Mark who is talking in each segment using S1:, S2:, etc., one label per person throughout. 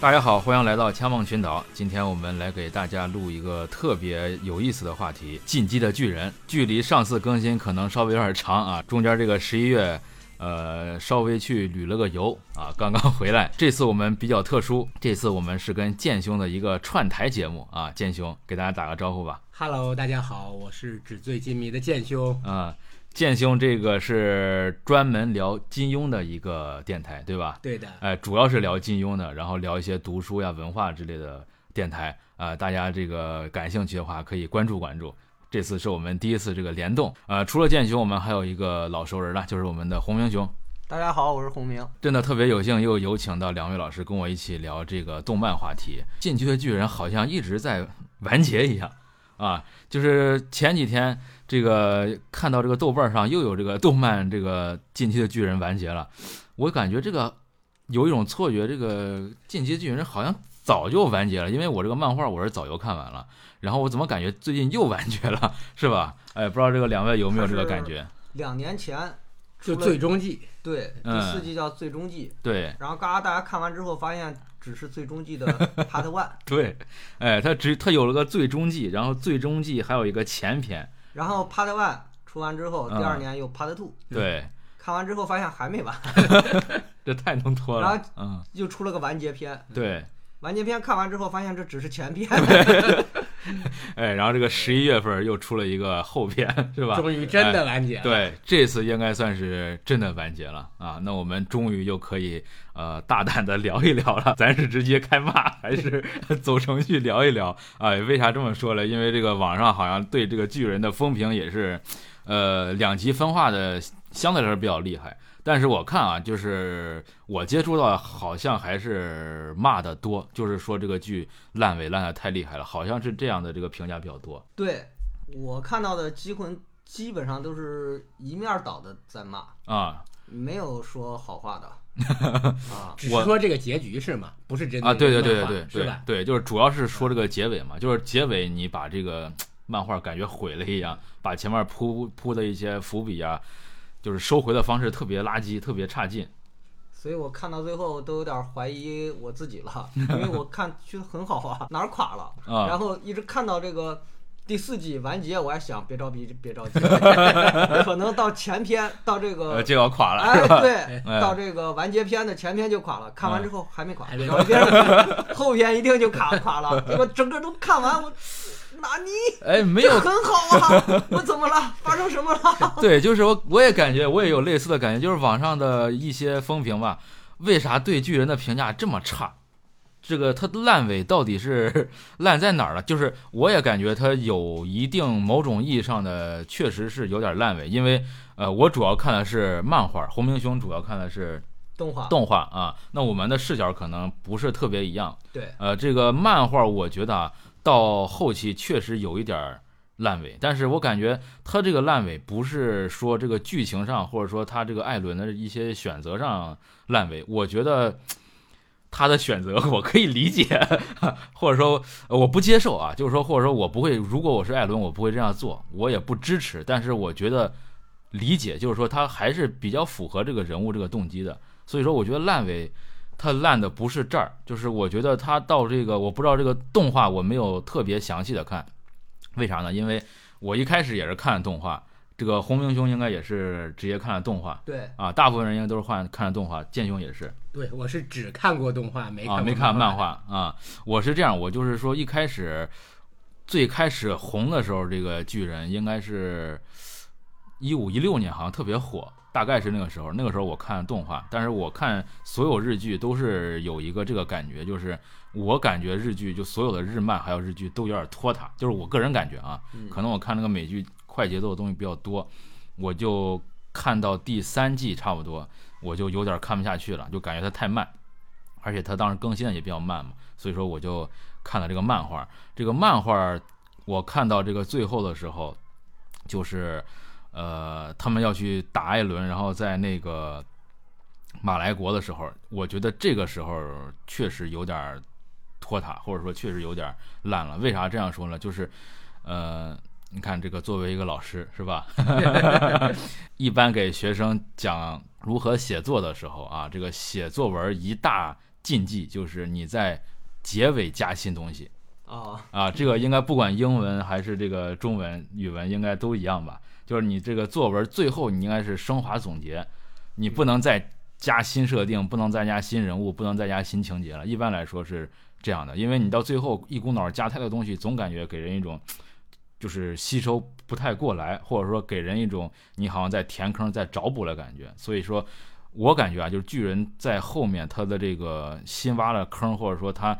S1: 大家好，欢迎来到枪梦群岛。今天我们来给大家录一个特别有意思的话题——《进击的巨人》。距离上次更新可能稍微有点长啊，中间这个十一月，呃，稍微去旅了个游啊，刚刚回来。这次我们比较特殊，这次我们是跟剑兄的一个串台节目啊。剑兄给大家打个招呼吧。
S2: Hello，大家好，我是纸醉金迷的剑兄。
S1: 啊、剑兄这个是专门聊金庸的一个电台，对吧？
S2: 对的，
S1: 哎，主要是聊金庸的，然后聊一些读书呀、文化之类的电台啊、呃大家这个感兴趣的话，可以关注关注。这次是我们第一次这个联动，呃，除了剑雄，我们还有一个老熟人了，就是我们的洪明兄。
S3: 大家好，我是洪明。
S1: 真的特别有幸又有请到两位老师跟我一起聊这个动漫话题，《进击的巨人》好像一直在完结一样啊，就是前几天这个看到这个豆瓣上又有这个动漫这个《进击的巨人》完结了，我感觉这个有一种错觉，这个《进击的巨人》好像早就完结了，因为我这个漫画我是早就看完了，然后我怎么感觉最近又完结了，是吧？哎，不知道这个两位有没有这个感觉？
S3: 两年前
S2: 就
S3: 出了
S2: 最终季，
S3: 对第
S1: 嗯
S3: 四季叫《最终季》
S1: 对。
S3: 然后嘎嘎大家看完之后发现只是《最终季》的 Part One，
S1: 对，哎，他只他有了个最终季，然后最终季还有一个前篇，
S3: 然后 Part One 出完之后，第二年又 Part Two，、
S1: 对，
S3: 看完之后发现还没完，
S1: 这太能拖
S3: 然
S1: 了
S3: 后，
S1: 嗯，
S3: 又出了个完结篇。
S2: 嗯
S1: 对，
S3: 完结篇看完之后发现这只是前篇，
S1: 哎，然后这个十一月份又出了一个后篇，是吧？哎
S2: 终于真的完结了。
S1: 对，这次应该算是真的完结了啊！那我们终于又可以呃大胆的聊一聊了。 咱是直接开骂，还是 走程序聊一聊？哎，为啥这么说呢？因为这个网上好像对这个巨人的风评也是，呃，两极分化的相对来说比较厉害。但是我看啊，就是我接触到好像还是骂的多，就是说这个剧烂尾烂的太厉害了，好像是这样的这个评价比较多。
S3: 对我看到的机魂基本上都是一面倒的在骂，
S1: 啊
S3: 没有说好话的啊。
S2: 只
S1: 我
S2: 是说这个结局是吗？不是真的
S1: 啊，对对对
S2: 漫
S1: 对
S2: 画
S1: 对
S2: 是
S1: 对
S2: 吧？嗯
S1: 对，就是主要是说这个结尾嘛，就是结尾你把这个漫画感觉毁了一样，把前面铺铺的一些伏笔啊，就是收回的方式特别垃圾，特别差劲。
S3: 所以我看到最后都有点怀疑我自己了，因为我看觉得很好啊，哪儿垮了？
S1: 啊
S3: 然后一直看到这个第四季完结，我还想别着急，别着 急，可能到前篇到这
S1: 呃，
S3: 个。
S1: 这个垮了，
S3: 哎，对，
S1: 哎嗯
S3: 到这个完结篇的前篇就垮了，看完之后还没垮，
S2: 还没
S3: 然后接着 后篇一定就垮垮了。结果整个都看完，我纳尼？
S1: 哎，没
S3: 这
S1: 有，
S3: 很好啊，我怎么了？发生什么了？
S1: 对，就是我我也感觉我也有类似的感觉，就是网上的一些风评吧，为啥对巨人的评价这么差？这个它烂尾到底是 烂在哪儿了？就是我也感觉它有一定某种意义上的，确实是有点烂尾，因为呃，我主要看的是漫画，红明兄主要看的是
S3: 动画，
S1: 动画啊，那我们的视角可能不是特别一样。
S3: 对，
S1: 呃，这个漫画我觉得啊，到后期确实有一点儿烂尾，但是我感觉它这个烂尾不是说这个剧情上，或者说它这个艾伦的一些选择上烂尾，我觉得。他的选择我可以理解， 或者说呃我不接受啊，就是说，或者说我不会，如果我是艾伦，我不会这样做，我也不支持。但是我觉得理解，就是说他还是比较符合这个人物这个动机的。所以说，我觉得烂尾它烂的不是这儿，就是我觉得它到这个，我不知道这个动画我没有特别详细的看，为啥呢？因为我一开始也是看动画，这个洪明兄应该也是直接看了动画
S3: 对，
S1: 啊，大部分人应该都是看看了动画，剑兄也是
S2: 对，我是只看过动画，没看
S1: 啊，
S2: 过
S1: 没看漫
S2: 漫
S1: 画啊，我是这样，我就是说一开始最开始红的时候，这个巨人应该是一五一六年，好像特别火。大概是那个时候，那个时候我看动画，但是我看所有日剧都是有一个这个感觉，就是我感觉日剧就所有的日漫还有日剧都有点拖沓，就是我个人感觉啊，
S2: 嗯
S1: 可能我看那个美剧快节奏的东西比较多，我就看到第三季差不多，我就有点看不下去了，就感觉它太慢，而且它当时更新的也比较慢嘛，所以说我就看了这个漫画。这个漫画我看到这个最后的时候，就是呃，他们要去打艾伦，然后在那个马来国的时候，我觉得这个时候确实有点儿拖沓，或者说确实有点儿烂了。为啥这样说呢？就是呃，你看这个作为一个老师是吧？ 一般给学生讲如何写作的时候啊，这个写作文一大。禁忌，就是你在结尾加新东西
S3: 啊，
S1: 啊。这个应该不管英文还是这个中文、语文，应该都一样吧？就是你这个作文最后你应该是升华总结，你不能再加新设定，不能再加新人物，不能再加新情节了。一般来说是这样的，因为你到最后一股脑儿加太多东西，总感觉给人一种就是吸收不太过来，或者说给人一种你好像在填坑、在找补的感觉。所以说，我感觉啊，就是巨人在后面他的这个新挖的坑，或者说他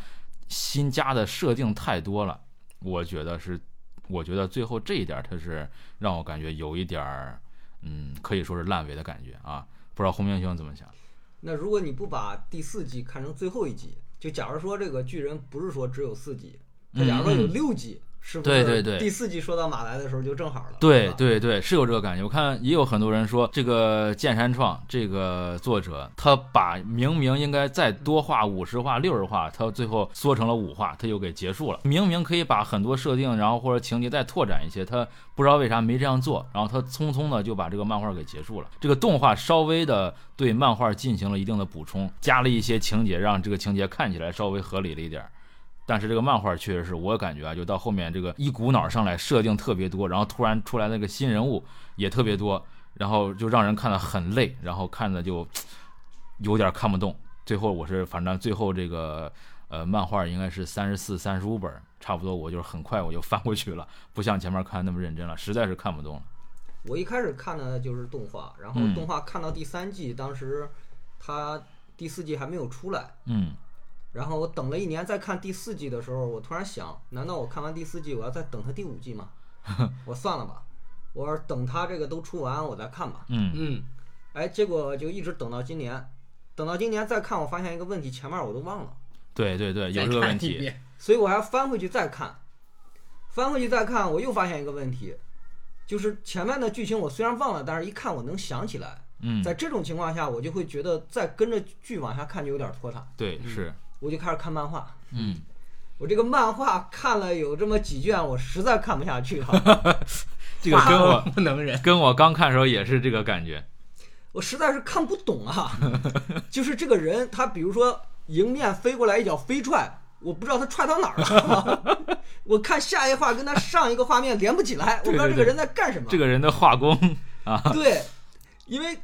S1: 新加的设定太多了，我觉得是，我觉得最后这一点儿他是让我感觉有一点儿，嗯，可以说是烂尾的感觉啊。不知道红明兄怎么想？
S3: 那如果你不把第四季看成最后一集，就假如说这个巨人不是说只有四集，他假如说有六集，是不
S1: 嗯对
S3: 是？
S1: 对对
S3: 第四季说到马来的时候就正好了。
S1: 对
S3: 是吧，
S1: 对对，是有这个感觉。我看也有很多人说，这个剑山创这个作者，他把明明应该再多画五十话、六十话，他最后缩成了五话，他又给结束了。明明可以把很多设定，然后或者情节再拓展一些，他不知道为啥没这样做，然后他匆匆的就把这个漫画给结束了。这个动画稍微的对漫画进行了一定的补充，加了一些情节，让这个情节看起来稍微合理了一点儿。但是这个漫画确实是我感觉啊，就到后面这个一股脑儿上来设定特别多，然后突然出来那个新人物也特别多，然后就让人看得很累，然后看的就有点看不懂。最后我是反正最后这个呃漫画应该是三十四、三十五本儿，差不多我就是很快我就翻过去了，不像前面看那么认真了，实在是看不懂了。
S3: 我一开始看的就是动画，然后
S1: 嗯
S3: 动画看到第三季，当时它第四季还没有出来，
S1: 嗯，
S3: 然后我等了一年再看第四季的时候，我突然想，难道我看完第四季，我要再等它第五 季吗？我算了吧，我说等它这个都出完我再看吧。
S2: 嗯，
S3: 哎，结果就一直等到今年，等到今年再看，我发现一个问题，前面我都忘了，
S1: 对对对，有
S2: 再
S1: 这个
S2: 看
S1: 问
S2: 一
S1: 题。
S2: 遍
S3: 所以我还要翻回去再看，翻回去再看，我又发现一个问题，就是前面的剧情我虽然忘了，但是一看我能想起来。
S1: 嗯，
S3: 在这种情况下，我就会觉得再跟着剧往下看就有点拖沓，
S1: 对是，
S3: 我就开始看漫画。
S1: 嗯，
S3: 我这个漫画看了有这么几卷，我实在看不下去了，
S1: 这个跟我
S2: 不能忍，
S1: 跟我刚看的时候也是这个感觉。
S3: 我实在是看不懂啊。 就是这个人，他比如说迎面飞过来一脚飞踹，我不知道他踹到哪儿了。 我看下一画跟他上一个画面连不起来，我不知道
S1: 对对
S3: 这个人在干什么。
S1: 这个人的画工啊，
S3: 对，因为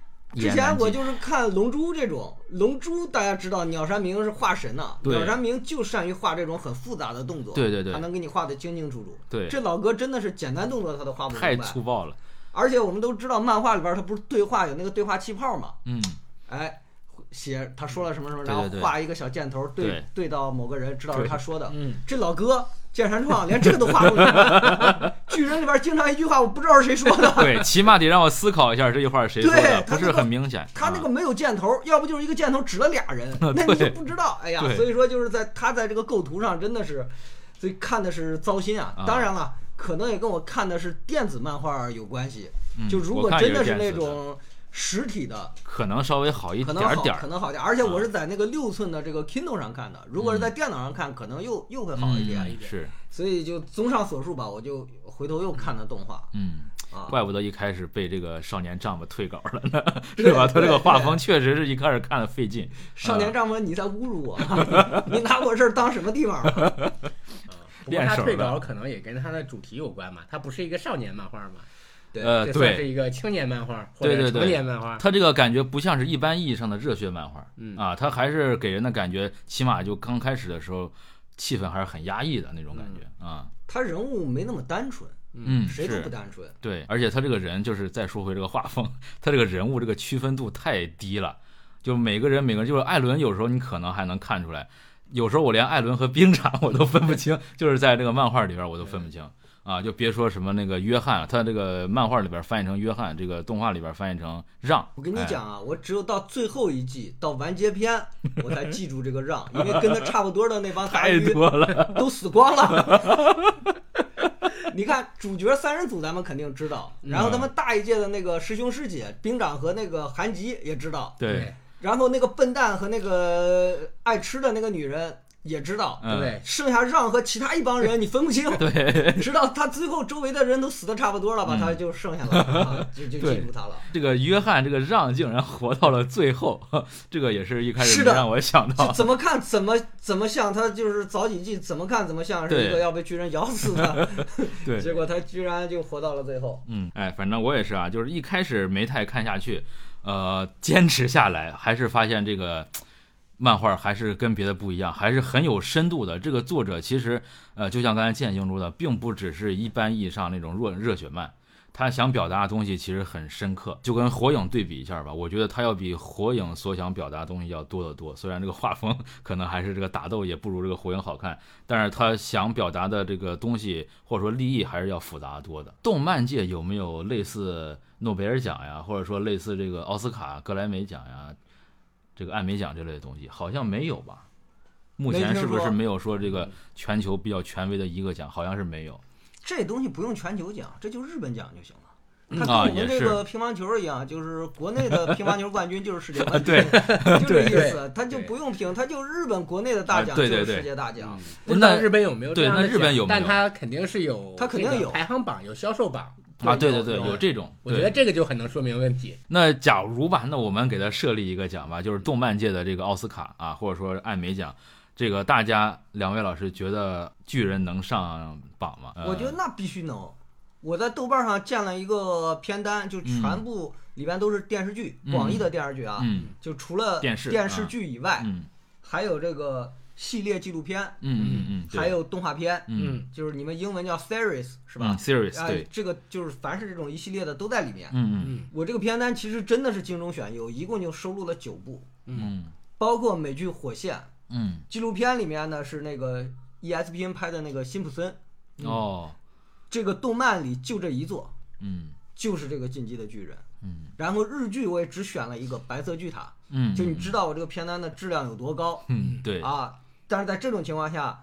S1: 也
S3: 之
S1: 难
S3: 前
S1: 记
S3: 我就是看《龙珠》这种，《龙珠》大家知道鸟山明是画神呐、
S1: 对
S3: 鸟山明就善于画这种很复杂的动作，
S1: 对对对
S3: 他能给你画的清清楚楚。
S1: 对，
S3: 这老哥真的是简单动作他都画不
S1: 太
S3: 明白，
S1: 粗暴了。
S3: 而且我们都知道漫画里边他不是对话有那个对话气泡嘛，
S1: 嗯，
S3: 哎。写他说了什么什么，
S1: 对
S3: 然后
S1: 嗯对对
S3: 画一个小箭头对
S1: 对
S3: 到某个人，知道是他说的。
S2: 嗯，
S3: 这老哥剑山创连这个都画不明白， 巨人里边经常一句话我不知道是谁说的，
S1: 对，起码得让我思考一下这句话是谁说的，
S3: 对
S1: 不
S3: 他
S1: 是
S3: 那个
S1: 很明显。
S3: 他那个
S1: 啊
S3: 没有箭头，要不就是一个箭头指了俩人，那你就
S1: 对
S3: 不知道。哎呀
S1: 对，
S3: 所以说就是在他在这个构图上真的是，所以看的是糟心啊
S1: 啊。
S3: 当然了，可能也跟我看的是电子漫画有关系。
S1: 嗯
S3: 就如
S1: 我
S3: 果
S1: 看
S3: 真
S1: 也
S3: 的
S1: 是
S3: 是
S1: 电
S3: 那
S1: 子的
S3: 种实体的，
S1: 可能稍微好一
S3: 可
S1: 点
S3: 能好
S1: 儿点
S3: 可
S1: 儿，啊
S3: 能好点儿。而且我是在那个六寸的这个 Kindle 上看的，如果是在电脑上看，可能又又会好一点。
S1: 嗯是，
S3: 所以就综上所述吧，我就回头又看了动画
S1: 嗯，
S3: 啊。
S1: 怪不得一开始被这个少年丈夫退稿了呢，
S3: 对
S1: 是吧？他这个
S3: 对
S1: 画风确实是一开始看的费劲。
S3: 少
S1: 嗯
S3: 年丈夫，你在侮辱我 吗，你拿我这儿当什么地方啊了？
S2: 不过
S1: 练
S2: 他
S1: 手
S2: 退
S1: 了
S2: 稿可能也跟他的主题有关嘛，他不是一个少年漫画嘛，
S3: 对
S1: 呃，
S2: 这算是
S1: 对，
S2: 一个青年漫画或
S1: 对
S2: 者
S1: 对对
S2: 成年漫画，
S1: 他这个感觉不像是一般意义上的热血漫画，
S2: 嗯
S1: 啊，他还是给人的感觉，起码就刚开始的时候，气氛还是很压抑的那种感觉啊，
S3: 他人物没那么单纯，
S1: 嗯，
S3: 嗯谁都
S1: 是
S3: 不单纯。
S1: 对，而且他这个人就是再说回这个画风，他这个人物这个区分度太低了，就每个人每个人就是艾伦，有时候你可能还能看出来，有时候我连艾伦和兵长我都分不清， 就是在这个漫画里边我都分不清啊，就别说什么那个约翰了，他这个漫画里边翻译成约翰，这个动画里边翻译成让，
S3: 我跟你讲啊，我只有到最后一季到完结篇，我才记住这个让，因为跟他差不多的那帮大
S1: 太
S3: 鱼
S1: 多 了，
S3: 都死光了。 你看主角三人组，咱们肯定知道，然后他们大一届的那个师兄师姐兵长和那个韩吉也知道，
S1: 对，
S3: 然后那个笨蛋和那个爱吃的那个女人也知道，
S1: 嗯
S2: 对不对？
S3: 剩下让和其他一帮人你分不清，
S1: 对，
S3: 你知道他最后周围的人都死的差不多了吧，
S1: 嗯
S3: 他就 剩下了，啊就就
S1: 对
S3: 记住他了。
S1: 这个约翰这个让竟然活到了最后， 这个也是一开始
S3: 是
S1: 没
S3: 的
S1: 让我想
S3: 就
S1: 到。
S3: 怎么看怎么怎么像他就是早几季怎么看怎么像是一个
S1: 对
S3: 要被巨人咬死 的，
S1: 对，
S3: 结果他居然就活到了最后。
S1: 嗯，哎，反正我也是啊，就是一开始没太看下去，呃，坚持下来，还是发现这个漫画还是跟别的不一样，还是很有深度的。这个作者其实，呃，就像刚才建行说的，并不只是一般意义上那种热热血漫。他想表达的东西其实很深刻，就跟《火影》对比一下吧，我觉得他要比《火影》所想表达的东西要多得多。虽然这个画风可能还是这个打斗也不如这个《火影》好看，但是他想表达的这个东西或者说立意还是要复杂得多的。动漫界有没有类似诺贝尔奖呀，或者说类似这个奥斯卡、格莱美奖呀，这个艾美奖这类的东西，好像没有吧？目
S3: 没
S1: 前
S3: 听
S1: 是不是
S3: 说
S1: 没有说这个全球比较权威的一个奖？好像是没有。
S3: 这东西不用全球奖，这就日本奖就行了。
S1: 嗯
S3: 它跟
S1: 啊
S3: 我
S1: 也
S3: 们这
S1: 是
S3: 个乒乓球一样，就是国内的乒乓球冠军就是世界
S1: 啊，
S3: 冠军，
S1: 对，
S3: 就这
S2: 对
S3: 意思，他就不用评，他就日本国内的
S1: 啊
S3: 大奖就
S1: 对对
S3: 是
S1: 对
S3: 世界大奖，
S2: 不知道
S1: 那
S2: 日本有没有这
S1: 对
S2: 样的
S1: 那日本
S2: 奖
S1: 有没有
S2: 但它肯定是有，
S3: 它肯定有
S2: 排行榜，有销售榜。
S1: 啊，对对
S3: 有
S1: 对，
S3: 有
S1: 有这种。
S2: 我觉
S1: 对
S2: 得这个就很能说明问题。
S1: 那假如吧，那我们给他设立一个奖吧，就是动漫界的这个奥斯卡啊，或者说艾美奖。这个大家两位老师觉得巨人能上榜吗？呃
S3: 嗯我觉得那必须能。我在豆瓣上建了一个片单，就全部里边都是电视剧，
S1: 嗯
S3: 广义的电视剧啊，
S1: 嗯
S3: 就除了
S1: 电视
S3: 剧以外，
S1: 嗯
S3: 还有这个系列纪录片，
S1: 嗯嗯嗯，对
S3: 还有动画片，
S1: 嗯
S3: 就是你们英文叫 series 是
S1: 是
S3: 吧？
S1: ？Serious
S3: 哎
S1: 对，
S3: 这个就是凡是这种一系列的都在里面。
S1: 嗯
S2: 嗯
S3: 我这个片单其实真的是精中选优，一共就收录了九部，
S2: 嗯
S1: 嗯
S3: 包括美剧《火线》
S1: 嗯
S3: 纪录片里面呢是那个 E ESPN 拍的那个《辛普森》，
S1: 嗯哦
S3: 这个动漫里就这一座，
S1: 嗯
S3: 就是这个《进击的巨人》。
S1: 嗯
S3: 然后日剧我也只选了一个《白色巨塔》，
S1: 嗯，
S3: 就你知道我这个片单的质量有多高
S1: 嗯对
S3: 啊！但是在这种情况下，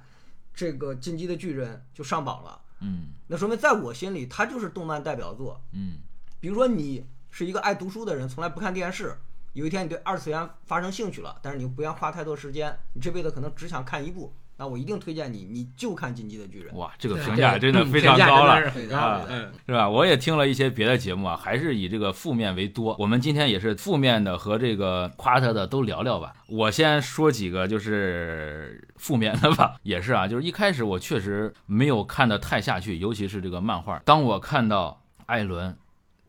S3: 这个《进击的巨人》就上榜了，
S1: 嗯
S3: 那说明在我心里它就是动漫代表作。
S1: 嗯
S3: 比如说你是一个爱读书的人，从来不看电视，有一天你对二次元发生兴趣了，但是你不愿花太多时间，你这辈子可能只想看一部，那我一定推荐你，你就看《进击的巨人》。
S1: 嗯哇，这个
S2: 对
S1: 评价真的
S2: 嗯
S1: 非常
S2: 评价
S1: 高了
S2: 真，的是很高
S1: 啊
S2: 的。嗯，
S1: 是吧？我也听了一些别的节目啊，还是以这个负面为多。我们今天也是负面的和这个夸他的都聊聊吧。我先说几个就是负面的吧，也是啊，就是一开始我确实没有看得太下去，尤其是这个漫画。当我看到艾伦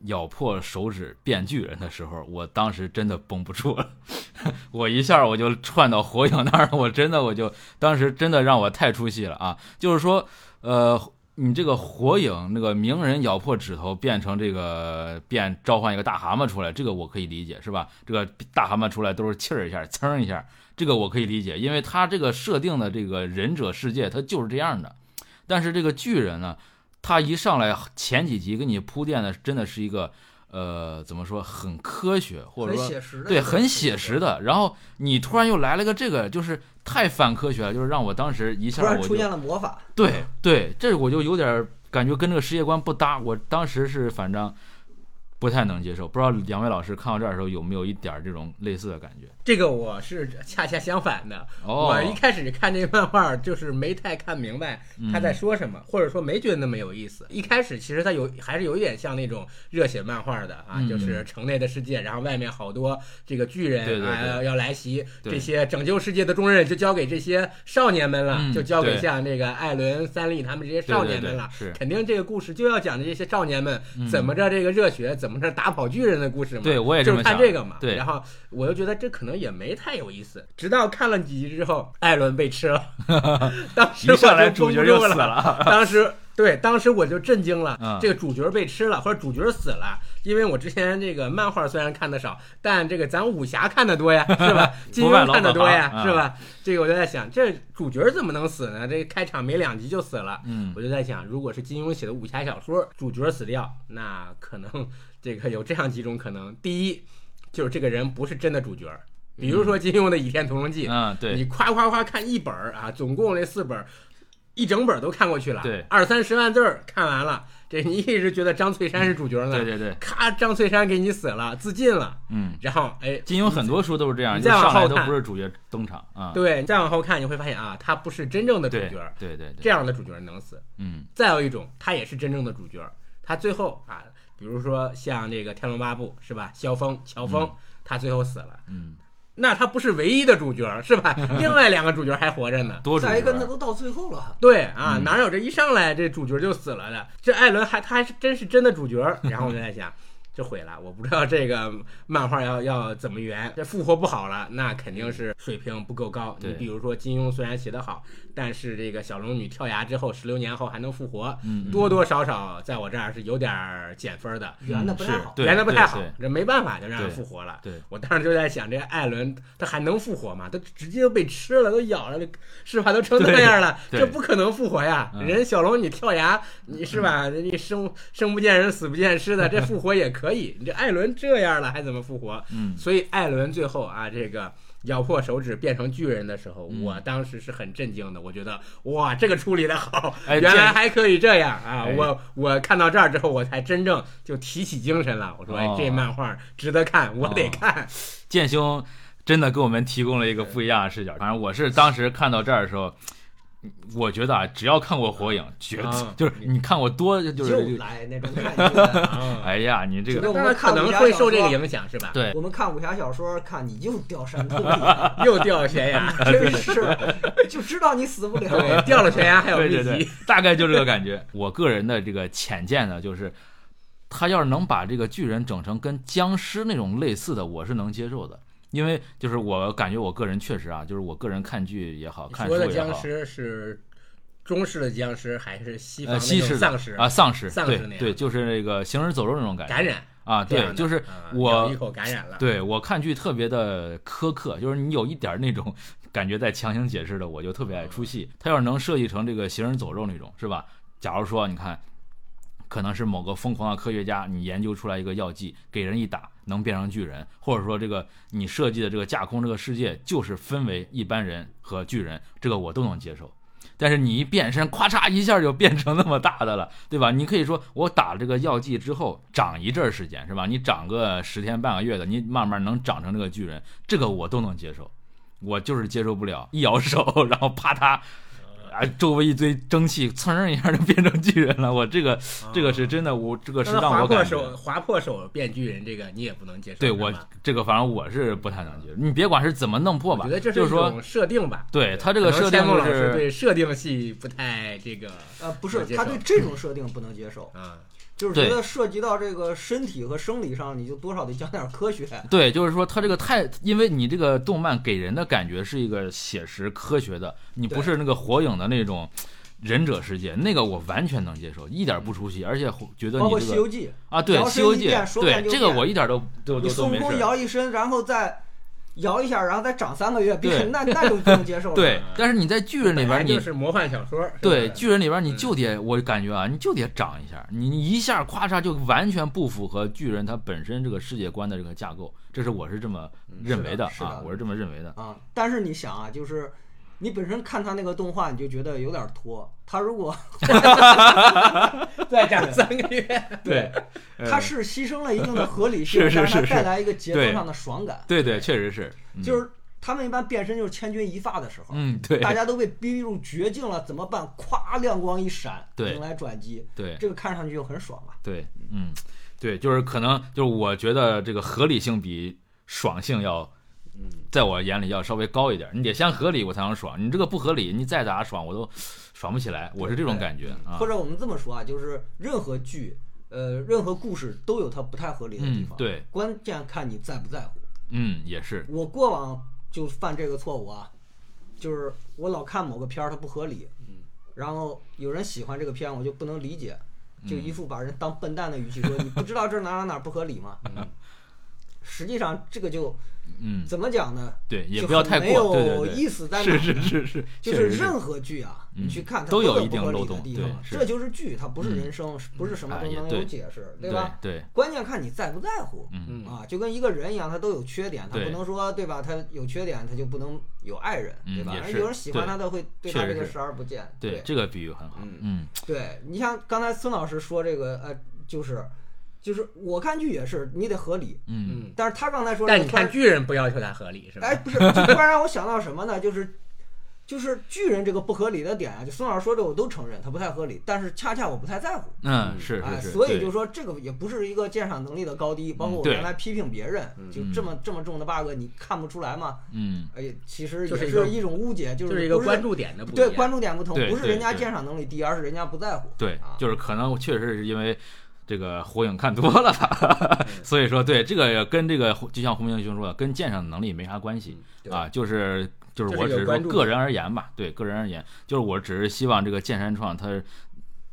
S1: 咬破手指变巨人的时候，我当时真的绷不住了，我一下我就窜到火影那儿，我真的我就当时真的让我太出戏了啊！就是说，呃，你这个火影那个鸣人咬破指头变成这个变召唤一个大蛤蟆出来，这个我可以理解，是吧？这个大蛤蟆出来都是气儿一下，噌一下，这个我可以理解，因为他这个设定的这个忍者世界它就是这样的。但是这个巨人呢，他一上来前几集给你铺垫的真的是一个。呃，怎么说很科学，或者
S3: 很
S1: 说
S3: 写实的，
S1: 对，很写实。的。然后你突然又来了个这个，就是太反科学了，就是让我当时一
S3: 突
S1: 下
S3: 然
S1: 我就
S3: 出现了魔法，
S1: 对对，这我就有点感觉跟这个世界观不搭。我当时是反正不太能接受，不知道两位老师看到这儿的时候有没有一点儿这种类似的感觉？
S2: 这个我是恰恰相反的。
S1: 哦
S2: 我，一开始看这漫画就是没太看明白
S1: 嗯
S2: 他在说什么，或者说没觉得那么有意思。一开始其实他有还是有一点像那种热血漫画的啊，
S1: 嗯
S2: 就是城内的世界，然后外面好多这个巨人
S1: 对对
S2: 啊
S1: 对
S2: 要来袭，
S1: 对
S2: 这些拯救世界的重任就交给这些少年们了，
S1: 嗯
S2: 就交给
S1: 对
S2: 像这个艾伦、三笠他们这些
S1: 对
S2: 少
S1: 对
S2: 年们
S1: 对
S2: 了。
S1: 是嗯
S2: 肯定这个故事就要讲这些少年们怎么着这个热血，怎么着打跑巨人的故事嘛。
S1: 对我也这
S2: 就
S1: 么
S2: 是看
S1: 想
S2: 这个嘛。
S1: 对
S2: 然后我就觉得这可能也没太有意思，直到看了几集之后，艾伦被吃 了，当时
S1: 一
S2: 我
S1: 上来
S2: 就
S1: 主
S2: 绷
S1: 角
S2: 不
S1: 就
S2: 住
S1: 死
S2: 了，
S1: 了啊，
S2: 当时。对，当时我就震惊了，
S1: 嗯
S2: 这个主角被吃了，或者主角死了，因为我之前这个漫画虽然看的少，但这个咱武侠看的多呀，是吧？金庸看的多
S1: 不
S2: 呀，
S1: 外
S2: 是
S1: 老本嗯
S2: 吧？这个我就在想，这主角怎么能死呢？这开场没两集就死了，
S1: 嗯
S2: 我就在想，如果是金庸写的武侠小说，主角死掉，那可能这个有这样几种可能：第一，就是这个人不是真的主角，
S1: 嗯
S2: 比如说金庸的《倚天屠龙记》
S1: 嗯，对，
S2: 你夸夸夸看一本儿啊，总共那四本儿，一整本都看过去了，
S1: 对
S2: 二三十万字儿看完了，这你一直觉得张翠山是主角呢，
S1: 对对对，
S2: 咔，张翠山给你死了，自尽了，
S1: 嗯，
S2: 然后哎，
S1: 金庸很多书都是这样，
S2: 你
S1: 就
S2: 再往
S1: 上来
S2: 后
S1: 都
S2: 看
S1: 不是主角登场啊。
S2: 对你再往后看，你会发现啊，他不是真正的主
S1: 对
S2: 角，
S1: 对对对，
S2: 这样的主角能死。
S1: 嗯
S2: 再有一种，他也是真正的主角，他最后啊，比如说像这个《天龙八部》是吧？萧峰、乔峰，他最后死了，
S1: 嗯，
S2: 那他不是唯一的主角是 吧？另外两个主角还活着呢。
S1: 多主
S3: 再一个，那
S1: 角，
S3: 都到最后了，
S2: 对啊，
S1: 嗯
S2: 哪有这一上来这主角就死了的？这艾伦还他还是真是真的 主角，然后我就在想。这毁了，我不知道这个漫画要要怎么圆，这复活不好了，那肯定是水平不够高。
S1: 对
S2: 你比如说金庸虽然写得好，但是这个小龙女跳崖之后十六年后还能复活，
S1: 嗯，嗯
S2: 多多少少在我这儿是有点儿减分的，
S3: 圆的不太
S1: 嗯是
S3: 好。
S1: 对
S2: 原来不太好
S1: 对对，
S2: 这没办法就让人
S1: 对
S2: 复活了。
S1: 对
S2: 我当时就在想，这艾伦他还能复活吗？他直接就被吃了，都咬了，这是吧？都成那样了，
S1: 对
S2: 这不可能复活呀！
S1: 嗯
S2: 人小龙女跳崖，你是吧？你生生不见人，死不见尸 的，这复活也可以。你这艾伦这样了，还怎么复活？
S1: 嗯
S2: 所以艾伦最后啊，这个。咬破手指变成巨人的时候，
S1: 嗯
S2: 我当时是很震惊的。我觉得哇，这个处理的好，
S1: 哎
S2: 原
S1: 这
S2: 来还可以这样啊！
S1: 哎
S2: 我我看到这儿之后，我才真正就提起精神了。我说，哎
S1: 哦，
S2: 这漫画值得看，我 得看。
S1: 剑兄真的给我们提供了一个不一样的视角。反正我是当时看到这儿的时候。我觉得啊，只要看过《火影》，绝
S2: 啊
S1: 就是你看过多就
S3: 又
S1: 是，
S3: 来那种感 觉，
S2: 啊
S1: 哎呀，你这
S3: 觉
S1: 个
S3: 得我
S2: 当
S3: 们
S2: 然可
S3: 看武
S2: 能
S3: 侠
S2: 会
S3: 小
S2: 受这个
S3: 说
S2: 影响，是吧？
S1: 对
S3: 我们看武侠小说，看你又掉山洞里，
S2: 又掉悬崖，
S3: 真是就知道你死不
S2: 对，
S3: 了。
S2: 掉了悬崖还有
S1: 对
S2: 秘
S1: 对对
S2: 籍。，
S1: 大概就这个感觉。我个人的这个浅见呢，就是他要是能把这个巨人整成跟僵尸那种类似的，我是能接受的。因为就是我感觉我个人确实啊，就是我个人看剧也好看书
S2: 说的
S1: 也好
S2: 僵，尸是中式的僵尸，还是西方
S1: 呃，
S2: 那
S1: 西
S2: 种
S1: 式的
S2: 丧尸
S1: 啊，丧尸，
S2: 丧尸
S1: 对
S2: 那样
S1: 对，就是那个行尸走肉那种感觉
S2: 感染？
S1: 啊，
S2: 这样
S1: 对，
S2: 的
S1: 就是
S2: 啊
S1: 我
S2: 咬一口感染了。
S1: 对我看剧特别的苛刻，就是你有一点儿那种感觉在强行解释的，我就特别爱出戏。
S2: 嗯
S1: 他要是能设计成这个行尸走肉那种，是吧？假如说你看，可能是某个疯狂的科学家，你研究出来一个药剂，给人一打能变成巨人，或者说这个你设计的这个架空这个世界就是分为一般人和巨人，这个我都能接受。但是你一变身，咔嚓一下就变成那么大的了，对吧？你可以说我打这个药剂之后长一阵儿时间，是吧？你长个十天半个月的，你慢慢能长成这个巨人，这个我都能接受。我就是接受不了，一摇手，然后啪嗒，啊，周围一堆蒸汽，噌儿一下就变成巨人了。我这 个
S2: 啊
S1: 这个是真的，我这个
S2: 那
S1: 是
S2: 他
S1: 让
S2: 划
S1: 我
S2: 破
S1: 感觉
S2: 手，划破手变巨人，这个你也不能接受。
S1: 对
S2: 是
S1: 我
S2: 吧
S1: 这个反正我是不太能接受。你别管是怎么弄破
S2: 我
S1: 吧
S2: 觉得，这
S1: 就是
S2: 一
S1: 说
S2: 种设定吧。
S1: 对他这个
S2: 可能
S1: 设定
S2: 千梦老
S1: 就
S2: 师
S1: 是
S2: 对设定系不太这个
S3: 呃，
S2: 不
S3: 不是，
S2: 接
S3: 他
S2: 受
S3: 对这种设定不能接受，
S2: 啊，
S3: 就是觉
S1: 对
S3: 得涉及到这个身体和生理上，你就多少得讲点科学。
S1: 对，就是说它这个太，因为你这个动漫给人的感觉是一个写实科学的，你不
S3: 对
S1: 是那个火影的那种忍者世界，那个我完全能接受，一点儿不出戏，而且火觉得
S3: 包括
S1: 你
S3: 《西
S1: 这
S3: 游
S1: 个
S3: 记
S1: 啊，对
S3: 摇
S1: 《
S3: 身
S1: 西游
S3: 一
S1: 记
S3: 变》说
S1: 对
S3: 变就
S1: 这个
S3: 变
S1: 我一点儿都都》，都
S3: 你
S1: 都
S3: 孙悟
S1: 没
S3: 空
S1: 事儿。
S3: 摇一身，然后再摇一下，然后再长三个月，别
S1: 对
S3: 那那就不能接受 了。
S1: 对，但是你在巨人里边
S2: 本
S1: 儿
S2: 来
S1: 你
S2: 就是魔幻小说，是吧
S1: 对，巨人里边儿你
S2: 嗯
S1: 就得，我感觉啊，你就得长一下，你你一下咔嚓就完全不符合巨人他本身这个世界观的这个架构，这是我是这么认
S3: 嗯是
S1: 为
S3: 的
S1: 的
S3: 是
S1: 啊
S3: 的，
S1: 我是这么认为的。
S3: 啊，但是你想啊，就是你本身看他那个动画，你就觉得有点拖。他如果
S2: 再长三个月，
S1: 对，
S3: 他
S1: 嗯
S3: 是牺牲了一定的 合理
S1: 是
S3: 性，
S1: 呃是
S3: 让他
S1: 是是
S3: 带来一个节奏
S1: 对
S3: 上的爽感。
S1: 对对，确实是，嗯
S3: 就是他们一般变身就是千钧一发的时候，
S1: 嗯，对，
S3: 大家都被逼入绝境了，怎么办？咵，亮光一闪，
S1: 对
S3: 迎来转机，
S1: 对
S3: 这个看上去就很爽啊。
S1: 对，嗯，对，就是可能就是我觉得这个合理性比爽性要，
S3: 嗯
S1: 在我眼里要稍微高一点，你得先合理我才能爽，你这个不合理，你再咋爽我都爽不起来，我是这种感觉啊
S3: 或。者我们这么说啊，就是任何剧，呃，任何故事都有它不太合理的地
S1: 嗯，
S3: 方，，
S1: 对，
S3: 关键看你在不在乎。
S1: 嗯，也是，
S3: 我过往就犯这个错误啊，就是我老看某个片儿它不合理，然后有人喜欢这个片，我就不能理
S1: 嗯
S3: 解，就一副把人当笨蛋的语气说：“你不知道这哪哪哪不合理吗？” 实际上这个就
S1: 嗯，
S3: 怎么讲呢？
S1: 对，也
S3: 就
S1: 不要
S3: 很
S1: 太
S3: 没
S1: 过，对对
S3: 有
S1: 对，
S3: 意思在哪
S1: 是
S3: 儿
S1: 是是是，
S3: 就
S1: 确
S3: 是
S1: 实
S3: 任何剧啊，
S1: 嗯
S3: 你去看它
S1: 都有
S3: 有
S1: 一定
S3: 不合理
S1: 漏
S3: 的
S1: 洞
S3: 地
S1: 对
S3: 方
S1: 是
S3: 这就是剧，它不是
S1: 嗯
S3: 人生，是不是什么
S1: 哎
S3: 都
S1: 也
S3: 能有
S1: 对
S3: 解释，
S1: 对
S3: 吧？
S1: 对，
S3: 关键看你在不在乎。
S1: 嗯，
S2: 嗯
S3: 啊，就跟一个人一样，他都有缺点，他
S1: 对
S3: 不能说对吧？他有缺点，他就不能有爱人，
S1: 嗯
S3: 对吧
S1: 也？
S3: 而
S1: 是
S3: 有人喜欢
S1: 对
S3: 他的会对
S1: 确
S3: 他这
S1: 实
S3: 个
S1: 是
S3: 视而不见。
S1: 对，这个比喻很好，嗯
S3: 对你像刚才孙老师说这个，呃，就是就是我看剧也是，你得合理。
S1: 嗯
S2: 嗯，
S3: 但是他刚才说这
S2: 但
S3: 个
S2: 你
S3: 突然
S2: 看巨人不要求它合理是吧？
S3: 哎，不是，就突然让我想到什么呢？就是，就是巨人这个不合理的点啊，就孙老师说这我都承认，他不太合理，但是恰恰我不太在乎，
S1: 嗯，是
S3: 哎，
S1: 是是，
S3: 所以
S1: 对
S3: 就说这个也不是一个鉴赏能力的高低，包括
S1: 嗯
S3: 我
S1: 对
S3: 原来批评别人，就
S1: 嗯
S3: 这么这么重的 bug，你看不出来吗？
S1: 嗯
S3: 哎，其实
S2: 就
S3: 也
S2: 是一个
S3: 一种误解，就
S2: 就是一个
S3: 不是
S2: 关注点的不一
S3: 对
S2: 样
S3: 关注点不同
S1: 对，
S3: 不是人家
S1: 对对
S3: 鉴赏能力低，而是人家不在乎。
S1: 对
S3: 啊，
S1: 就是可能确实是因为这个火影看多了吧， 所以说对这个跟这个就像胡明兄说的，跟鉴赏能力没啥关系
S2: 嗯
S1: 啊，就是就
S2: 就是是
S1: 我只
S2: 有
S1: 是说
S2: 关注
S1: 个人而言吧，对个人而言，就是我只是希望这个剑山创它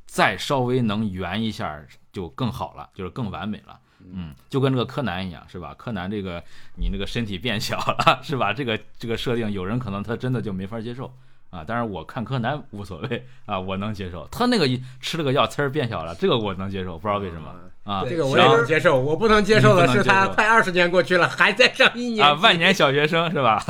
S1: 再稍微能圆一下就更好了，就是更完美了。嗯，就跟这个柯南一样，是吧？柯南这个你那个身体变小了，是吧？这个这个设定，有人可能他真的就没法接受啊。当然，我看柯南无所谓啊，我能接受。他那个一吃了个药刺儿变小了，这个我能接受，不知道为什么啊。
S3: 对
S2: 嗯这个我
S1: 然
S2: 也
S1: 后
S2: 能接受，我不能接受的
S1: 你不
S2: 是
S1: 能
S2: 他
S1: 接受
S2: 快二十年过去了还在上一年
S1: 啊，
S2: 级
S1: 万年小学生是吧？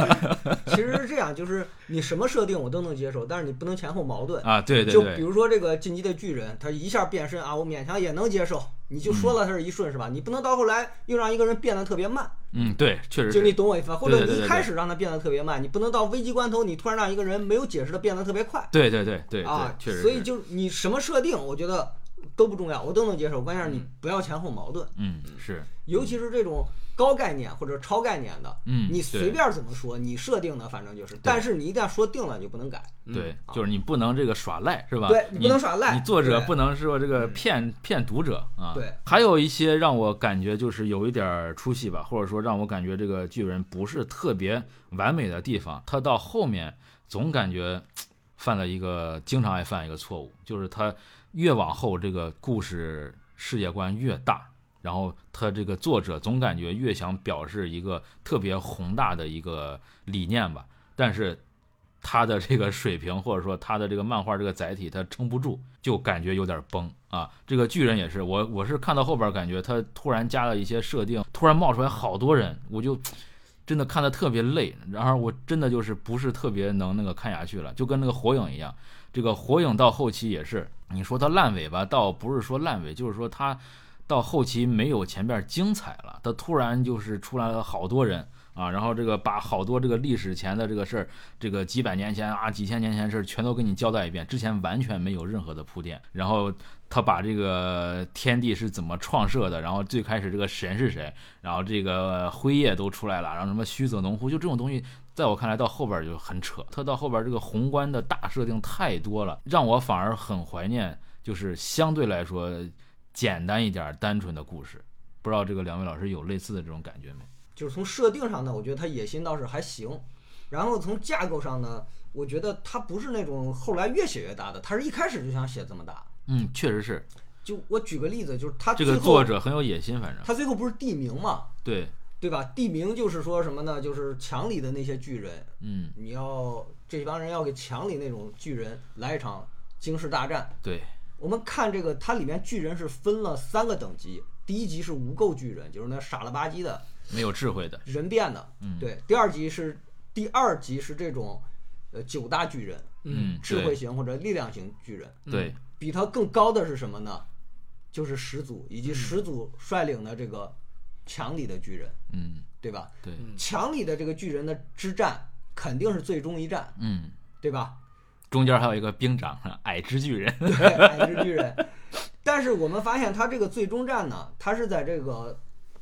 S3: 其实是这样，就是你什么设定我都能接受，但是你不能前后矛盾。
S1: 啊，对对
S3: 就比
S1: 对，
S3: 如说这个进击的巨人，他一下变身啊，我勉强也能接受。你就说了他是一瞬是吧？你不能到后来又让一个人变得特别慢，
S1: 嗯，对，确实
S3: 就是你懂我意思吧？或
S1: 对对
S3: 者
S1: 对
S3: 你
S1: 对
S3: 一开始让他变得特别慢，你不能到危机关头你突然让一个人没有解释的变得特别快
S1: 对对对对对
S3: 啊，。
S1: 确实
S3: 所以
S1: 是，
S3: 就你什么设定，我觉得都不重要，我都能接受。关键是你不要前后矛盾，
S1: 嗯，是，
S3: 尤其是这种高概念或者超概念的，
S1: 嗯，
S3: 你
S1: 对
S3: 随便怎么说，你设定的反正就是，但是你一旦说定了，你就不能改。
S2: 嗯
S1: 对，就是你不能这个耍赖，是吧？
S3: 嗯啊对你
S1: 你
S3: 不能耍赖
S1: 你作者
S3: 对嗯
S1: 不能说这个骗骗读者啊。
S3: 对，
S1: 还有一些让我感觉就是有一点儿出戏吧，或者说让我感觉这个巨人不是特别完美的地方，他到后面总感觉犯了一个经常爱犯一个错误，就是他越往后这个故事世界观越大。然后他这个作者总感觉越想表示一个特别宏大的一个理念吧，但是他的这个水平， 或者说他的这个漫画这个载体，他撑不住，就感觉有点崩啊。这个巨人也是，我我是看到后边感觉他突然加了一些设定，突然冒出来好多人，我就真的看的特别累，然后我真的就是不是特别能那个看下去了，就跟那个火影一样，这个火影到后期也是，你说它烂尾吧，倒不是说烂尾，就是说它到后期没有前边精彩了，它突然就是出来了好多人。啊，然后这个把好多这个历史前的这个事儿，这个几百年前啊、几千年前的事儿全都给你交代一遍，之前完全没有任何的铺垫。然后他把这个天地是怎么创设的，然后最开始这个神是谁，然后这个辉夜都出来了，然后什么须佐农夫，就这种东西，在我看来到后边就很扯。他到后边这个宏观的大设定太多了，让我反而很怀念，就是相对来说简单一点、单纯的故事。不知道这个两位老师有类似的这种感觉没？
S3: 就是从设定上呢，我觉得他野心倒是还行，然后从架构上呢，我觉得他不是那种后来越写越大的，他是一开始就想写这么大。
S1: 嗯，确实是
S3: 就我举个例子，就是他
S1: 这
S3: 最后
S1: 个作者很有野心，反正
S3: 他最后不是地名嘛，
S1: 对，
S3: 对吧？地名就是说什么呢？就是墙里的那些巨人，
S1: 嗯，
S3: 你要这帮人要给墙里那种巨人来一场惊世大战。
S1: 对，
S3: 我们看这个，它里面巨人是分了三个等级，第一级是无垢巨人，就是那傻了吧唧的，
S1: 没有智慧的，
S3: 人变的，
S1: 嗯
S3: 对。第二级是第二级是这种，呃，九大巨人，
S1: 嗯，
S3: 智慧
S1: 对
S3: 型或者力量型巨人。
S1: 对，
S3: 比它更高的是什么呢？就是始祖以及始祖率领的这个墙里的巨人，
S1: 嗯，
S3: 对吧？
S1: 对，
S3: 墙里的这个巨人的之战肯定是最终一战，
S1: 嗯，
S3: 对吧？
S1: 中间还有一个兵长，矮之巨人，
S3: 对，矮之巨人。但是我们发现他这个最终战呢，他是在这个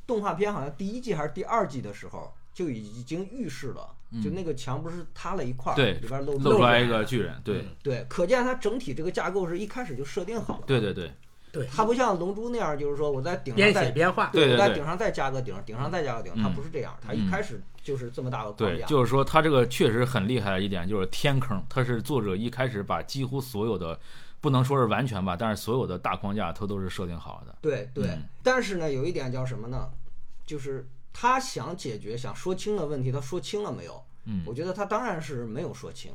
S3: 动画片好像第一季还是第二季的时候就已经预示了，就那个墙不是塌了一块
S1: 嗯
S3: 儿，
S1: 对
S3: 里边露
S1: 露出来一嗯
S3: 了
S1: 个巨人，对，
S3: 对，可见它整体这个架构是一开始就设定好了，
S1: 对对对，
S2: 对
S3: 它不像龙珠那样，就是说我在顶上
S2: 边写
S3: 再
S2: 边画，
S1: 对对
S3: 我在
S1: 对
S3: 顶上再加个顶，顶上再加个顶，它
S1: 嗯
S3: 不是这样，它一开始就是这么大个框
S1: 对，
S3: 架，
S1: 就是说他这个确实很厉害的一点就是天坑，他是作者一开始把几乎所有的，不能说是完全吧，但是所有的大框架他都是设定好的，
S3: 对对
S1: 嗯。
S3: 但是呢，有一点叫什么呢？就是他想解决、想说清的问题，他说清了没有？
S1: 嗯
S3: 我觉得他当然是没有说清，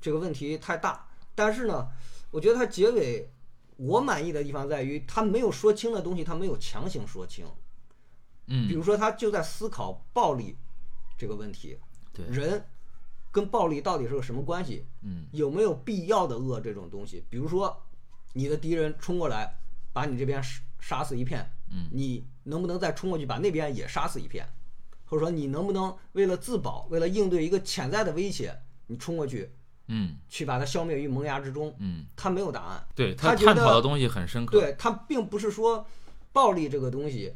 S3: 这个问题太大。但是呢，我觉得他结尾我满意的地方在于，他没有说清的东西，他没有强行说清。比
S1: 嗯，
S3: 如说，他就在思考暴力这个问题，
S1: 对
S3: 人跟暴力到底是个什么关系？
S1: 嗯，
S3: 有没有必要的恶这种东西？比如说，你的敌人冲过来，把你这边杀杀死一片，
S1: 嗯
S3: 你能不能再冲过去把那边也杀死一片？或者说，你能不能为了自保，为了应对一个潜在的威胁，你冲过去
S1: 嗯
S3: 去把它消灭于萌芽之中？
S1: 嗯，
S3: 他没有答案，
S1: 对
S3: 他觉
S1: 探讨
S3: 得
S1: 的东西很深刻，
S3: 对他并不是说暴力这个东西，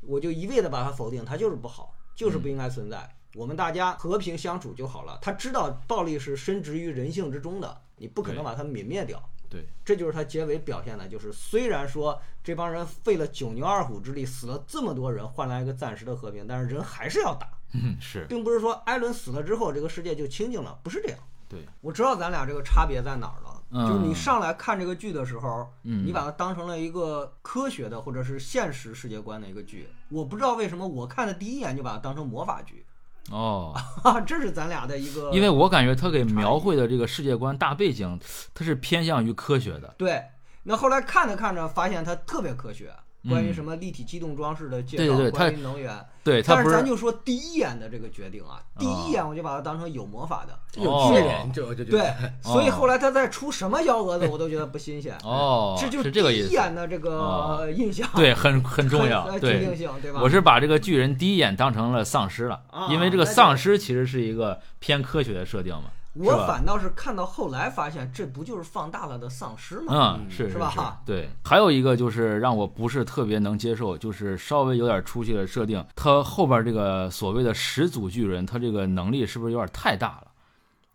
S3: 我就一味的把它否定，它就是不好，就是
S1: 嗯
S3: 不应该存在。我们大家和平相处就好了。他知道暴力是深植于人性之中的，你不可能
S1: 对
S3: 把它泯灭掉。
S1: 对
S3: 这就是他结尾表现的，就是虽然说这帮人费了九牛二虎之力，死了这么多人，换来一个暂时的和平，但是人还是要打，
S1: 嗯是，
S3: 并不是说艾伦死了之后这个世界就清静了，不是这样。
S1: 对，
S3: 我知道咱俩这个差别在哪儿了，
S1: 嗯
S3: 就是你上来看这个剧的时候，
S1: 嗯
S3: 你把它当成了一个科学的或者是现实世界观的一个剧。我不知道为什么我看的第一眼就把它当成魔法剧，
S1: 哦，
S3: 哈哈，这是咱俩的一个
S1: 因为我感觉他给描绘的这个世界观大背景，它是偏向于科学的，
S3: 对。那后来看着看着，发现它特别科学，关于
S1: 嗯
S3: 什么立体机动装饰的介
S1: 对
S3: 绍，
S1: 对对
S3: 关
S1: 它
S3: 于能源。
S1: 对他
S3: 但
S1: 不
S3: 是咱
S1: 是哦
S3: 就说第一眼的这个决定啊，第一眼我就把它当成有魔法的，
S2: 有巨人，这我就觉得
S3: 对， 所以后来他再出什么幺蛾子，我都觉得不新鲜。
S1: 哦，
S3: 这就是是
S1: 这个
S3: 第
S1: 意
S3: 一
S1: 思，
S3: 眼的这个
S1: 哦
S3: 印象，
S1: 对，很很重
S3: 呃
S1: 要，
S3: 决定
S1: 对。
S3: 性，对吧？
S1: 我是把这个巨人第一眼当成了丧尸了，
S3: 啊
S1: 因为这个
S3: 那就
S1: 丧尸其实是一个偏科学的设定嘛，是
S3: 我
S1: 吧？
S3: 反倒是看到后来发现，这不就是放大了的丧尸吗？
S1: 嗯，是
S3: 是吧
S1: 是对，还有一个就是让我不是特别能接受，就是稍微有点出息的设定，他后边这个所谓的始祖巨人，他这个能力是不是有点太大了？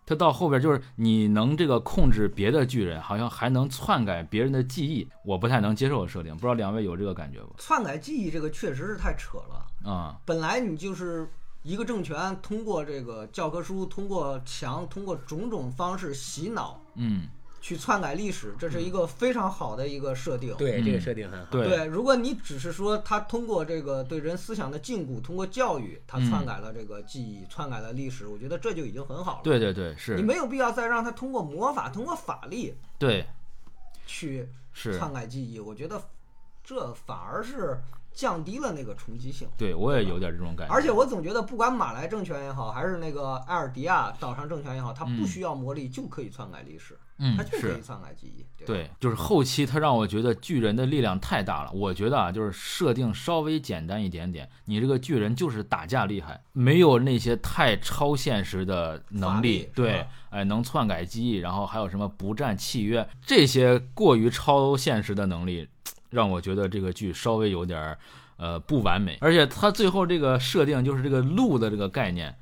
S1: 他到后边就是你能这个控制别的巨人，好像还能篡改别人的记忆，我不太能接受的设定，不知道两位有这个感觉不？
S3: 篡改记忆这个确实是太扯了。
S1: 啊、
S3: 本来你就是一个政权，通过这个教科书，通过墙，通过种种方式洗脑
S1: 嗯，
S3: 去篡改历史，这是一个非常好的一个设定。
S2: 对这个
S1: 嗯
S2: 设定很好。
S1: 对，
S3: 对，如果你只是说他通过这个对人思想的禁锢，通过教育，他
S1: 嗯
S3: 篡改了这个记忆，篡改了历史，我觉得这就已经很好了。
S1: 对对对，
S3: 你
S1: 是，
S3: 没有必要再让他通过魔法、通过法力
S1: 对，
S3: 去
S1: 是，
S3: 篡改记忆，我觉得这反而是降低了那个冲击性。
S1: 对我也有点这种感觉，
S3: 而且我总觉得，不管马来政权也好，还是那个埃尔迪亚岛上政权也好，它不需要魔力就可以篡改历史，
S1: 嗯
S3: 它就可
S1: 是
S3: 以篡改记忆。对吧
S1: 对，就是后期他让我觉得巨人的力量太大了。我觉得啊，就是设定稍微简单一点点，你这个巨人就是打架厉害，没有那些太超现实的能力。
S3: 法力是
S1: 对
S3: 吧，
S1: 哎，能篡改记忆，然后还有什么不战契约这些过于超现实的能力，让我觉得这个剧稍微有点儿呃不完美。而且他最后这个设定就是这个路的这个概念。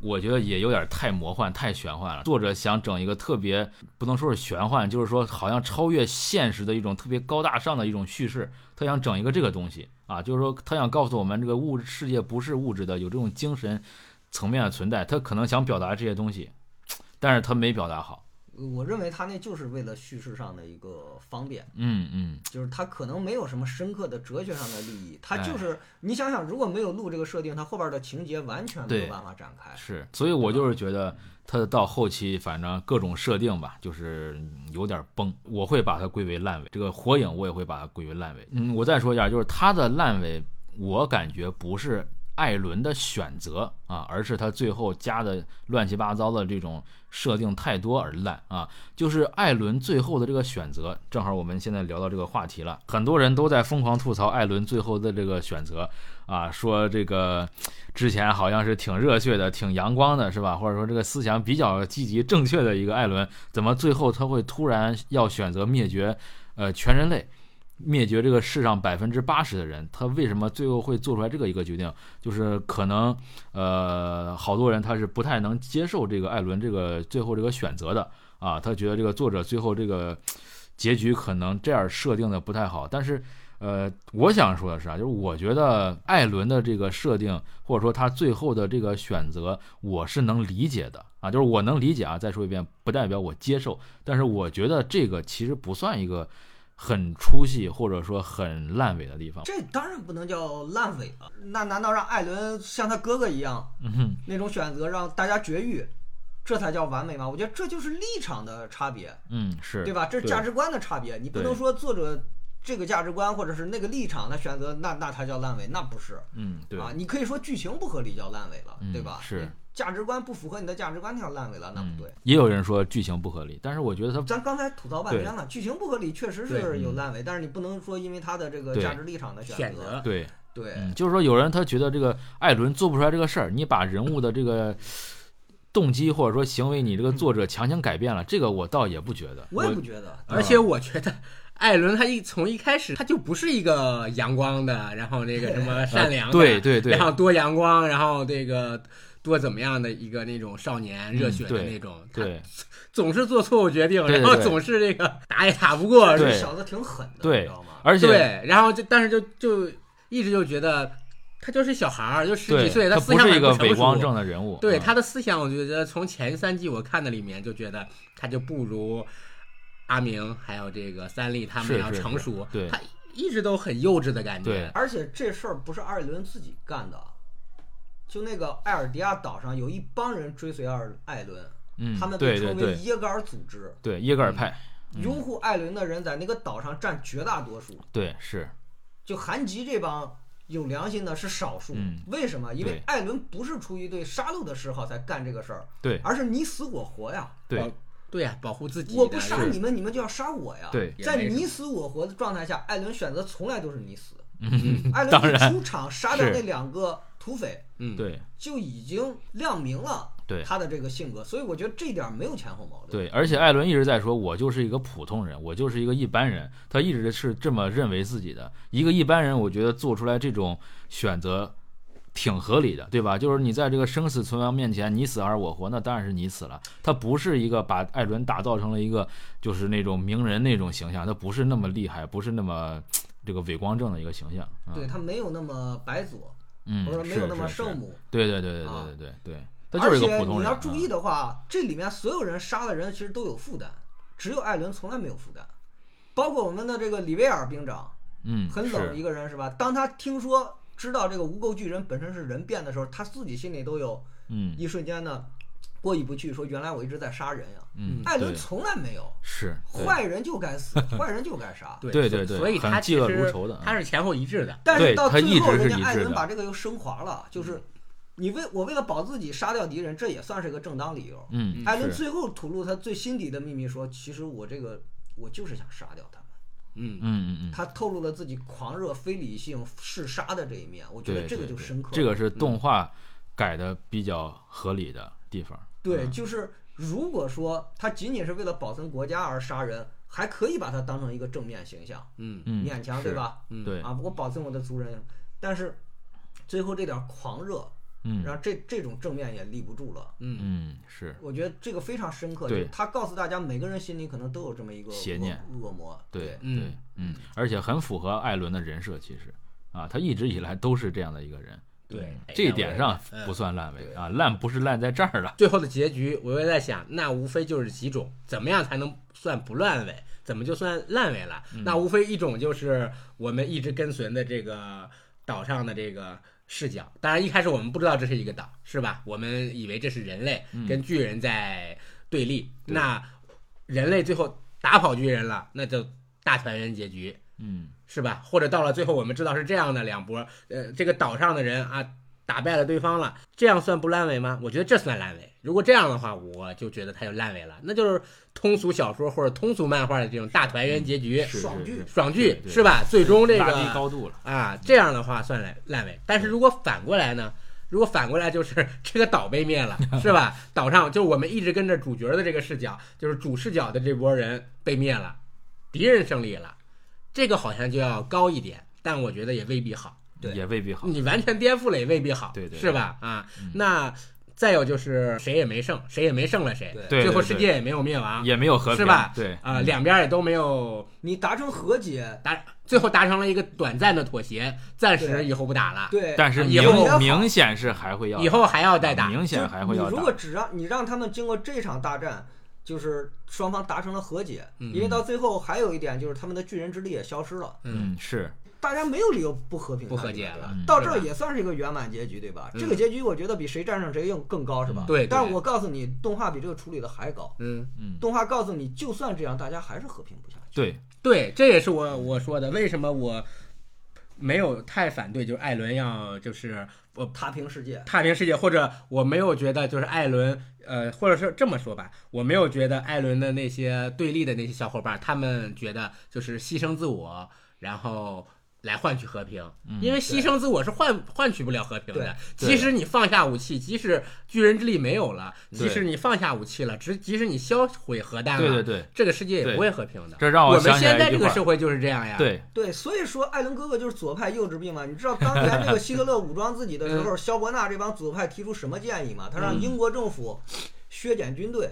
S1: 我觉得也有点太魔幻、太玄幻了。作者想整一个特别不能说是玄幻，就是说好像超越现实的一种特别高大上的一种叙事。他想整一个这个东西啊，就是说他想告诉我们，这个物质世界不是物质的，有这种精神层面的存在。他可能想表达这些东西，但是他没表达好。
S3: 我认为他那就是为了叙事上的一个方便。
S1: 嗯嗯，
S3: 就是他可能没有什么深刻的哲学上的利益，
S1: 哎
S3: 他就是你想想，如果没有路这个设定，他后边的情节完全没有
S1: 对
S3: 办法展开。
S1: 是，所以我就是觉得他到后期，反正各种设定吧，就是有点崩，我会把它归为烂尾。这个火影我也会把它归为烂尾。嗯，我再说一下，就是他的烂尾，我感觉不是艾伦的选择啊，而是他最后加的乱七八糟的这种设定太多而烂啊。就是艾伦最后的这个选择，正好我们现在聊到这个话题了，很多人都在疯狂吐槽艾伦最后的这个选择啊，说这个之前好像是挺热血的、挺阳光的，是吧？或者说这个思想比较积极正确的一个艾伦，怎么最后他会突然要选择灭绝，呃，全人类，灭绝这个世上百分之八十的人？他为什么最后会做出来这个一个决定？就是可能，呃，好多人他是不太能接受这个艾伦这个最后这个选择的啊，他觉得这个作者最后这个结局可能这样设定的不太好，但是呃，我想说的是啊，就是我觉得艾伦的这个设定，或者说他最后的这个选择，我是能理解的啊，就是我能理解啊。再说一遍，不代表我接受，但是我觉得这个其实不算一个很出戏或者说很烂尾的地方。
S3: 这当然不能叫烂尾了。那难道让艾伦像他哥哥一样
S1: 嗯哼，
S3: 那种选择让大家绝育，这才叫完美吗？我觉得这就是立场的差别，
S1: 嗯，是
S3: 对吧？这是价值观的差别，你不能
S1: 对
S3: 说作者这个价值观或者是那个立场，他选择那那才叫烂尾，那不是
S1: 嗯，对，
S3: 啊？你可以说剧情不合理叫烂尾了，
S1: 嗯
S3: 对吧？
S1: 是
S3: 价值观不符合你的价值观，那叫烂尾了，那不对。
S1: 嗯也有人说剧情不合理，但是我觉得它
S3: 咱刚才吐槽半天了，剧情不合理确实是有烂尾，但是你不能说因为他的这个
S1: 嗯对
S3: 价值立场的
S2: 选
S3: 择，
S2: 择
S1: 对，
S3: 对，
S1: 嗯，就是说有人他觉得这个艾伦做不出来这个事儿，你把人物的这个动机或者说行为，你这个作者强行改变了，这个我倒也不觉得，
S3: 我也不觉得。
S2: 而且我觉得艾伦他一从一开始他就不是一个阳光的，然后那个什么善良的，
S1: 呃对对对
S2: 然后多阳光，然后这个多怎么样的一个那种少年热血
S1: 嗯
S2: 的
S1: 对
S2: 那种，他
S1: 对
S2: 总是做错误决定，
S1: 对对
S2: 然后
S1: 对
S2: 总是这个打也打不过，
S1: 对
S3: 这小子挺狠的，
S1: 对
S3: 你知道吗？
S1: 而且
S2: 对，然后就但是就就一直就觉得他就是小孩儿，就十几
S1: 对
S2: 岁，
S1: 他
S2: 思
S1: 不
S2: 想
S1: 是一
S2: 很
S1: 个
S2: 不成
S1: 伪光
S2: 熟
S1: 正的人物，
S2: 对
S1: 嗯
S2: 他的思想，我觉得从前三季我看的里面就觉得他就不如阿明还有这个三笠他
S1: 是
S2: 们要
S1: 是
S2: 成
S1: 是
S2: 熟，
S1: 对
S2: 他一直都很幼稚的感觉
S1: 对。
S3: 而且这事儿不是艾伦自己干的，就那个艾尔迪亚岛上有一帮人追随艾尔艾伦，
S1: 嗯
S3: 他们被
S1: 对
S3: 称
S1: 对
S3: 为
S1: 对嗯
S3: 耶格尔组织，
S1: 对耶格尔派，
S3: 拥护艾伦的人在那个岛上占绝大多数，
S1: 对是
S3: 就韩吉这帮。有良心的是少数，
S1: 嗯
S3: 为什么？因为
S1: 对
S3: 艾伦不是出于对杀戮的嗜好才干这个事儿，
S1: 对
S3: 而是你死我活呀！
S1: 对
S2: 保对呀、保护自己的。
S3: 我不杀
S2: 是
S3: 你们，你们就要杀我呀！
S1: 对
S2: 也
S3: 在
S2: 没什么
S3: 你死我活的状态下，艾伦选择从来都是你死。
S1: 嗯
S3: 艾
S1: 当
S3: 伦一
S1: 然
S3: 出场杀掉
S1: 是
S3: 那两个土匪，
S2: 嗯，
S1: 对
S3: 就已经亮明了
S1: 对
S3: 他的这个性格，所以我觉得这一点没有前后矛盾。
S1: 对，而且艾伦一直在说，我就是一个普通人，我就是一个一般人，他一直是这么认为自己的。一个一般人，我觉得做出来这种选择挺合理的，对吧？就是你在这个生死存亡面前，你死还是我活，那当然是你死了。他不是一个把艾伦打造成了一个就是那种名人那种形象，他不是那么厉害，不是那么这个伪光正的一个形象。嗯、
S3: 对，他没有那么白左，
S1: 嗯，
S3: 或者说没有那么
S1: 是是
S3: 圣
S1: 是
S3: 母。
S1: 对对对对
S3: 啊
S1: 对对对对，他就
S3: 而
S1: 是一
S3: 且
S1: 个普通
S3: 你
S1: 人。
S3: 要注意
S1: 嗯
S3: 的话，这里面所有人杀的人其实都有负担，只有艾伦从来没有负担。包括我们的这个里维尔兵长，
S1: 嗯，
S3: 很冷
S1: 是
S3: 一个人是吧？当他听说知道这个无垢巨人本身是人变的时候，他自己心里都有
S1: 嗯
S3: 一瞬间的过意不去，说原来我一直在杀人呀、
S1: 嗯，
S3: 艾伦
S1: 对
S3: 从来没有，
S1: 是对
S3: 坏人就该 死，坏人就该杀。
S2: 对
S1: 对
S2: 所
S1: 对对
S2: 所以
S1: 很
S2: 他
S1: 嫉
S2: 其
S1: 恶
S2: 实
S1: 如仇的嗯
S2: 他是前后一致的。
S3: 但是
S1: 对
S3: 到
S1: 他
S3: 最
S1: 一
S3: 后，
S1: 直是
S3: 人家
S1: 一
S3: 艾
S1: 致
S3: 伦
S1: 的嗯
S3: 把这个又升华了，就是你为我为了保自己杀掉敌人，这也算是个正当理由。
S1: 嗯，
S3: 艾伦
S1: 是
S3: 最后吐露他最心底的秘密说，其实我这个我就是想杀掉他们。
S2: 嗯，
S1: 嗯嗯嗯，
S3: 他透露了自己狂热、非理性、嗜杀的这一面，我觉
S1: 对，
S3: 得这个
S1: 对
S3: 就
S1: 对
S3: 深刻了。
S1: 这个是动画改的比较合理的地方。
S3: 对，就是如果说他仅仅是为了保存国家而杀人，还可以把它当成一个正面形象，
S2: 嗯
S1: 嗯，
S3: 勉强对
S1: 是？
S3: 吧？
S2: 嗯
S1: 对，
S3: 啊，我保存我的族人，但是最后这点狂热，
S1: 嗯
S3: 让这这种正面也立不住了。
S2: 嗯
S1: 嗯是，
S3: 我觉得这个非常深刻，
S1: 对
S3: 就是他告诉大家，每个人心里可能都有这么一个
S1: 邪
S3: 恶
S1: 念
S3: 恶魔。
S1: 对
S2: 嗯
S1: 对嗯，而且很符合艾伦的人设，其实啊，他一直以来都是这样的一个人。
S2: 对
S1: 嗯
S2: 哎
S1: 这一
S2: 那我
S1: 点
S2: 也
S1: 上
S2: 嗯
S1: 不算烂尾啊，烂不是烂在这儿了。
S2: 最后的结局，我又在想，那无非就是几种，怎么样才能算不烂尾？怎么就算烂尾了？那无非一种就是我们一直跟随的这个岛上的这个视角。当然，一开始我们不知道这是一个岛，是吧？我们以为这是人类跟巨人在对立。
S1: 对
S2: 那人类最后打跑巨人了，那就大团圆结局。
S1: 嗯，
S2: 是吧？或者到了最后，我们知道是这样的两波，呃，这个岛上的人啊，打败了对方了，这样算不烂尾吗？我觉得这算烂尾。如果这样的话，我就觉得它就烂尾了，那就是通俗小说或者通俗漫画的这种大团圆结局，
S1: 是
S3: 爽
S1: 是
S3: 剧
S1: 是
S2: 爽剧
S1: 对对
S2: 是吧？最终这
S1: 拉低
S2: 个
S1: 高度了。
S2: 啊，这样的话算烂烂尾。但是如果反过来呢？如果反过来就是 这个岛 被灭了，是吧？岛上就我们一直跟着主角的这个视角，就是主视角的这波人被灭了，敌人胜利了，这个好像就要高一点，但我觉得也未必好。
S3: 对
S1: 也未必好。
S2: 你完全颠覆了也未必好，
S1: 对对嗯
S2: 是吧？啊，那再有就是谁也没胜，谁也没胜了谁，
S3: 对
S1: 对
S2: 最后
S1: 对
S2: 世
S1: 对
S2: 界也没有灭亡，
S1: 也没嗯有和平，
S2: 嗯是吧？
S1: 对，
S2: 啊、两边也都没有
S3: 你达成和解，
S2: 达，最后达成了一个短暂的妥协，暂时
S3: 对
S2: 以后不打了，
S3: 对，啊
S1: 但是
S2: 以
S1: 明
S2: 后
S1: 明显是还会要
S2: 以后还要再
S1: 打，
S2: 打，
S1: 明显还会
S3: 你
S1: 要
S3: 如
S1: 打
S3: 果。只让你让他们经过这场大战，就是双方达成了和解，
S2: 嗯
S3: 因为到最后还有一点就是他们的巨人之力也消失了，
S2: 嗯
S1: 嗯，是，
S3: 大家没有理由不和平
S2: 不和
S3: 谈
S2: 解
S3: 对吧
S2: 了
S1: 嗯
S3: 到这
S2: 对
S3: 儿
S2: 吧
S3: 也算是一个圆满结局，对吧？
S2: 嗯
S3: 这个结局我觉得比谁战胜谁更更高，是吧？
S2: 嗯对对
S3: 但是我告诉你，动画比这个处理的还高。
S2: 嗯，
S1: 嗯，
S3: 动画告诉你，就算这样，大家还是和平不下去。
S1: 对，
S2: 对，这也是我我说的，为什么我没有太反对，就是艾伦要就是呃
S3: 踏平世界，
S2: 踏平世界，或者我没有觉得就是艾伦，呃，或者是这么说吧，我没有觉得艾伦的那些对立的那些小伙伴，他们觉得就是牺牲自我，然后来换取和平，因为牺牲自我是换换取不了和平的。
S1: 嗯对
S2: 即使你放下武器，即使巨人之力没有了，
S1: 对
S2: 即使你放下武器了，只即使你销毁核弹了，
S1: 对对对，
S2: 这个世界也
S1: 对
S2: 不会和平的。
S1: 这让
S2: 我们
S1: 想起
S2: 现
S1: 来
S2: 在
S1: 一
S2: 这
S1: 句
S2: 个
S1: 话，
S2: 社会就是这样呀。
S1: 对，
S3: 对，所以说艾伦哥哥就是左派幼稚病嘛。你知道当年这个希特勒武装自己的时
S1: 嗯
S3: 候，肖伯纳这帮左派提出什么建议吗？他让英国政府削减军队，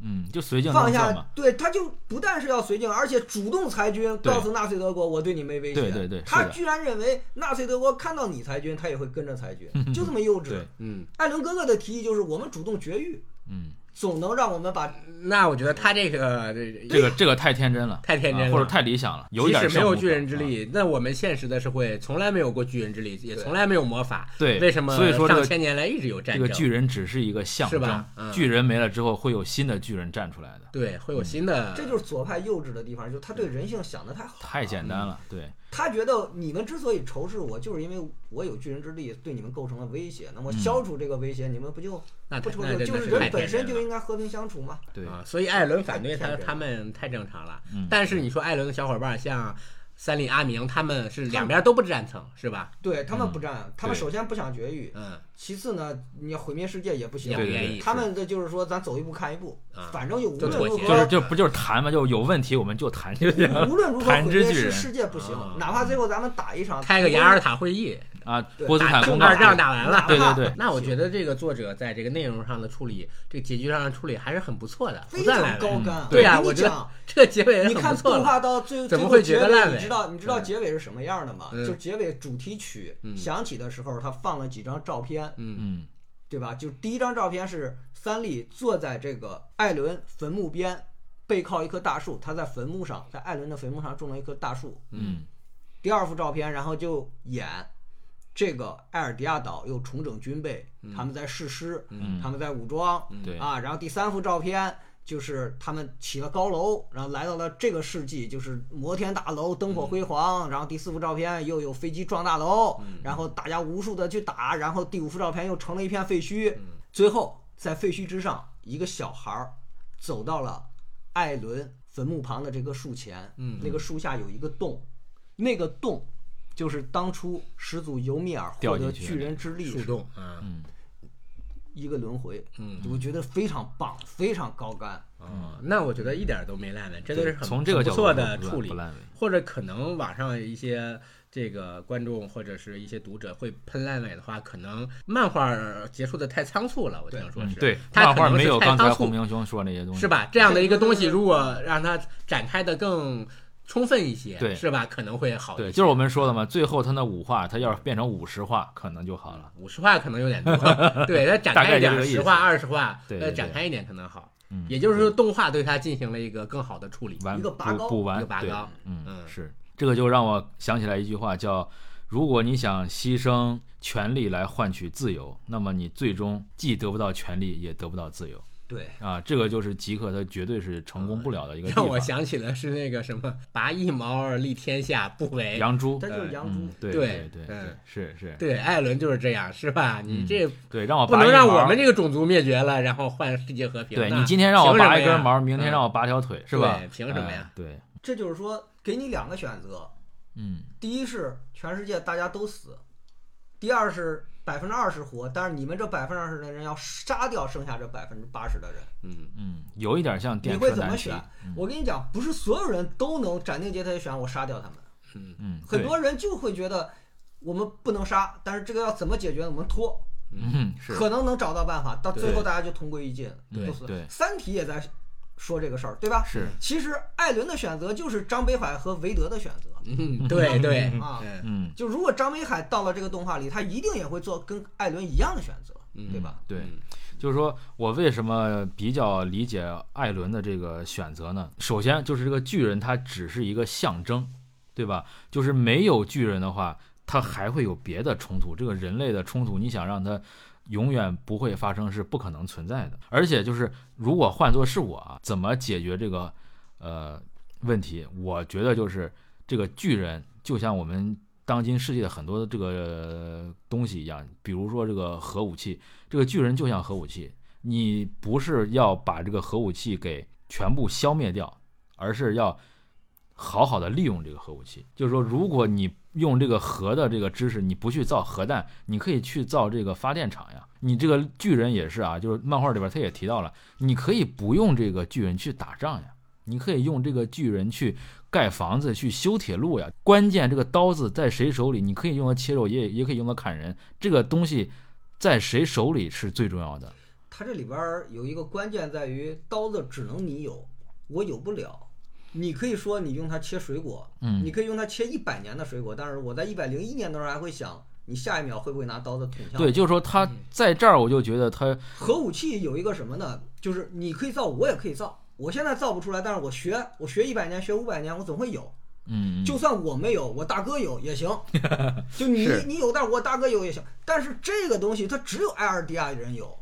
S1: 嗯，就绥靖
S3: 放
S1: 政策
S3: 下
S1: 嘛，，
S3: 对，他就不但是要绥靖，而且主动裁军，
S1: 对
S3: 告诉纳粹德国我对你没威胁。
S1: 对对对是的
S3: 他居然认为纳粹德国看到你裁军，他也会跟着 裁军，就这么幼稚
S1: 对。
S2: 嗯，
S3: 艾伦哥哥的提议就是我们主动绝育，
S1: 嗯，
S3: 总能让我们把
S2: 那我觉得他这个
S1: 这个这个太天真了，
S2: 太天真
S1: 啊
S2: 了
S1: 或者太理想了，有一
S2: 即
S1: 点
S2: 使没
S1: 圣
S2: 有
S1: 母
S2: 巨
S1: 感
S2: 人之
S1: 啊
S2: 力，那我们现实的社会从来没有过巨人之力，也
S3: 对
S2: 从来没有魔法。
S1: 对
S2: 为什么
S1: 所以说这
S2: 上
S1: 个
S2: 千年来一直有战
S1: 啊这
S2: 争？
S1: 个巨人只是一个象
S2: 是吧
S1: 征，
S2: 嗯
S1: 巨人没了之后会有新的巨人站出来的，
S2: 对会有新的，
S3: 这就是左派幼稚的地方，就是他对人性想的太好了，
S1: 太简单
S2: 嗯
S1: 了，对，
S3: 他觉得你们之所以仇视我，就是因为我有巨人之力，对你们构成了威胁。那么消除这个威胁，你们不就
S2: 那
S3: 不
S2: 太
S3: 仇
S2: 那
S3: 视？
S2: 真
S3: 就
S2: 的
S3: 是
S2: 是
S3: 人
S2: 太
S3: 本
S2: 天
S3: 身
S2: 真
S3: 就
S2: 了。
S3: 应该和平相处嘛。
S1: 对，
S2: 啊，所以艾伦反对
S3: 太
S2: 他
S3: 天真了
S2: 他们太正常了
S1: 嗯。
S2: 但是你说艾伦的小伙伴像三笠阿明，他们是两边都不赞成，是吧？
S3: 嗯对他们不占，他们首先不想绝育，
S2: 嗯，
S3: 其次呢，你要毁灭世界也不行
S2: 也不
S1: 对对
S2: 愿
S1: 对
S2: 意。
S3: 他们的就是说，咱走一步看一步
S2: 啊，
S3: 反正就无论
S2: 就妥
S3: 如
S2: 协
S1: 就是
S3: 何，
S1: 就不就是谈嘛，就有问题我们就谈就行
S3: 无论如何毁
S1: 谈之
S3: 灭
S1: 巨
S3: 世
S1: 人
S3: 世界不行
S2: 啊，
S3: 哪怕最后咱们打一场，
S2: 开个雅尔塔会议，
S1: 啊，
S3: 对
S1: 波茨
S2: 打
S1: 坦公
S2: 正
S1: 告
S2: 二仗打完了。
S1: 对对对
S2: 那我觉得这个作者在这个内容上的处理，这个结局上的处理还是很不错的，不
S3: 非
S2: 算
S3: 常
S2: 烂尾。
S3: 高
S1: 嗯
S3: 干。
S2: 对呀、
S3: 我
S2: 我
S3: 跟你
S2: 觉得
S3: 讲，
S2: 这结尾很
S3: 你
S2: 不
S3: 看
S2: 错
S3: 动
S2: 了。
S3: 画到最
S2: 怎么
S3: 最后
S2: 会
S3: 结
S2: 觉得
S3: 尾
S2: 烂
S3: 你
S2: 尾
S3: 知道你知道
S2: 嗯
S3: 结尾是什么样的吗？
S2: 嗯
S3: 就结尾主题曲
S2: 嗯
S3: 响起的时候，他放了几张照片，
S2: 嗯
S1: 嗯，
S3: 对吧？就第一张照片是三笠坐在这个艾伦坟墓边，背靠一棵大树，他在坟墓上，在艾伦的坟墓上种了一棵大树。
S1: 嗯，
S3: 第二幅照片，然后就演这个艾尔迪亚岛又重整军备，他们在试师，
S1: 嗯
S3: 他们在武装，
S1: 对
S3: 啊，然后第三幅照片就是他们起了高楼，然后来到了这个世纪，就是摩天大楼，灯火辉煌。然后第四幅照片又有飞机撞大楼，然后大家无数的去打，然后第五幅照片又成了一片废墟，最后在废墟之上，一个小孩儿走到了艾伦坟墓旁的这棵树前，
S2: 嗯
S3: 那个树下有一个洞，那个洞。就是当初始祖尤米尔获
S1: 掉进
S3: 得
S1: 去的
S3: 巨人之力
S2: 树
S3: 时
S2: 洞啊，
S1: 嗯
S3: 一个轮回，
S2: 嗯，
S3: 我觉得非常棒，非常高干。
S2: 哦，那我觉得一点都没烂尾，真的是很
S1: 从这个
S2: 很
S1: 角
S2: 不
S1: 度
S2: 错
S1: 说
S2: 的
S1: 不烂
S2: 处理
S1: 不烂尾，
S2: 或者可能网上一些这个观众或者是一些读者会喷烂尾的话，可能漫画结束的太仓促了，我听说是，
S1: 嗯对，
S2: 他
S1: 漫
S2: 可
S1: 画
S2: 能
S1: 没
S2: 是
S1: 有
S2: 太
S1: 刚才
S2: 仓
S1: 洪
S2: 促，
S1: 明兄说那些东西，
S2: 是？吧？这样的一个东西，如果让它展开的更充分一些，
S1: 对
S2: 是吧？可能会好一些。
S1: 对，就是我们说的嘛，最后他那五话，他要是变成五十话，可能就好了。
S2: 嗯五十话可能有点多，对，它展
S1: 大
S2: 开
S1: 概
S2: 一点
S1: 就，是这
S2: 十
S1: 个意思
S2: 话二十话，
S1: 对
S2: 呃，
S1: 对对
S2: 展开一点可能好。
S1: 嗯
S2: 也就是说，动画对它进行了一个更好的处理。
S1: 完
S3: 一个拔高
S1: 补补完，
S2: 一个拔
S1: 对
S2: 高
S1: 嗯
S2: 嗯
S1: 是这个就让我想起来一句话，叫“如果你想牺牲权利来换取自由，那么你最终既得不到权利，也得不到自由
S3: 对，”
S1: 啊，这个就是极客他绝对是成功不了的一个地
S2: 嗯让我
S1: 方。
S2: 想起的是那个什么“拔一毛立天下，不为
S1: 杨朱，
S3: 他就是杨
S1: 嗯
S3: 猪，，
S1: 对
S2: 哎对
S1: 对对
S2: 嗯
S1: 对，是”。是，
S2: 对，艾伦就是这样，是吧？你这
S1: 对，让我
S2: 不
S1: 嗯哦拔一
S2: 能让我
S1: 毛
S2: 们这个种族灭绝了，然后换世界和平。
S1: 对
S2: 那
S1: 你今天让我
S2: 凭什么
S1: 拔一根
S2: 呀嗯
S1: 毛，明天让我拔条腿，是吧
S2: 对？凭什么呀
S1: 哎？对，
S3: 这就是说给你两个选择：
S1: 嗯，
S3: 第一是全世界大家都死；第二是百分之二十活，但是你们这百分之二十的人要杀掉剩下这百分之八十的人，
S2: 嗯，
S1: 嗯，有一点像
S3: 你
S1: 电
S3: 会
S1: 车
S3: 怎么
S1: 难嗯题
S3: 选，？我跟你讲，不是所有人都能斩钉截铁地选我杀掉他们，
S1: 嗯，对
S3: 很多人就会觉得我们不能杀，但是这个要怎么解决？我们拖，
S1: 嗯是
S3: 可能能找到办法，到最
S2: 对
S3: 后大家就同归于尽，
S1: 对
S3: 不死
S1: 对
S3: 三体也在说这个事儿，对吧？
S1: 是，
S3: 其实艾伦的选择就是张北海和韦德的选择。
S2: 嗯，对对
S3: 啊
S2: 嗯
S1: 嗯。
S3: 就如果张北海到了这个动画里，他一定也会做跟艾伦一样的选择，
S2: 嗯
S3: 对吧？
S1: 对
S2: 嗯，
S1: 就是说我为什么比较理解艾伦的这个选择呢？首先就是这个巨人，它只是一个象征，对吧？就是没有巨人的话，它还会有别的冲突。这个人类的冲突，你想让它永远不会发生是不可能存在的。而且就是，如果换作是我啊，怎么解决这个呃问题？我觉得就是这个巨人，就像我们当今世界的很多的这个东西一样，比如说这个核武器，这个巨人就像核武器，你不是要把这个核武器给全部消灭掉，而是要好好的利用这个核武器。就是说，如果你用这个核的这个知识，你不去造核弹，你可以去造这个发电厂呀。你这个巨人也是啊，就是漫画里边他也提到了，你可以不用这个巨人去打仗呀，你可以用这个巨人去盖房子、去修铁路呀。关键这个刀子在谁手里，你可以用它切肉，也也可以用它砍人。这个东西在谁手里是最重要的。
S3: 它这里边儿有一个关键在于，刀子只能你有，我有不了。你可以说你用它切水果，
S1: 嗯
S3: 你可以用它切一百年的水果，但是我在一百零一年的时候还会想，你下一秒会不会拿刀子捅向我？
S1: 对，就是说他在这儿，我就觉得他
S3: 核武器有一个什么呢？就是你可以造，我也可以造。我现在造不出来，但是我学，我学一百年，学五百年，我总会有。
S1: 嗯，嗯
S3: 就算我没有，我大哥有 也行。就你
S1: 是
S3: 你有，但是我大哥有也行。但是这个东西它只有埃尔迪亚人有，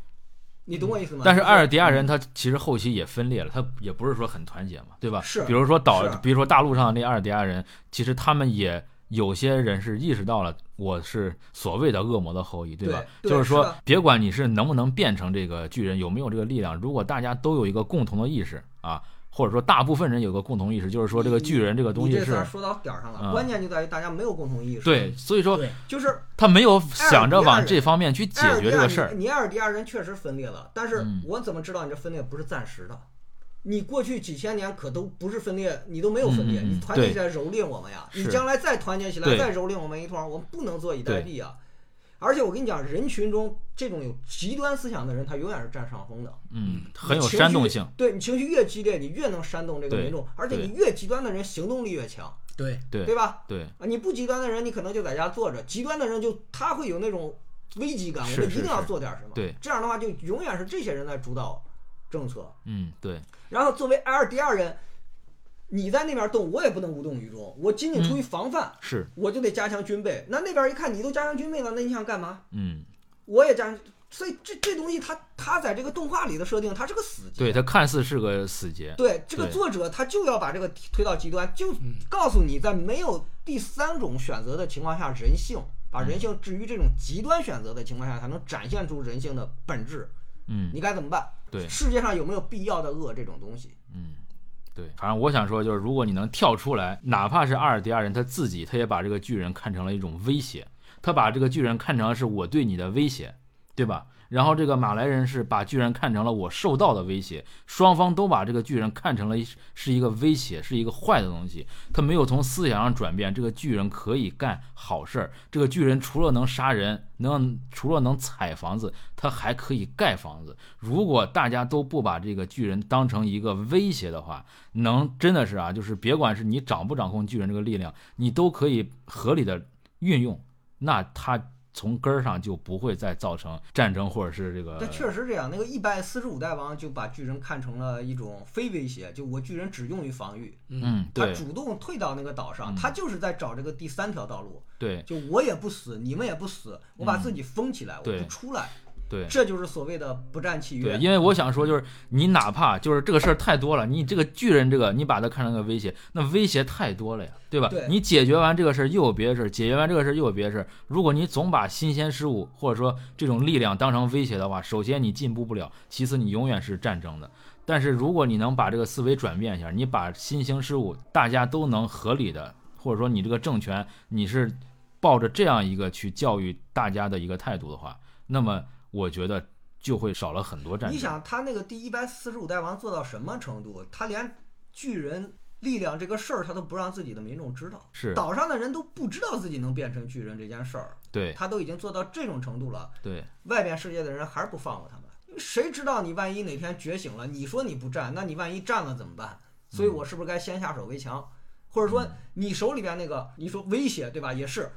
S3: 你懂我意思吗？
S1: 嗯但是
S3: 就
S1: 埃尔迪亚人他其实后期也分裂了，他也不是说很团结嘛，对吧？
S3: 是
S1: 比如说岛
S3: 是，
S1: 比如说大陆上那埃尔迪亚人，其实他们也有些人是意识到了我是所谓的恶魔的后裔，吧？
S3: 对对
S1: 就是
S3: 是
S1: 说
S3: 的，
S1: 别管你是能不能变成这个巨人，有没有这个力量，如果大家都有一个共同的意识啊，或者说大部分人有个共同意识，就是说这个巨人这个东
S3: 你
S1: 西
S3: 这词
S1: 是
S3: 儿说到点儿上了，
S1: 嗯
S3: 关键就在于大家没有共同意识。，
S1: 对，所以说
S2: 对
S3: 就是
S1: 他没有想着
S3: 埃尔迪亚
S1: 往
S3: 人
S1: 这方面去解
S3: 埃尔迪
S1: 决
S3: 亚
S1: 这个事儿
S3: 你。你埃尔迪亚人确实分裂了，但是
S1: 嗯
S3: 我怎么知道你这分裂不是暂时的？你过去几千年可都不是分裂，你都没有分裂，
S1: 嗯嗯嗯
S3: 你团结
S1: 对
S3: 起来蹂躏我们呀！
S1: 是
S3: 你将来再团结起来，
S1: 对
S3: 再蹂躏我们一团，我们不能坐以待毙啊！而且我跟你讲，人群中这种有极端思想的人，他永远是占上风的，
S1: 嗯，很有
S3: 情绪
S1: 煽动性。
S3: 对你情绪越激烈，你越能煽动这个
S1: 对
S3: 民众，而且
S1: 对
S3: 你越极端的人，行动力越强，
S2: 对，
S1: 对
S3: 对吧？
S1: 对，
S3: 啊，你不极端的人，你可能就在家坐着；极端的人就他会有那种危机感，我
S1: 是
S3: 们一
S1: 是
S3: 定要
S1: 是
S3: 做点什么。
S1: 对，
S3: 这样的话就永远是这些人在主导政策。
S1: 嗯，对，
S3: 然后作为埃尔迪亚人，你在那边动，我也不能无动于衷，我仅仅出
S1: 嗯
S3: 于防范，
S1: 是，
S3: 我就得加强军备。那那边一看你都加强军备了，那你想干嘛？
S1: 嗯，
S3: 我也加强，所以这这东西它它在这个动画里的设定，它是个死结。
S1: 对他看似是个死结，
S3: 对，这个
S1: 对
S3: 作者他就要把这个提推到极端，就告诉你，在没有第三种选择的情况下，人性把
S1: 嗯
S3: 人性置于这种极端选择的情况下，才能展现出人性的本质。
S1: 嗯，
S3: 你该怎么办？
S1: 对
S3: 世界上有没有必要的恶这种东西？
S1: 嗯，对，反正我想说就是，如果你能跳出来，哪怕是阿尔迪亚人他自己，他也把这个巨人看成了一种威胁，他把这个巨人看成是我对你的威胁，对吧？然后这个马来人是把巨人看成了我受到的威胁，双方都把这个巨人看成了一是一个威胁，是一个坏的东西。他没有从思想上转变，这个巨人可以干好事儿。这个巨人除了能杀人，能除了能踩房子，他还可以盖房子。如果大家都不把这个巨人当成一个威胁的话，能真的是啊，就是别管是你掌不掌控巨人这个力量，你都可以合理的运用，那他从根儿上就不会再造成战争或者是这个。
S3: 但确实这样，那个一百四十五代王就把巨人看成了一种非威胁，就我巨人只用于防御，
S1: 嗯，
S3: 他
S1: 对嗯
S3: 主动退到那个岛上，他就是在找这个第三条道路，
S1: 对
S3: 就我也不死，你们也不死，我把自己封起来，
S1: 嗯
S3: 我
S1: 对
S3: 不出来。
S1: 对
S3: 这就是所谓的不战契
S1: 对，
S3: 约。
S1: 因为我想说，就是你哪怕就是这个事儿太多了，你这个巨人这个，你把它看成个威胁，那威胁太多了呀，对吧？
S3: 对
S1: 你解决完这个事儿又有别的事儿，解决完这个事儿又有别的事儿。如果你总把新鲜事物或者说这种力量当成威胁的话，首先你进步不了，其次你永远是战争的。但是如果你能把这个思维转变一下，你把新兴事物大家都能合理的，或者说你这个政权你是抱着这样一个去教育大家的一个态度的话，那么我觉得就会少了很多战争。
S3: 你想，他那个第一百四十五代王做到什么程度？他连巨人力量这个事儿，他都不让自己的民众知道，
S1: 是
S3: 岛上的人都不知道自己能变成巨人这件事儿，
S1: 对
S3: 他都已经做到这种程度了，
S1: 对
S3: 外边世界的人还是不放过他们。因为谁知道你万一哪天觉醒了？你说你不战，那你万一战了怎么办？
S1: 嗯
S3: 所以我是不是该先下手为强？或者说你手里边那个，你说威胁对吧？也是，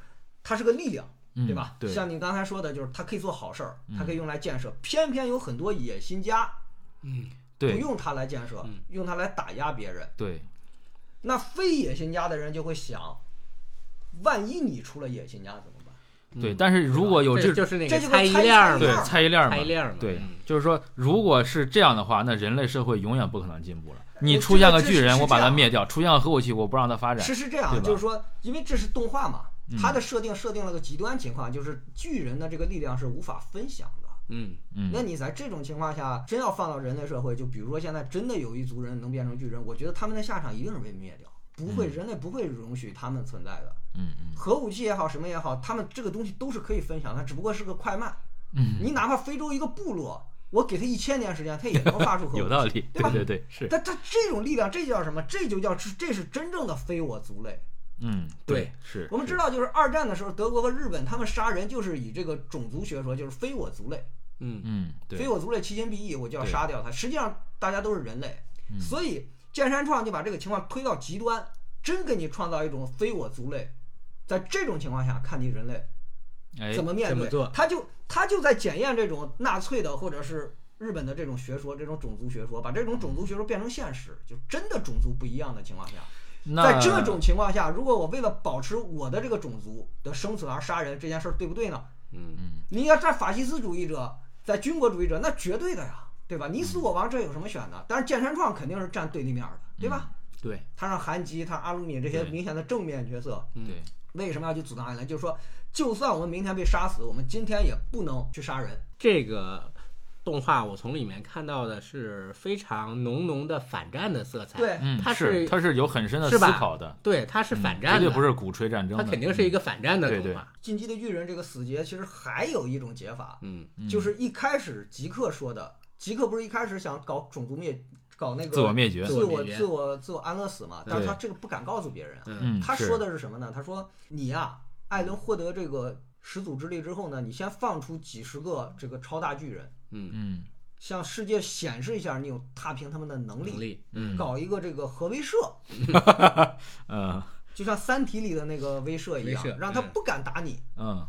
S3: 它是个力量，
S1: 嗯
S3: 对吧？
S1: 对，
S3: 像你刚才说的，就是它可以做好事儿，它
S1: 嗯
S3: 可以用来建设，偏偏有很多野心家
S2: 嗯，
S3: 不
S1: 对
S3: 用它来建设
S2: 嗯，
S3: 用它来打压别人。
S1: 对，
S3: 那非野心家的人就会想，万一你出了野心家怎么办？
S1: 对，但是如果有
S2: 嗯这
S1: 这
S2: 就是那
S3: 这
S2: 个
S3: 就是
S2: 猜疑
S3: 猜
S2: 链儿
S3: 猜
S1: 对
S3: 疑链
S2: 嘛，
S1: 猜疑链儿嘛
S2: 猜疑链儿嘛，
S1: 对
S2: 嗯，
S1: 就是说，如果是这样的话，那人类社会永远不可能进步了。你
S3: 我
S1: 出现
S3: 觉得
S1: 个
S3: 这
S1: 巨
S3: 是
S1: 人，
S3: 是
S1: 我把
S3: 这
S1: 它
S3: 样
S1: 灭掉；出现个核武器，我不让它发展
S3: 是。是这
S1: 对
S3: 样，
S1: 吧
S3: 就是说，因为这是动画嘛
S1: 嗯，
S3: 它的设定设定了个极端情况，就是巨人的这个力量是无法分享的。
S2: 嗯
S1: 嗯
S3: 那你在这种情况下，真要放到人类社会，就比如说现在真的有一族人能变成巨人，我觉得他们的下场一定是被灭掉，不会，人类不会容许他们存在的。
S1: 嗯嗯
S3: 核武器也好，什么也好，他们这个东西都是可以分享的，只不过是个快慢。
S1: 嗯，
S3: 你哪怕非洲一个部落，我给他一千年时间，他也能发出核武器。
S1: 有道理，
S3: 对
S1: 对
S3: 吧
S1: 对对，是，
S3: 但他这种力量，这叫什么？这就叫这是真正的非我族类。
S1: 嗯，
S2: 对，
S1: 是
S3: 我们知道，就是二战的时候，德国和日本他们杀人就是以这个种族学说，就是非我族类，
S2: 嗯
S1: 嗯，
S3: 非
S1: 对，
S3: 我族类其心必异，我就要
S1: 对
S3: 杀掉他。实际上大家都是人类，
S1: 嗯
S3: 所以剑山创就把这个情况推到极端，真给你创造一种非我族类。在这种情况下，看你人类
S1: 哎
S3: 怎，么面
S2: 怎么
S3: 对，
S2: 做
S3: 他就他就在检验这种纳粹的或者是日本的这种学说，这种种族学说，把这种种族学说变成现实，就真的种族不一样的情况下，在
S1: 那
S3: 这种情况下，如果我为了保持我的这个种族的生存而杀人，这件事儿对不对呢？
S2: 嗯
S3: 你要站法西斯主义者，在军国主义者，那绝对的呀，对
S1: 嗯
S3: 吧？你死我亡，这有什么选的？但是剑山创肯定是站对立面的，对吧？
S2: 对，
S3: 他让韩吉、他让阿鲁敏这些
S1: 嗯对
S3: 明显的正面角色，
S2: 嗯
S1: 对，
S3: 为什么要去阻挡爱兰？就是说，就算我们明天被杀死，我们今天也不能去杀人。
S2: 这个动画我从里面看到的是非常浓浓的反战的色彩，
S3: 对，
S1: 嗯，
S2: 它
S1: 是
S2: 是
S1: 它是有很深的
S2: 是
S1: 思
S2: 吧
S1: 考的，
S2: 对，它是
S1: 嗯
S2: 反
S1: 绝
S2: 战
S1: 对
S2: 的，
S1: 不是鼓吹战争
S2: 它
S1: 的，
S2: 肯定是一个反战的
S1: 对
S2: 动
S1: 对
S2: 画，
S3: 进击的巨人这个死结其实还有一种解法，
S2: 嗯
S1: 嗯
S3: 就是一开始吉克说的，吉克不是一开始想搞种族灭，搞那个
S1: 自我灭绝，
S3: 自
S2: 自我
S3: 我
S2: 灭绝
S3: 自我自我安乐死嘛，但是他这个不敢告诉别人啊。
S2: 嗯
S1: 嗯，
S3: 他
S1: 是
S3: 说的是什么呢？他说你呀、艾伦获得这个始祖之力之后呢，你先放出几十个这个超大巨人，
S2: 嗯，
S1: 嗯
S3: 向世界显示一下你有踏平他们的能
S2: 能
S3: 力，
S2: 力，
S1: 嗯
S3: 搞一个这个核威慑，
S1: 嗯
S3: 就像《三体》里的那个威慑一
S2: 威慑
S3: 样，让他
S2: 嗯
S3: 不敢打你
S1: 嗯，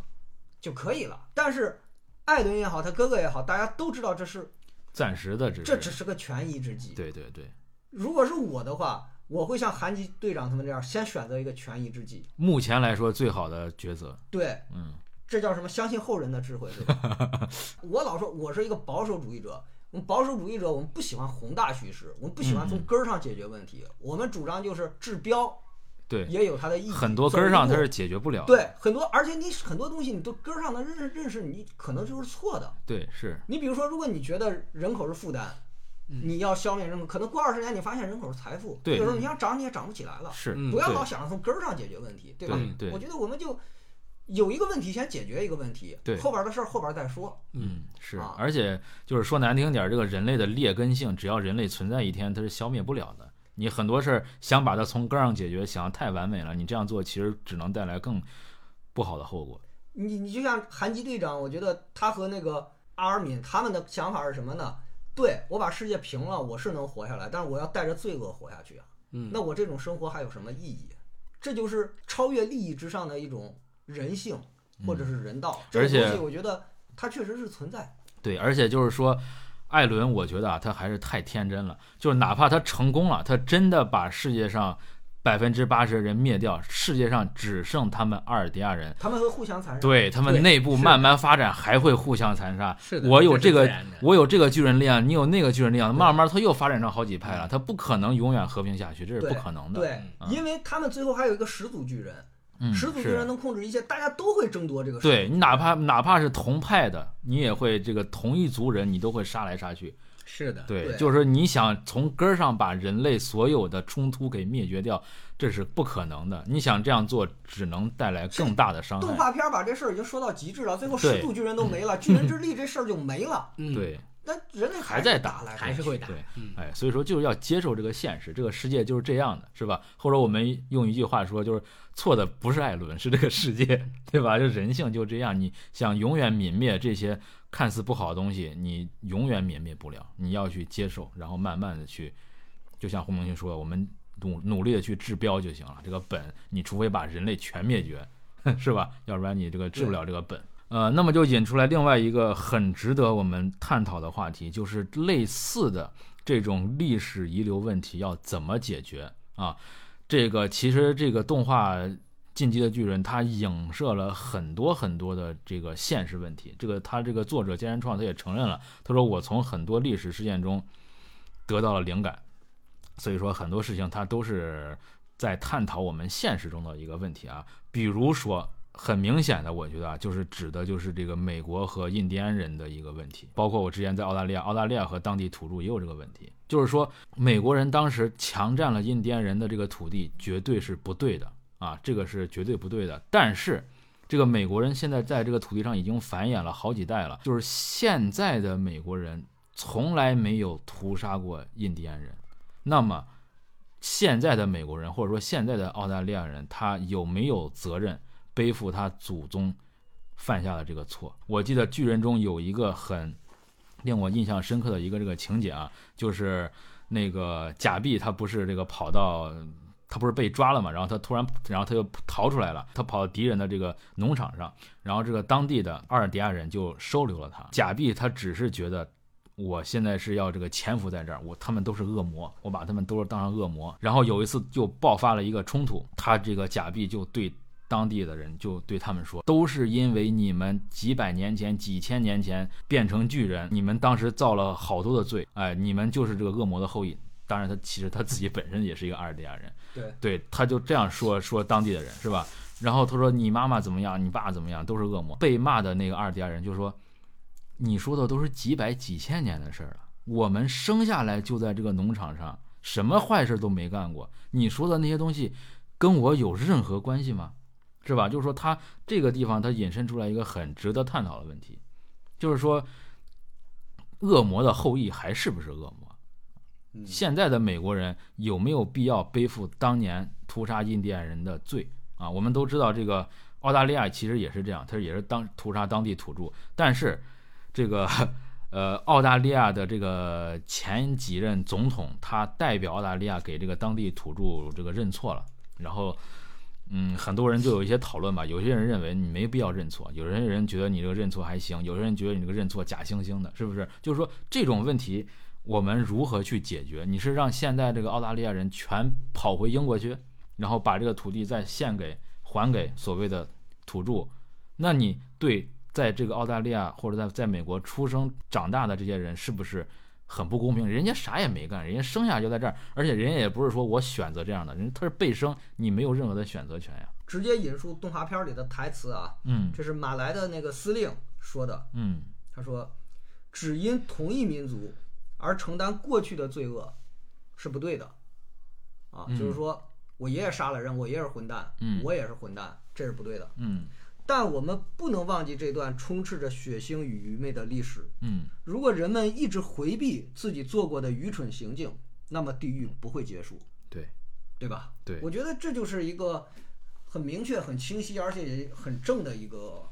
S3: 就可以了。但是。艾伦也好，他哥哥也好，大家都知道这是
S1: 暂时的只
S3: 这只
S1: 是，
S3: 是个权宜之计。
S1: 对对对，
S3: 如果是我的话，我会像韩吉队长他们这样，先选择一个权宜之计。
S1: 目前来说最好的抉择，
S3: 对，
S1: 嗯
S3: 这叫什么？相信后人的智慧，对吧？ 我老说我是一个保守主义者。我们保守主义者，我们不喜欢宏大叙事，我们不喜欢从根儿上解决问题。我们主张就是治标
S1: 对，
S3: 也有它的意义，
S1: 很多根儿上它
S3: 走一
S1: 是
S3: 步
S1: 解决不了的，
S3: 对很多，而且你很多东西你都根儿上的认识认识，你可能就是错的。
S1: 对是，
S3: 你比如说，如果你觉得人口是负担，你要消灭人口，可能过二十年你发现人口是财富，
S1: 嗯对
S3: 有时候你想涨你也涨不起来了。
S1: 是，
S2: 嗯
S3: 不要
S1: 对
S3: 老想着从根儿上解决问题，对吧？
S1: 嗯对对
S3: 我觉得我们就有一个问题先解决一个问题，
S1: 对
S3: 后边的事儿后边再说。
S1: 嗯，是
S3: 啊，
S1: 而且就是说难听点儿，这个人类的劣根性，只要人类存在一天，它是消灭不了的。你很多事儿想把它从根儿上解决，想太完美了，你这样做其实只能带来更不好的后果。
S3: 你你就像韩吉队长，我觉得他和那个阿尔敏他们的想法是什么呢？对我把世界平了，我是能活下来，但是我要带着罪恶活下去啊。
S2: 嗯
S3: 那我这种生活还有什么意义？这就是超越利益之上的一种人性，或者是人道。
S1: 嗯
S3: 这
S1: 而
S3: 个
S1: 且
S3: 东西我觉得它确实是存在。
S1: 对，而且就是说，艾伦，我觉得啊，他还是太天真了。就是哪怕他成功了，他真的把世界上百分之八十人灭掉，世界上只剩他们阿尔迪亚人。
S3: 他们会互相残忍。
S1: 对他们
S2: 对
S1: 内部
S2: 是
S1: 慢慢发展，还会互相残杀。
S2: 是的，
S1: 我有这
S2: 这是自
S1: 个
S2: 然的
S1: 我有这个巨人力量，你有那个巨人力量，
S2: 对
S1: 慢慢他又发展成好几派了，他不可能永远和平下去，这是
S3: 对
S1: 不可能的。
S3: 对
S1: 嗯，
S3: 因为他们最后还有一个始祖巨人，
S1: 嗯，
S3: 始祖巨人
S1: 是。
S3: 能控制一切，大家都会争夺这个。，
S1: 对你哪怕哪怕是同派的，你也会这个同一族人，你都会杀来杀去。
S2: 是的，
S1: 对，
S3: 对
S1: 就是你想从根儿上把人类所有的冲突给灭绝掉，这是不可能的。你想这样做，只能带来更大的伤
S3: 动
S1: 害。
S3: 画片把这事儿已经说到极致了，最后
S1: 哎对嗯
S3: 始祖巨人都没了，巨人之力这事儿就没了。
S2: 嗯，
S1: 对，
S3: 那人类
S1: 还
S3: 还
S1: 在
S3: 在
S1: 打
S3: 来打去，
S2: 还是会打，
S1: 对
S2: 嗯，
S1: 哎，所以说就是要接受这个现实，这个世界就是这样的，是吧？或者我们用一句话说，就是错的不是艾伦，是这个世界，对吧？就人性就这样，你想永远泯灭这些看似不好的东西，你永远泯灭不了，你要去接受，然后慢慢的去，就像胡明旭说，的，我们努努力的去治标就行了。这个本，你除非把人类全灭绝， 是吧？要不然你这个治不了这个本。呃，那么就引出来另外一个很值得我们探讨的话题，就是类似的这种历史遗留问题要怎么解决啊？这个其实这个动画《进击的巨人》它影射了很多很多的这个现实问题。这个他这个作者菅原创他也承认了，他说我从很多历史事件中得到了灵感，所以说很多事情它都是在探讨我们现实中的一个问题啊。比如说，很明显的，我觉得啊，就是指的就是这个美国和印第安人的一个问题，包括我之前在澳大利亚，澳大利亚和当地土著也有这个问题，就是说美国人当时强占了印第安人的这个土地，绝对是不对的啊，这个是绝对不对的。但是这个美国人现在在这个土地上已经繁衍了好几代了，就是现在的美国人从来没有屠杀过印第安人，那么。现在的美国人或者说现在的澳大利亚人，他有没有责任背负他祖宗犯下的这个错？我记得《巨人》中有一个很令我印象深刻的一个这个情节啊，就是那个假币他不是这个跑到。他不是被抓了嘛，然后他突然，然后他就逃出来了，他跑到敌人的这个农场上，然后这个当地的阿尔迪亚人就收留了他。假币他只是觉得我现在是要这个潜伏在这儿，我他们都是恶魔，我把他们都是当成恶魔。然后有一次就爆发了一个冲突，他这个假币就对当地的人就对他们说，都是因为你们几百年前、几千年前变成巨人，你们当时造了好多的罪，哎，你们就是这个恶魔的后裔。当然，他其实他自己本身也是一个阿尔迪亚人，
S3: 对
S1: 对，他就这样说说当地的人是吧？然后他说你妈妈怎么样，你爸怎么样，都是恶魔。被骂的那个阿尔迪亚人就说，你说的都是几百几千年的事儿了，我们生下来就在这个农场上，什么坏事都没干过。你说的那些东西，跟我有任何关系吗？是吧？就是说，他这个地方他引申出来一个很值得探讨的问题，就是说，恶魔的后裔还是不是恶魔？
S3: 嗯
S1: 现在的美国人有没有必要背负当年屠杀印第安人的罪啊？我们都知道，这个澳大利亚其实也是这样，它也是当屠杀当地土著，但是这个呃，澳大利亚的这个前几任总统，他代表澳大利亚给这个当地土著这个认错了，然后。嗯，很多人就有一些讨论吧。有些人认为你没必要认错，有些人觉得你这个认错还行，有些人觉得你这个认错假惺惺的，是不是？就是说这种问题，我们如何去解决？你是让现在这个澳大利亚人全跑回英国去，然后把这个土地再献给还给所谓的土著？那你对在这个澳大利亚或者在在美国出生长大的这些人是不是很不公平？人家啥也没干，人家生下来就在这儿，而且人家也不是说我选择这样的，人他是被生，你没有任何的选择权呀。
S3: 直接引述动画片里的台词啊，
S1: 嗯
S3: 这是马来的那个司令说的，
S1: 嗯
S3: 他说：“只因同一民族而承担过去的罪恶是不对的。”啊，就是说我爷爷杀了人，我爷爷是混蛋，
S1: 嗯
S3: 我也是混蛋，这是不对的。
S1: 嗯
S3: 但我们不能忘记这段充斥着血腥与愚昧的历史。
S1: 嗯
S3: 如果人们一直回避自己做过的愚蠢行径，那么地狱不会结束，
S1: 对
S3: 对吧？
S1: 对
S3: 我觉得这就是一个很明确、很清晰，而且也很正的一个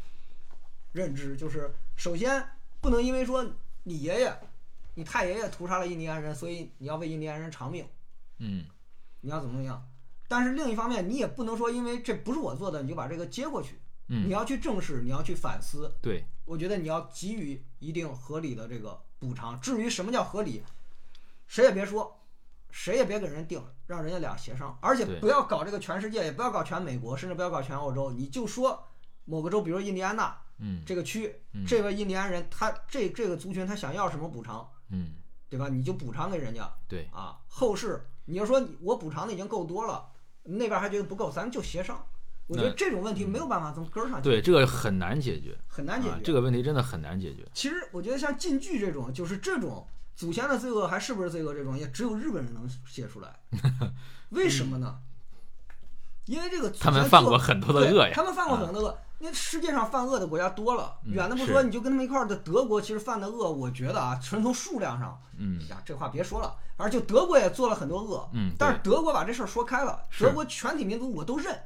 S3: 认知，就是首先不能因为说你爷爷、你太爷爷屠杀了印第安人，所以你要为印第安人偿命，
S1: 嗯
S3: 你要怎么怎么样。但是另一方面，你也不能说因为这不是我做的，你就把这个接过去。你
S1: 嗯，
S3: 要去正视，你要去反思，
S1: 对，
S3: 我觉得你要给予一定合理的这个补偿。至于什么叫合理，谁也别说，谁也别给人定，让人家俩协商。而且
S1: 对
S3: 不要搞这个全世界，也不要搞全美国，甚至不要搞全欧洲，你就说某个州，比如印第安纳
S1: 嗯
S3: 这个区
S1: 嗯，
S3: 这位印第安人，他这这个族群他想要什么补偿，
S1: 嗯
S3: 对吧？你就补偿给人家
S1: 对
S3: 啊。后世你要说你我补偿的已经够多了，那边还觉得不够，咱们就协商。我觉得
S1: 那
S3: 这种问题没有办法从根儿上解决，
S1: 对，这个很难解决，
S3: 很难解决
S1: 啊。。这个问题真的很难解决。
S3: 其实我觉得像禁剧这种，就是这种祖先的罪恶还是不是罪恶这种，也只有日本人能写出 来。为什么呢？因为这个 祖
S1: 他们
S3: 先
S1: 犯
S3: 做
S1: 过很多的
S3: 对
S1: 恶呀，
S3: 他们犯过很多恶。那世界上犯恶的国家多了，
S1: 嗯
S3: 远的不
S1: 是
S3: 说，你就跟他们一块儿的德国，其实犯的恶，我觉得啊，纯从数量上，
S1: 嗯
S3: 呀，这话别说了。而就德国也做了很多恶，
S1: 嗯，
S3: 但是德国把这事儿说开了，
S1: 是
S3: 德国全体民族我都认。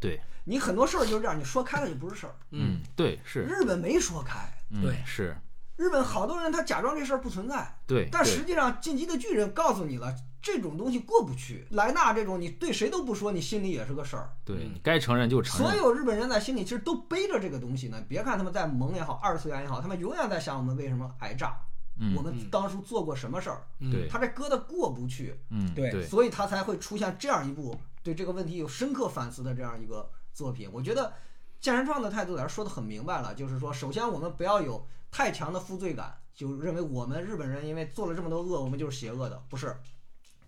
S1: 对，
S3: 你很多事儿就是这样，你说开了就不是事儿。
S1: 嗯对是，
S3: 日本没说开，
S1: 嗯
S2: 对
S1: 是，
S3: 日本好多人他假装这事儿不存在，
S1: 对，
S3: 但
S1: 对
S3: 实际上，《进击的巨人》告诉你了，这种东西过不去。莱纳这种，你对谁都不说，你心里也是个事儿。
S1: 对
S2: 嗯
S1: 你该承认就承
S3: 所
S1: 认，
S3: 有日本人在心里其实都背着这个东西呢。别看他们在蒙也好，二次元也好，他们永远在想我们为什么挨炸，
S1: 嗯
S3: 我们当初做过什么事儿。
S2: 嗯
S1: 对
S3: 他这疙瘩过不去，
S1: 嗯
S2: 对
S1: 对，
S3: 所以他才会出现这样一部对这个问题有深刻反思的这样一个作品。我觉得剑神创的态度在这说的很明白了，就是说，首先我们不要有太强的负罪感，就认为我们日本人因为做了这么多恶，我们就是邪恶的，不是。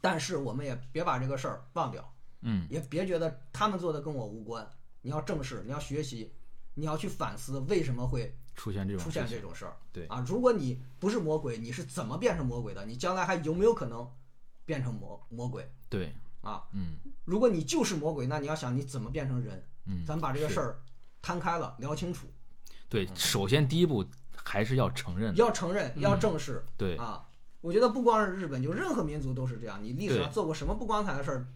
S3: 但是我们也别把这个事儿忘掉，
S1: 嗯
S3: 也别觉得他们做的跟我无关。你要正视，你要学习，你要去反思为什么会
S1: 出现这种
S3: 出
S1: 事
S3: 现
S1: 情
S3: 这种事儿。
S1: 对
S3: 啊，如果你不是魔鬼，你是怎么变成魔鬼的？你将来还有没有可能变成魔魔鬼
S1: 对，
S3: 啊？
S1: 嗯
S3: 如果你就是魔鬼，那你要想你怎么变成人？
S1: 嗯，
S3: 咱们把这个
S1: 是
S3: 事儿嗯摊开了，聊清楚，
S1: 对，首先第一步还是要承认的，
S3: 要承认，要正视、
S1: 嗯对
S3: 啊。我觉得不光是日本，就任何民族都是这样。你历史上
S1: 对
S3: 做过什么不光彩的事儿，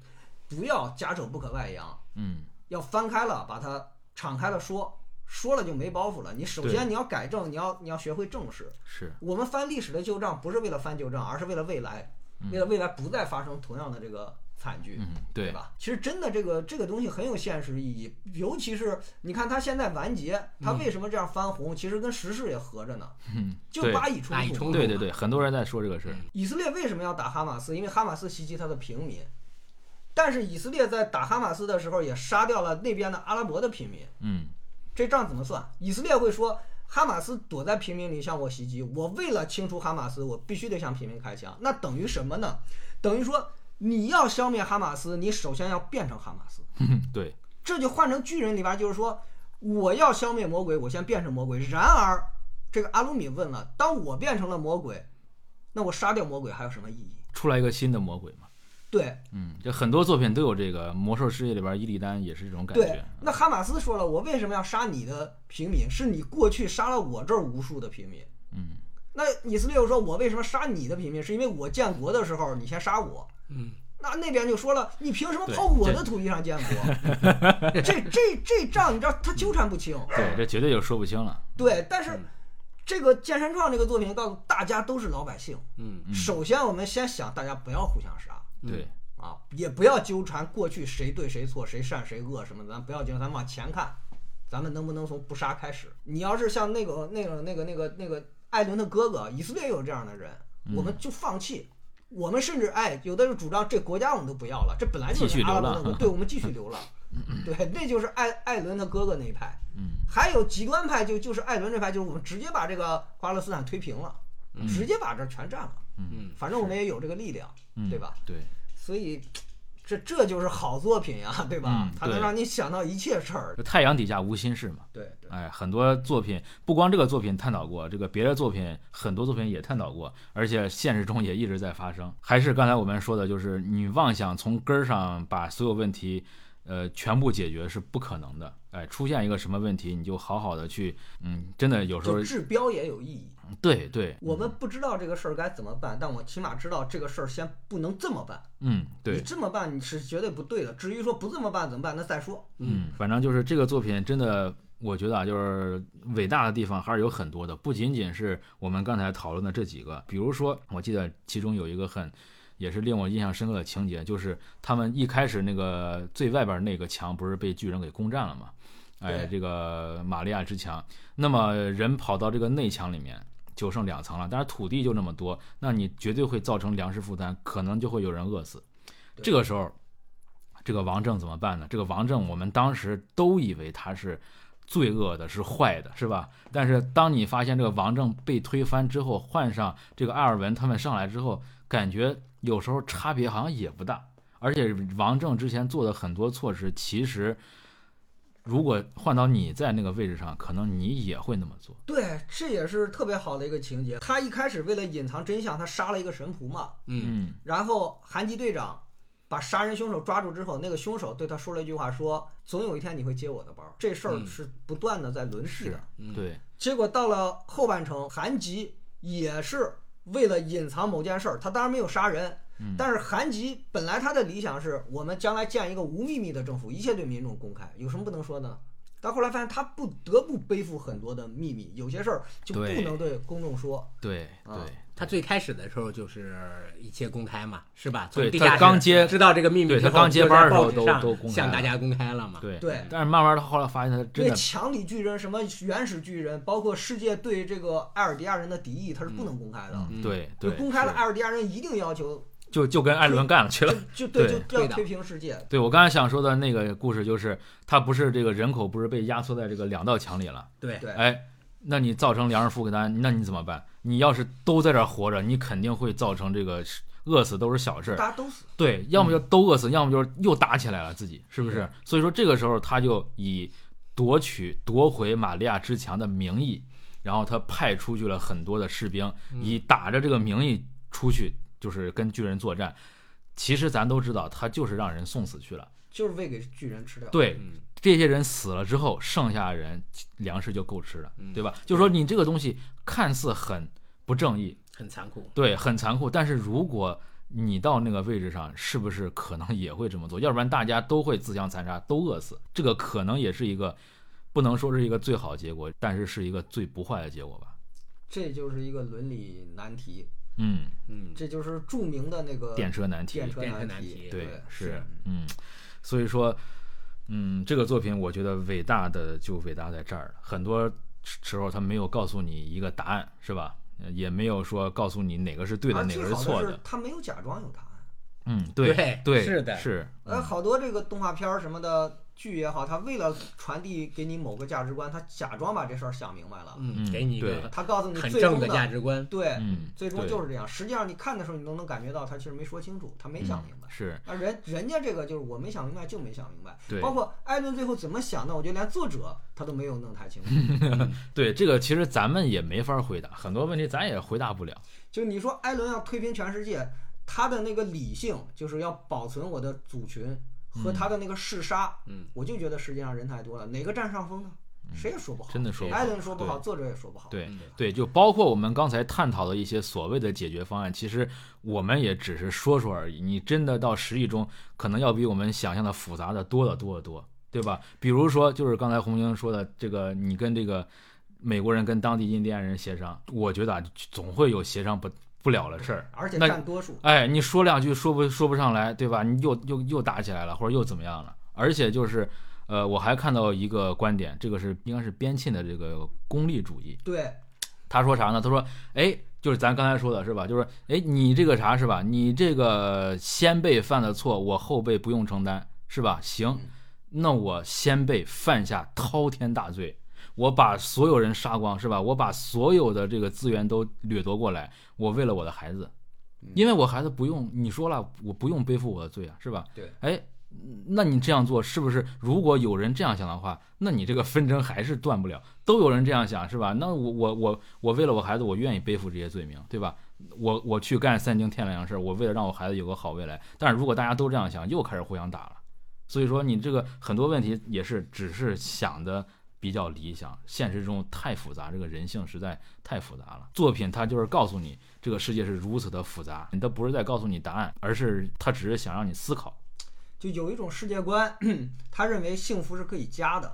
S3: 不要家丑不可外扬，
S1: 嗯
S3: 要翻开了，把它敞开了说，说了就没包袱了。你首先你要改正，你要你要学会正视。
S1: 是
S3: 我们翻历史的旧账，不是为了翻旧账，而是为了未来，为了未来不再发生同样的这个惨剧，
S1: 嗯
S3: 对
S1: 对
S3: 吧？其实真的这个这个东西很有现实意义，尤其是你看它现在完结，它为什么这样翻红？其实跟时事也合着呢，
S1: 嗯
S3: 就
S1: 对
S3: 巴以冲
S2: 巴以
S3: 突。
S2: 冲突
S1: 对对对，很多人在说这个事儿，
S3: 以色列为什么要打哈马斯？因为哈马斯袭击他的平民，但是以色列在打哈马斯的时候也杀掉了那边的阿拉伯的平民，
S1: 嗯
S3: 这账怎么算？以色列会说哈马斯躲在平民里向我袭击，我为了清除哈马斯，我必须得向平民开枪。那等于什么呢？等于说你要消灭哈马斯，你首先要变成哈马斯。
S1: 嗯对
S3: 这就换成巨人里边就是说，我要消灭魔鬼，我先变成魔鬼。然而，这个阿鲁米问了，当我变成了魔鬼，那我杀掉魔鬼还有什么意义？
S1: 出来一个新的魔鬼嘛，
S3: 对
S1: 嗯，这很多作品都有这个，《魔兽世界》里边伊利丹也是这种感
S3: 对
S1: 觉，，
S3: 那哈马斯说了，我为什么要杀你的平民？是你过去杀了我这儿无数的平民。
S1: 嗯
S3: 那以色列又说：“我为什么杀你的平民？是因为我建国的时候你先杀我。
S2: 嗯”
S3: 那那边就说了：“你凭什么
S1: 对
S3: 跑我的土地上建国？” 这这这仗，你知道他纠缠不清。
S1: 对，这绝对就说不清了，
S3: 对，但是这个《剑山创》这个作品告诉大家都是老百姓，
S2: 嗯
S1: 嗯
S3: 首先我们先想，大家不要互相杀
S1: 对
S3: 啊，也不要纠缠过去谁对谁错、谁善谁恶什么的，咱不要纠缠，咱往前看，咱们能不能从不杀开始？你要是像那个那个那个那个那个艾伦的哥哥，以色列有这样的人，我
S1: 嗯
S3: 们就放弃。我们甚至哎，有的就主张这国家我们都不要了，这本来就
S1: 继
S3: 是
S1: 续流
S3: 阿拉
S1: 浪
S3: 伯那个，对我们继续流 浪，对，那就是艾艾伦他哥哥那一派。
S1: 嗯
S3: 还有极端派就就是艾伦这派，就是我们直接把这个巴勒斯坦推平了，直接把这全占了，
S2: 嗯
S3: 反正我们也有这个力量，
S1: 嗯，
S3: 对吧？？
S1: 对，
S3: 所以这这就是好作品呀、 对吧？
S1: 嗯
S3: 它能
S1: 对
S3: 让你想到一切事儿。
S1: 就太阳底下无心事嘛。
S3: 对对
S1: 哎，很多作品不光这个作品探讨过，这个别的作品很多作品也探讨过，而且现实中也一直在发生。还是刚才我们说的，就是你妄想从根儿上把所有问题，呃，全部解决是不可能的。哎，出现一个什么问题，你就好好的去，嗯，真的有时候
S3: 就治标也有意义。
S1: 对对，
S3: 我们不知道这个事儿该怎么办，但我起码知道这个事儿先不能这么办。
S1: 嗯
S3: 你
S1: 对，
S3: 这么办你是绝对不对的。至于说不这么办怎么办，那再说。
S1: 嗯，反正就是这个作品真的。我觉得啊，就是伟大的地方还是有很多的，不仅仅是我们刚才讨论的这几个。比如说，我记得其中有一个很，也是令我印象深刻的情节，就是他们一开始那个最外边那个墙不是被巨人给攻占了吗？哎，
S3: 对
S1: 这个玛利亚之墙，那么人跑到这个内墙里面，就剩两层了，但是土地就那么多，那你绝对会造成粮食负担，可能就会有人饿死。
S3: 对
S1: 这个时候，这个王政怎么办呢？这个王政，我们当时都以为他是罪恶的，是坏的，是吧？但是当你发现这个王政被推翻之后，换上这个艾尔文他们上来之后，感觉有时候差别好像也不大。而且王政之前做的很多措施，其实如果换到你在那个位置上，可能你也会那么做。
S3: 对，这也是特别好的一个情节。他一开始为了隐藏真相，他杀了一个神仆嘛，
S2: 嗯
S1: 嗯
S3: 然后韩吉队长把杀人凶手抓住之后，那个凶手对他说了一句话说，总有一天你会接我的班儿。这事儿
S2: 嗯
S3: 是不断的在轮替
S1: 啊
S3: 的。
S2: 嗯，
S1: 对，
S3: 结果到了后半程，韩吉也是为了隐藏某件事儿，他当然没有杀人，
S1: 嗯
S3: 但是韩吉本来他的理想是我们将来建一个无秘密的政府，一切对民众公开，有什么不能说的呢？但后来发现他不得不背负很多的秘密，有些事儿就不
S1: 对
S3: 能对公众说。
S1: 对
S3: 啊
S1: 对
S2: 他最开始的时候就是一切公开嘛，是吧？
S1: 对
S2: 从地下
S1: 他
S2: 室
S1: 刚接
S2: 知道这个秘密之
S1: 对
S2: 后，
S1: 他刚接班的时候都
S2: 就在报纸上
S1: 都公开
S2: 向
S1: 了
S2: 大家公开了嘛。
S1: 对
S3: 对
S1: 但是慢慢他后来发现他真
S3: 对
S1: 的
S3: 强力巨人、什么原始巨人，包括世界对这个艾尔迪亚人的敌意，他是不能公开的。
S1: 嗯对
S3: 就
S1: 对
S3: 公开了，
S1: 是
S3: 艾尔迪亚人一定要求
S1: 就就跟艾伦干了去了
S3: 就。就对
S1: 对
S3: 就要
S2: 对的
S3: 推平世界。
S1: 对我刚才想说的那个故事就是，他不是这个人口不是被压缩在这个两道墙里了，
S2: 对
S3: 对
S1: 哎，那你造成粮食负担，那你怎么办？你要是都在这儿活着，你肯定会造成这个饿死都是小事儿，
S3: 大家都嗯死，
S1: 对，要么就都饿死，要么就是又打起来了自己，是不是？所以说这个时候他就以夺取夺回玛利亚之墙的名义，然后他派出去了很多的士兵，
S3: 嗯
S1: 以打着这个名义出去，就是跟巨人作战。其实咱都知道，他就是让人送死去了。
S3: 就是喂给巨人吃掉。
S1: 对，
S2: 嗯
S1: 这些人死了之后，剩下的人粮食就够吃了，
S2: 嗯
S1: 对吧？就说你这个东西看似很不正义，
S2: 很残酷。
S1: 对，很残酷。但是如果你到那个位置上，是不是可能也会这么做？要不然大家都会自相残杀，都饿死。这个可能也是一个，不能说是一个最好结果，但是是一个最不坏的结果吧。
S3: 这就是一个伦理难题，
S1: 嗯，
S2: 嗯，
S3: 这就是著名的那个
S1: 电车难题。
S3: 电车
S2: 电车
S3: 难
S2: 难
S3: 题。
S2: 题
S1: 对，
S2: 是
S1: 嗯，所以说，嗯，这个作品我觉得伟大的就伟大在这儿了，很多时候他没有告诉你一个答案，是吧？呃也没有说告诉你哪个是对的，
S3: 而
S1: 哪
S3: 啊最
S1: 个
S3: 好的
S1: 错
S3: 是
S1: 的。
S3: 他没有假装有答案。
S1: 嗯，
S2: 对
S1: 对，
S2: 是的
S1: 是。
S3: 呃，好多这个动画片儿什么的剧也好，他为了传递给你某个价值观，他假装把这事儿想明白了。
S1: 嗯
S2: 嗯，给你一
S1: 对
S2: 个
S3: 他告诉你
S2: 很
S3: 最终
S2: 正的价值观。
S3: 对，
S1: 嗯，
S3: 最终
S1: 对
S3: 就是这样。实际上你看的时候，你都能感觉到他其实没说清楚，他没
S1: 嗯
S3: 想明白。
S1: 是
S3: 啊，人人家这个就是我没想明白就没想明白，
S1: 对
S3: 包括艾伦最后怎么想的，我觉得连作者他都没有弄太清楚。
S1: 对这个，其实咱们也没法回答，很多问题咱也回答不了。
S3: 就你说艾伦要推平全世界，他的那个理性就是要保存我的族群
S1: 嗯
S3: 和他的那个嗜杀，
S2: 嗯，
S3: 我就觉得世界上人太多了，哪个占上风呢？谁也说不好，
S1: 嗯真的说不
S3: 艾
S1: 好
S3: 伦说不
S1: 对
S3: 好，作者也说不好，
S1: 对
S2: 嗯
S1: 对，就包括我们刚才探讨的一些所谓的解决方案，其实我们也只是说说而已。你真的到实际中，可能要比我们想象的复杂的多得多得多，对吧？比如说，就是刚才红英说的这个，你跟这个美国人跟当地印第安人协商，我觉得啊，总会有协商不不了的事儿。
S3: 而且
S1: 那
S3: 占多数。
S1: 哎，你说两句说不说不上来，对吧？你又又又打起来了，或者又怎么样了？而且就是，呃，我还看到一个观点，这个是应该是边沁的这个功利主义。
S3: 对，
S1: 他说啥呢？他说，哎，就是咱刚才说的是吧？就是，哎，你这个啥是吧？你这个先辈犯的错，我后辈不用承担，是吧？行，那我先辈犯下滔天大罪，我把所有人杀光，是吧？我把所有的这个资源都掠夺过来，我为了我的孩子，因为我孩子不用你说了，我不用背负我的罪啊，是吧？
S2: 对，
S1: 哎。那你这样做是不是？如果有人这样想的话，那你这个纷争还是断不了。都有人这样想是吧？那我我我我为了我孩子，我愿意背负这些罪名，对吧？我我去干三更天良事儿，我为了让我孩子有个好未来。但是如果大家都这样想，又开始互相打了。所以说你这个很多问题也是只是想的比较理想，现实中太复杂，这个人性实在太复杂了。作品它就是告诉你这个世界是如此的复杂，它不是在告诉你答案，而是它只是想让你思考。
S3: 就有一种世界观，他认为幸福是可以加的。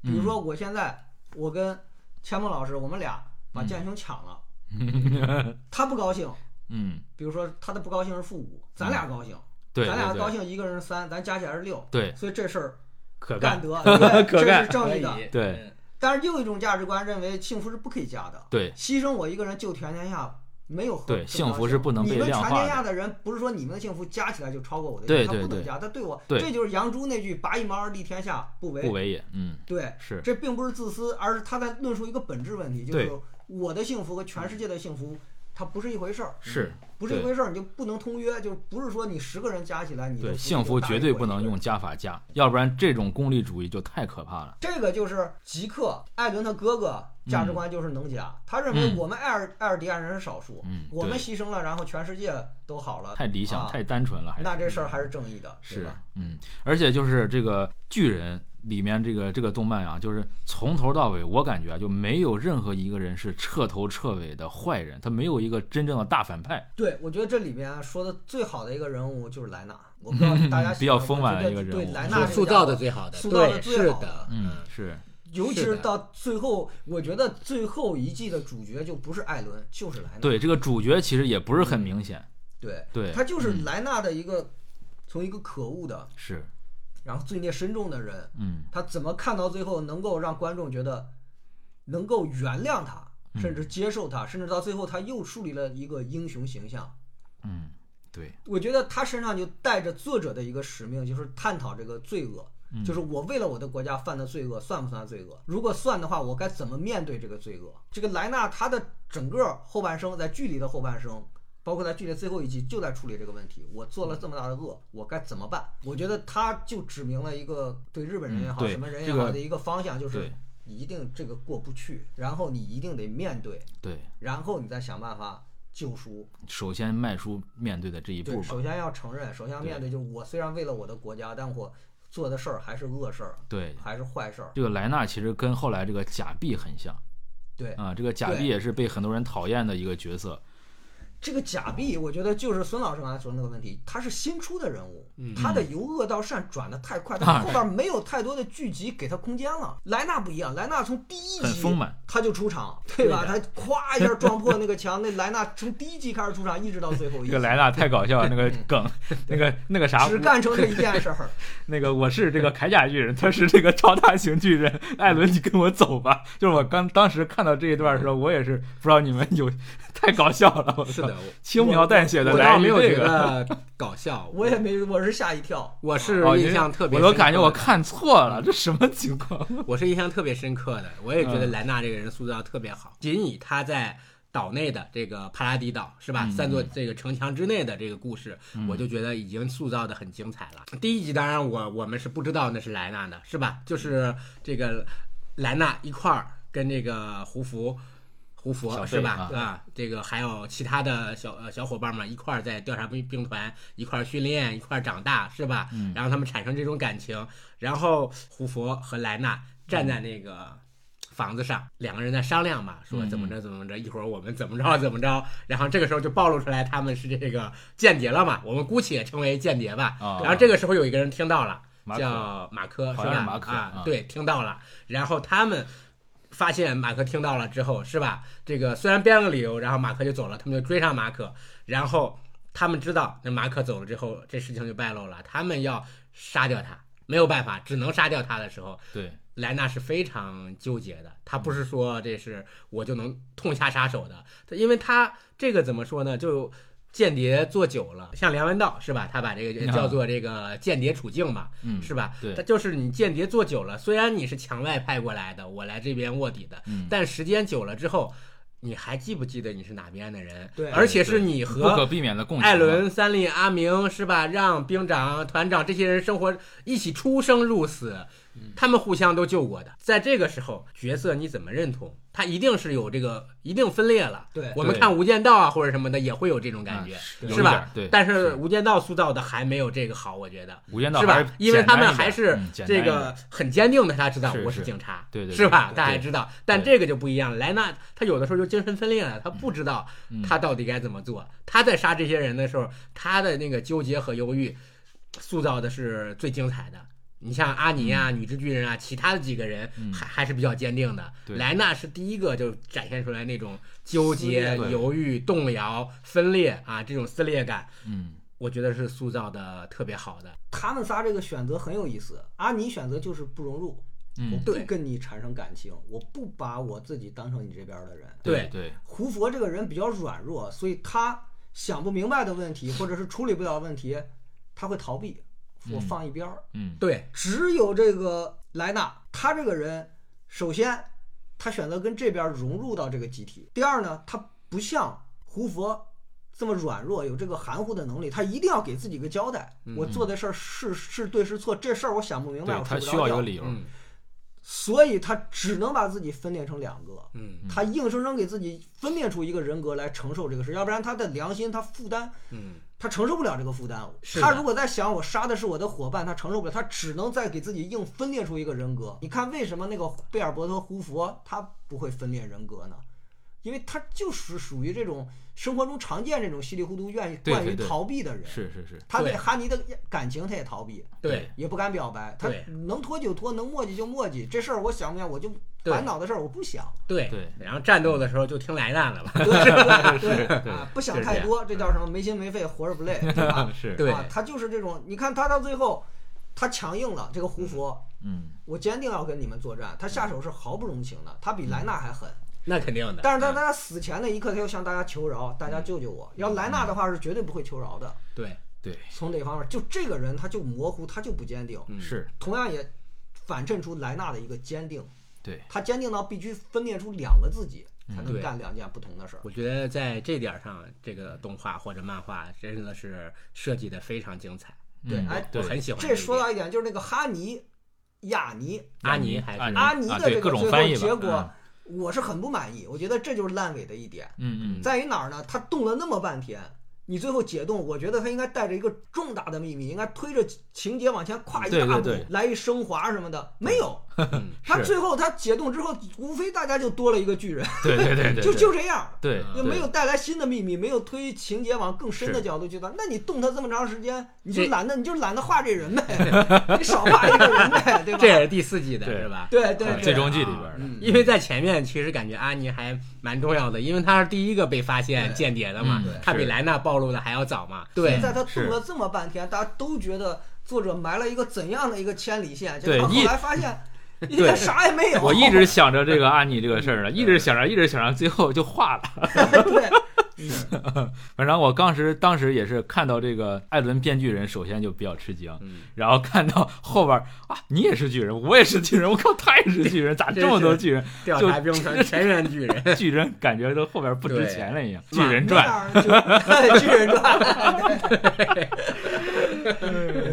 S3: 比
S1: 嗯
S3: 如说，我现在我跟钱梦老师，我们俩把剑雄抢了， 他不高兴。
S1: 嗯，
S3: 比如说他的不高兴是负五，咱俩高兴，
S1: 对，
S3: 咱俩
S1: 对
S3: 高，兴一个人是三，咱加起来是六，
S1: 对，
S3: 所以这事儿
S1: 可
S3: 干
S1: 干，
S3: 得，
S1: 可
S3: 这
S1: 干
S3: 是 正
S2: 可
S3: 义
S2: 以嗯
S3: 的。
S1: 对，
S3: 但是又有一种价值观认为幸福是不可以加的，
S1: 对
S3: 牺牲我一个人救全天下没有合
S1: 对幸
S3: 正
S1: 福
S3: 当
S1: 是不能被
S3: 你们
S1: 量
S3: 全
S1: 化
S3: 天
S1: 的
S3: 下的人不是说你们的幸福加起来就超过我的，
S1: 对
S3: 他
S1: 对
S3: 不能
S1: 对
S3: 加，他对我，
S1: 对
S3: 这就是杨朱那句“拔一毛而利天下，不为”，
S1: 不为也，嗯，
S3: 对，
S1: 是。
S3: 这并不是自私，而是他在论述一个本质问题，就是
S1: 对
S3: 我的幸福和全世界的幸福，它不是一回事儿。
S1: 是，
S3: 不是
S1: 嗯
S3: 一
S1: 对
S3: 回事儿，你就不能通约，就是不是说你十个人加起来，你的
S1: 对，
S3: 福
S1: 幸福
S3: 就大
S1: 绝
S3: 于
S1: 对
S3: 我
S1: 不
S3: 一个
S1: 能
S3: 人
S1: 用加法加，要不然这种功利主义就太可怕了。
S3: 这个就是极客艾伦他哥哥价值观就是能加，他认为
S1: 嗯
S3: 我们艾尔艾尔迪亚人是少数，
S1: 嗯
S3: 我们
S1: 对
S3: 牺牲了，然后全世界都好了，
S1: 太理想，
S3: 啊
S1: 太单纯了，还是
S3: 那这事儿还是正义的，对
S1: 是
S3: 吧？，
S1: 嗯，而且就是这个巨人里面这个这个动漫啊，就是从头到尾，我感觉啊，就没有任何一个人是彻头彻尾的坏人，他没有一个真正的大反派。
S3: 对，我觉得这里面说的最好的一个人物就是莱纳，我不知道大家喜欢不喜欢
S1: 嗯比较丰满的一个人物
S3: 对莱
S1: 那
S2: 是
S3: 纳这个
S2: 塑
S3: 家伙
S2: 造的最好的，
S3: 塑造的
S2: 对
S3: 最
S2: 是
S3: 好的
S2: 的，
S1: 嗯，是
S3: 尤其
S2: 是
S3: 是
S2: 的
S3: 到最后，我觉得最后一季的主角就不是艾伦，就是莱纳。
S1: 对这个主角其实也不是很明显，
S3: 对
S1: 对
S3: 嗯
S1: 嗯
S3: 他就是莱纳的一个从一个可恶的，
S1: 是
S3: 然后罪孽深重的人，
S1: 嗯
S3: 他怎么看到最后能够让观众觉得能够原谅他，甚至接受他，甚至到最后他又树立了一个英雄形象。
S1: 嗯对
S3: 我觉得他身上就带着作者的一个使命，就是探讨这个罪恶。
S1: 嗯
S3: 就是我为了我的国家犯的罪恶算不算罪恶？如果算的话，我该怎么面对这个罪恶？这个莱纳他的整个后半生，在剧里的后半生，包括在剧里最后一集，就在处理这个问题。我做了这么大的恶，我该怎么办？我觉得他就指明了一个对日本人也
S1: 嗯
S3: 好，
S1: 对
S3: 什么人
S1: 这
S3: 也
S1: 个
S3: 好的一个方向，就是
S1: 对
S3: 一定这个过不去，然后你一定得面对，
S1: 对，
S3: 然后你再想办法救赎
S1: 首先迈出面对的这一步
S3: 对，
S1: 吧，
S3: 首先要承认，首先要面对，就我虽然为了我的国家，但我做的事儿还是恶事儿，
S1: 对。
S3: 还是坏事儿。
S1: 这个莱纳其实跟后来这个贾碧很像
S3: 对，
S1: 啊，这个贾
S3: 对
S1: 碧也是被很多人讨厌的一个角色，
S3: 这个假币，我觉得就是孙老师刚才说的那个问题，他是新出的人物，
S1: 嗯
S3: 他的由恶到善转的太 快，他
S1: 当
S3: 后边没有太多的剧集给他空间了。莱纳不一样，莱纳从第一
S1: 很
S3: 集
S1: 丰满
S3: 他就出场，对吧？他咵一下撞破那个墙，那莱纳从第一集开始出场，一直到最后一
S1: 这
S3: 集
S1: 个，莱纳太搞笑了，那个梗，那个那个啥，
S3: 只干成这一件事 儿。
S1: 那个我是这个铠甲巨人，他是这个超大型巨人，艾伦你跟我走吧。就是我刚当时看到这一段的时候，我也是不知道你们有太搞笑了，我
S2: 是
S1: 靠
S2: 的，
S1: 轻描淡写的
S2: 我
S1: 来
S2: 倒
S1: 一
S2: 没有
S1: 这
S2: 觉
S1: 个，
S2: 得搞笑，
S3: 我也没，我是吓一跳。
S2: 我是
S1: 哦
S2: 印象特别
S1: 我
S2: 深刻的，
S1: 都感觉我看错了，这什么情况？
S2: 我是印象特别深刻的，我也觉得
S1: 嗯
S2: 莱纳这个人塑造得特别好。仅以他在岛内的这个帕拉迪岛是吧，
S1: 嗯
S2: 三座这个城墙之内的这个故事，我就觉得已经塑造的很精彩了。第一集当然我我们是不知道那是莱纳的，是吧？就是这个莱纳一块儿跟这个胡佛。胡
S1: 小
S2: 佛
S1: 贝
S2: 是吧？
S1: 啊
S2: 啊，这个还有其他的小呃小伙伴们一块儿在调查兵兵团一块儿训练一块儿长大是吧？
S1: 嗯
S2: 然后他们产生这种感情，然后胡佛和莱纳站
S1: 嗯
S2: 在那个房子上，两个人在商量嘛，说
S1: 嗯
S2: 怎么着怎么着，一会儿我们怎么着怎么着，然后这个时候就暴露出来他们是这个间谍了嘛，我们姑且称为间谍吧。
S1: 啊
S2: 然后这个时候有一个人听到了
S1: 马，可
S2: 叫马科
S1: 好
S2: 吧？
S1: 像是马可啊
S2: 啊，对，听到了，然后他们。发现马克听到了之后，是吧？这个虽然编了个理由，然后马克就走了，他们就追上马可，然后他们知道那马可走了之后，这事情就败露了，他们要杀掉他，没有办法，只能杀掉他的时候，
S1: 对，
S2: 莱纳是非常纠结的，他不是说这是我就能痛下杀手的，他因为他这个怎么说呢，就间谍做久了，像梁文道是吧？他把这个
S1: 啊
S2: 叫做这个间谍处境嘛，
S1: 嗯，
S2: 是吧？
S1: 对
S2: 他就是你间谍做久了，虽然你是墙外派过来的，我来这边卧底的，
S1: 嗯
S2: 但时间久了之后，你还记不记得你是哪边的人？
S3: 对
S2: 而且是
S1: 对
S2: 你
S1: 不
S2: 和
S1: 可避免的共情嘛。
S2: 艾伦、三笠、阿明是吧？让兵长、团长这些人生活一起出生入死，
S1: 嗯
S2: 他们互相都救过的。在这个时候，角色你怎么认同？他一定是有这个，一定分裂了。
S3: 对
S2: 我们
S1: 对
S2: 看《无间道》啊或者什么的，也会有这种感
S1: 啊
S2: 觉，
S1: 有
S2: 是
S1: 一点
S2: 吧
S1: 儿？对，
S2: 但
S1: 是
S2: 是《无间道》塑造的还没有这个好，我觉得。
S1: 无间道
S2: 是
S1: 还
S2: 吧？因为
S1: 简
S2: 他
S1: 单一
S2: 们
S1: 点
S2: 还是
S1: 嗯简单
S2: 这
S1: 一点
S2: 个很坚定的，他知道
S1: 是
S2: 我
S1: 是
S2: 警察，
S1: 对对
S2: 是吧？
S1: 对
S2: 他还
S1: 对
S2: 知道，但
S1: 对
S2: 这个就不一样了。莱纳他有的时候就精神分裂了，他不知道
S1: 嗯
S2: 他到底该怎么做。他在杀这些人的时候，他的那个纠结和犹豫，塑造的是最精彩的。你像阿尼啊、女之巨人啊，其他的几个人
S1: 嗯
S2: 还还是比较坚定的。
S1: 对
S2: 莱纳是第一个就展现出来那种纠结
S1: 撕裂、对
S2: 犹豫、动摇、分裂啊这种撕裂感，
S1: 嗯，
S2: 我觉得是塑造的特别好的。
S3: 他们仨这个选择很有意思。阿尼选择就是不融入，
S1: 嗯
S3: 我不
S2: 对
S3: 跟你产生感情，我不把我自己当成你这边的人。
S1: 对
S2: 对
S1: 对，
S3: 胡佛这个人比较软弱，所以他想不明白的问题，或者是处理不了的问题，他会逃避，我放一边儿。
S1: 嗯
S2: 对，
S3: 只有这个莱纳，他这个人，首先他选择跟这边融入到这个集体，第二呢，他不像胡佛这么软弱，有这个含糊的能力，他一定要给自己个交代，我做的事儿是是对是错，这事儿我想不明白，
S1: 嗯对，
S3: 我
S1: 他
S3: 睡不
S1: 需要
S3: 着
S1: 一
S3: 觉
S1: 个理由，
S2: 嗯，
S3: 所以他只能把自己分裂成两个。
S2: 嗯
S3: 他硬生生给自己分裂出一个人格来承受这个事，要不然他的良心他负担
S2: 嗯
S3: 他承受不了这个负担
S2: 是。的
S3: 他如果在想我杀的是我的伙伴，他承受不了，他只能再给自己硬分裂出一个人格。你看为什么那个贝尔伯特·胡佛他不会分裂人格呢？因为他就是属于这种生活中常见这种稀里糊涂、愿意
S1: 对对
S3: 惯于
S1: 对
S3: 逃避的人。
S1: 是是是，
S3: 他
S2: 对
S3: 对哈尼的感情他也逃避，
S2: 对
S3: 也不敢表白，他
S2: 对
S3: 能拖就拖，能磨叽就磨叽。这事儿我想不想，我就
S2: 对
S3: 烦恼的事儿我 不想。
S2: 对
S1: 对
S2: 然后战斗的时候就听来蛋了吧？
S3: 对
S1: 对？
S3: 对对啊，不想太多，这叫什么？没心没肺，活着不累，对吧
S1: 是，
S2: 嗯 对
S3: 啊，他就是这种。你看他到最后，他强硬了。这个胡佛，
S1: 嗯，
S3: 我坚定要跟你们作战，他下手是毫不容情的，他比莱纳还狠。
S2: 那肯定的。嗯
S3: 但是在他死前那一刻，他又向大家求饶，大家救救我。要莱纳的话是绝对不会求饶的。
S2: 对，
S1: 对，
S3: 从这方面，就这个人他就模糊，他就不坚定，
S2: 嗯
S1: 是，
S3: 同样也反衬出莱纳的一个坚定。
S1: 对，
S3: 他坚定到必须分裂出两个自己，才
S2: 对
S3: 能干两件不同的事儿。
S2: 我觉得在这点儿上，这个动画或者漫画真的是设计的非常精彩。
S3: 对
S1: 嗯
S3: 哎
S2: 我
S1: 对，
S2: 很喜欢一
S3: 这
S2: 点。
S3: 说到一点，就是那个哈尼亚尼
S2: 阿尼还
S1: 阿
S2: 是
S1: 尼
S3: 阿尼
S1: 啊
S3: 的
S1: 对
S3: 这
S1: 各
S3: 个
S1: 种
S3: 最后
S1: 翻译吧
S3: 结果
S1: 嗯，
S3: 我是很不满意。我觉得这就是烂尾的一点，
S1: 嗯嗯，
S3: 在于哪儿呢？他动了那么半天，你最后解冻，我觉得他应该带着一个重大的秘密，应该推着情节往前跨一
S1: 对
S3: 大步
S1: 对对，
S3: 来一升华什么的，没有。
S2: 嗯
S3: 他
S1: 是
S3: 最后他解冻之后，无非大家就多了一个巨人，
S1: 对对对对，
S3: 就
S1: 对
S3: 就这样。
S1: 对，
S3: 也
S1: 啊对
S3: 没有带来新的秘密，没有推情节往更深的
S1: 是
S3: 角度去钻。那你动他这么长时间，你就
S2: 这
S3: 懒得，你就懒得画这人呗， 你少画一个人呗，对吧？
S2: 这也是第四季的
S1: 对
S2: 是吧？
S3: 对
S1: 啊
S3: 对
S1: 最
S3: 对，
S1: 终季里边儿的，
S3: 嗯
S2: 因为在前面其实感觉阿尼还蛮重要的，因为他是第一个被发现间谍的嘛
S1: 嗯对，
S2: 他比
S1: 是
S2: 莱纳暴露的还要早嘛。
S3: 现
S2: 对，
S3: 在他
S1: 嗯是
S3: 动了这么半天，大家都觉得作者埋了一个怎样的一个千里线？
S1: 对
S3: 结果
S1: 一
S3: 后来发现，应
S1: 对
S3: 该啥也没有。
S1: 我一直想着这个阿尼这个事儿呢，一直想着，一直想着，最后就化了。
S3: 对，
S1: 反正我当时当时也是看到这个艾伦变巨人，首先就比较吃惊，
S2: 嗯
S1: 然后看到后边儿啊，你也是巨人，我也是巨人，我靠，他也是巨人，咋这么多巨人？
S2: 调查 兵团全员巨人，
S1: 巨人感觉都后边不值
S2: 对
S1: 钱了一样，
S2: 妈
S1: 巨人
S3: 那
S1: 传。
S3: 样就巨 人传，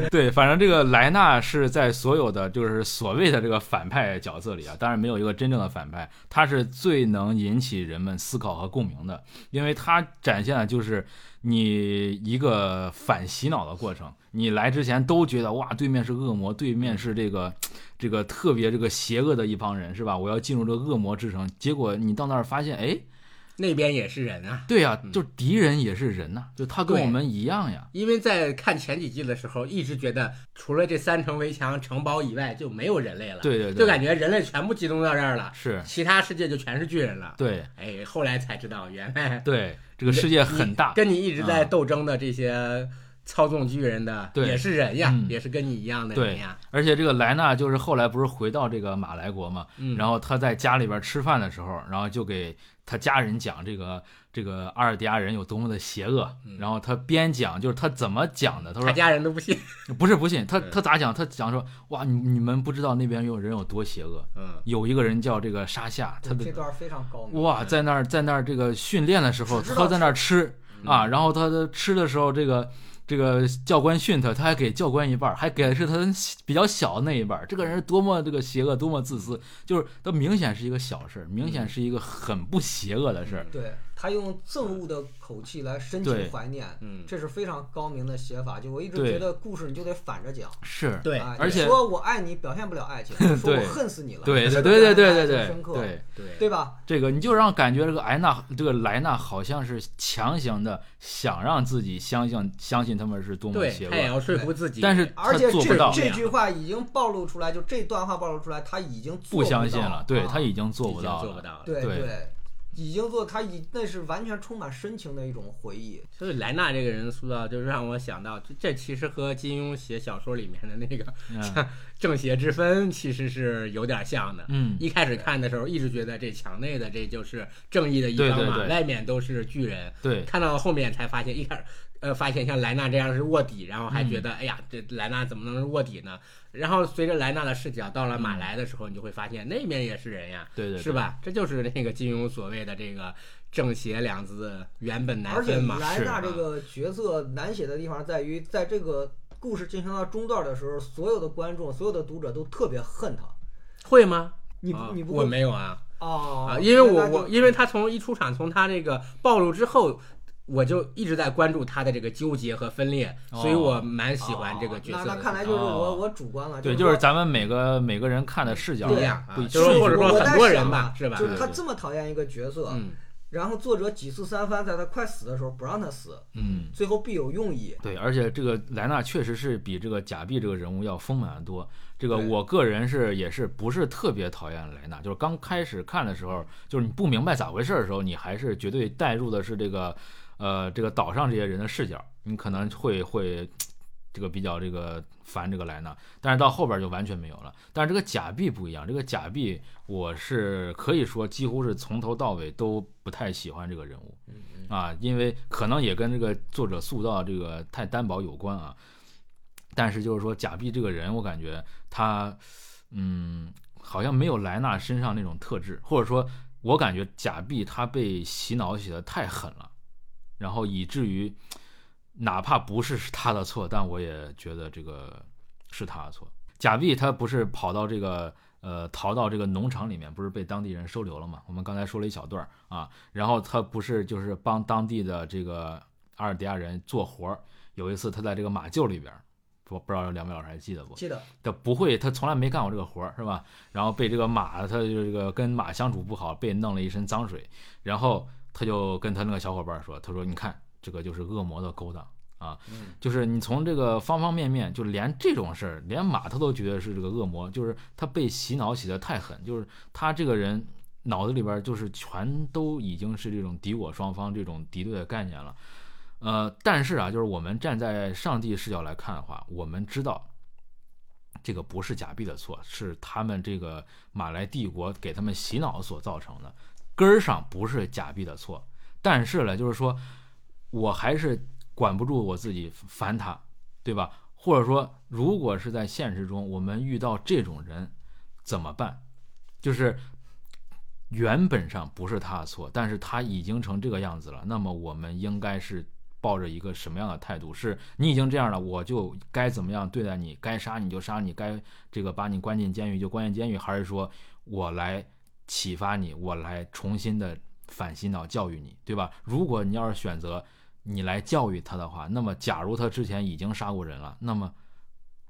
S1: 对，反正这个莱纳是在所有的就是所谓的这个反派角色里啊，当然没有一个真正的反派，他是最能引起人们思考和共鸣的，因为他展现的就是你一个反洗脑的过程。你来之前都觉得哇，对面是恶魔，对面是这个这个特别这个邪恶的一帮人，是吧？我要进入这个恶魔之城。结果你到那儿发现，哎，
S2: 那边也是人啊。
S1: 对呀、
S2: 嗯
S1: 就是敌人也是人呐、就他跟
S2: 对
S1: 我们一样呀。
S2: 因为在看前几季的时候，一直觉得除了这三层围墙、城堡以外就没有人类了，
S1: 对对对，
S2: 就感觉人类全部集中到这儿了，
S1: 是，
S2: 其他世界就全是巨人了。
S1: 对啊
S2: 哎，后来才知道原来
S1: 对，这个世界很大。
S2: 跟你一直在斗争的这些操纵巨人的，
S1: 对
S2: 也是人呀，
S1: 嗯
S2: 也是跟你一样的人
S1: 对
S2: 呀。，
S1: 而且这个莱纳就是后来不是回到这个马来国嘛，
S2: 嗯，
S1: 然后他在家里边吃饭的时候，然后就给他家人讲这个这个阿尔迪亚人有多么的邪恶，
S2: 嗯
S1: 然后他边讲就是他怎么讲的，他
S2: 他
S1: 说
S2: 家人都 不信。
S1: 不是不信，他
S2: 嗯
S1: 他咋讲？他讲说哇，你你们不知道那边有人有多邪恶，
S2: 嗯，
S1: 有一个人叫这个沙夏，他的
S3: 这段非常高明。
S1: 哇，在那儿在那儿这个训练的时候，
S3: 只知
S1: 他
S3: 道
S1: 在那儿吃啊，然后他的吃的时候，这个这个教官训他，他还给教官一半儿，还给的是他比较小的那一半儿。这个人是多么这个邪恶，多么自私，就是他明显是一个小事儿，明显是一个很不邪恶的事儿。
S3: 对他用憎恶的口气来深
S1: 对
S3: 情怀念，
S2: 嗯
S3: 这是非常高明的写法。就我一直
S1: 对
S3: 觉得故事你就得反着讲。
S1: 是，
S2: 对
S3: 啊
S1: 而
S3: 你
S1: 且
S3: 说我爱你表现不了爱情，说我恨死你了，
S1: 对，
S3: 这
S1: 对，对，对，
S3: 个表
S1: 对，
S3: 现得
S1: 对
S3: 太，深刻，
S1: 对。
S2: 对，
S3: 对吧？
S1: 这个你就让感觉这个艾娜，这个莱纳好像是强行的想让自己相信相信他们是多么邪
S2: 对，他也
S1: 恶，
S2: 要说服自己。
S1: 但是
S3: 而
S1: 他
S3: 且
S1: 做不到
S3: 这，这句话已经暴露出来，就这段话暴露出来，他已经做
S1: 不
S3: 不
S1: 相信
S3: 到
S1: 了，对他
S3: 啊
S1: 已经做
S2: 已
S1: 不
S2: 经
S1: 到
S2: 做不
S1: 了。
S2: 到了。
S3: 对
S1: 对
S3: 对，已经做他已那是完全充满深情的一种回忆。
S2: 所以莱纳这个人塑造，就让我想到，这这其实和金庸写小说里面的那个
S1: 嗯
S2: 正邪之分其实是有点像的。
S1: 嗯，
S2: 一开始看的时候，一直觉得这墙内的这就是正义的一
S1: 对
S2: 方
S1: 对
S2: 嘛，
S1: 对
S2: 外面都是巨人。
S1: 对，
S2: 看到后面才发现，一开始呃发现像莱纳这样是卧底，然后还觉得、
S1: 嗯
S2: 哎呀，这莱纳怎么能是卧底呢？然后随着莱纳的视角到了马来的时候，你就会发现那边也是人呀，
S1: 嗯对对，
S2: 是吧？这就是那个金庸所谓的这个正邪两字原本难
S3: 而且
S2: 分嘛。
S3: 莱
S1: 是啊
S3: 纳这个角色难写的地方在于，在这个故事进行到中段的时候，所有的观众、所有的读者都特别恨他。
S2: 会吗？
S3: 你
S2: 啊
S3: 不你不
S2: 我
S3: 会
S2: 没有啊
S3: 哦
S2: 啊，因为
S3: 那
S2: 我
S3: 那就
S2: 我因为他从一出场，从他这个暴露之后。我就一直在关注他的这个纠结和分裂，
S1: 哦
S2: 所以我蛮喜欢这个角
S3: 哦那
S2: 色的。
S3: 那看来就是我
S1: 哦
S3: 我主观了，
S1: 对，
S3: 是
S1: 就
S3: 说
S1: 是咱们每个每个人看的视角
S2: 不一样啊
S1: 不一，
S2: 就是或者
S1: 我
S2: 说
S3: 我
S2: 很
S3: 在
S2: 多人
S3: 想
S2: 吧
S3: 啊，
S2: 是吧？
S3: 就是他
S1: 对对
S3: 这么讨厌一个角色，
S2: 嗯，
S3: 然后作者几次三番在他快死的时候不让他死，
S1: 嗯。
S3: 最后必有用意。
S1: 对，而且这个莱纳确实是比这个贾碧这个人物要丰满得多。这个
S2: 对
S1: 我个人是也是不是特别讨厌莱纳，就是刚开始看的时候，就是你不明白咋回事儿的时候，你还是绝对带入的是这个，呃，这个岛上这些人的视角，你可能会会这个比较这个烦这个莱纳，但是到后边就完全没有了。但是这个假币不一样，这个假币我是可以说几乎是从头到尾都不太喜欢这个人物，啊，因为可能也跟这个作者塑造这个太单薄有关啊。但是就是说假币这个人，我感觉他，嗯，好像没有莱纳身上那种特质，或者说，我感觉假币他被洗脑洗的太狠了，然后以至于哪怕不是他的错，但我也觉得这个是他的错。假币他不是跑到这个呃逃到这个农场里面，不是被当地人收留了嘛？我们刚才说了一小段儿啊，然后他不是就是帮当地的这个阿尔迪亚人做活儿。有一次他在这个马厩里边儿，不不知道两位老师还记得不？
S3: 记得
S1: 他不会，他从来没干过这个活儿，是吧？然后被这个马，他就这个跟马相处不好，被弄了一身脏水。然后他就跟他那个小伙伴说：“他说，你看，这个就是恶魔的勾当啊，就是你从这个方方面面，就连这种事儿，连马他都觉得是这个恶魔，就是他被洗脑洗得太狠，就是他这个人脑子里边就是全都已经是这种敌我双方这种敌对的概念了。”呃，但是啊，就是我们站在上帝视角来看的话，我们知道这个不是假币的错，是他们这个马来帝国给他们洗脑所造成的，根儿上不是假币的错。但是呢，就是说，我还是管不住我自己烦他，对吧？或者说，如果是在现实中我们遇到这种人，怎么办？就是原本上不是他的错，但是他已经成这个样子了，那么我们应该是抱着一个什么样的态度？是你已经这样了，我就该怎么样对待你？该杀你就杀你，该这个把你关进监狱就关进监狱，还是说我来启发你，我来重新的反洗脑教育你，对吧？如果你要是选择你来教育他的话，那么假如他之前已经杀过人了，那么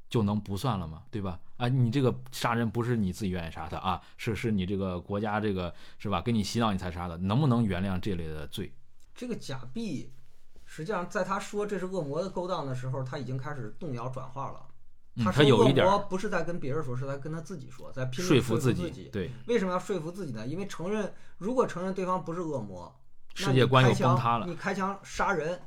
S1: 就能不算了吗？对吧？啊，你这个杀人不是你自己愿意杀他啊，是是你这个国家这个是吧？给你洗脑你才杀的，能不能原谅这类的罪？
S3: 这个假币，实际上在他说这是恶魔的勾当的时候，他已经开始动摇转化了。
S1: 嗯
S3: 说
S1: 他有
S3: 恶
S1: 一点
S3: 魔
S1: 儿
S3: 不是在跟别人说，是在跟他自己说，在拼
S1: 说
S3: 命
S1: 服
S3: 自嗯
S1: 自己，对，
S3: 为什么要说服自己呢？因为承认如果承认对方不是恶魔，那
S1: 世界观
S3: 你
S1: 又
S3: 开嗯枪
S1: 崩塌了，
S3: 你开枪杀人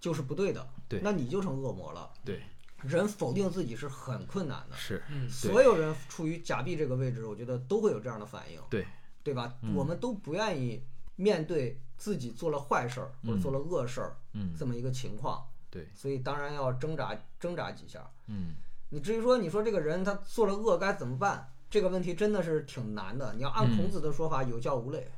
S3: 就是不对的，
S1: 对
S3: 那你就成恶魔了。
S1: 对，
S3: 人否定自己是很困难的，
S1: 是，
S2: 嗯
S3: 所有人处于假币这个位置，我觉得都会有这样的反应，
S1: 对，嗯
S3: 对吧？我们都不愿意面对自己做了坏事儿或者做了恶事儿、
S1: 嗯，
S3: 这么一个情况，
S1: 对，
S3: 所以当然要挣扎挣扎几下。
S1: 嗯，
S3: 你至于说你说这个人他做了恶该怎么办，这个问题真的是挺难的。你要按
S1: 嗯
S3: 孔子的说法，有教无类，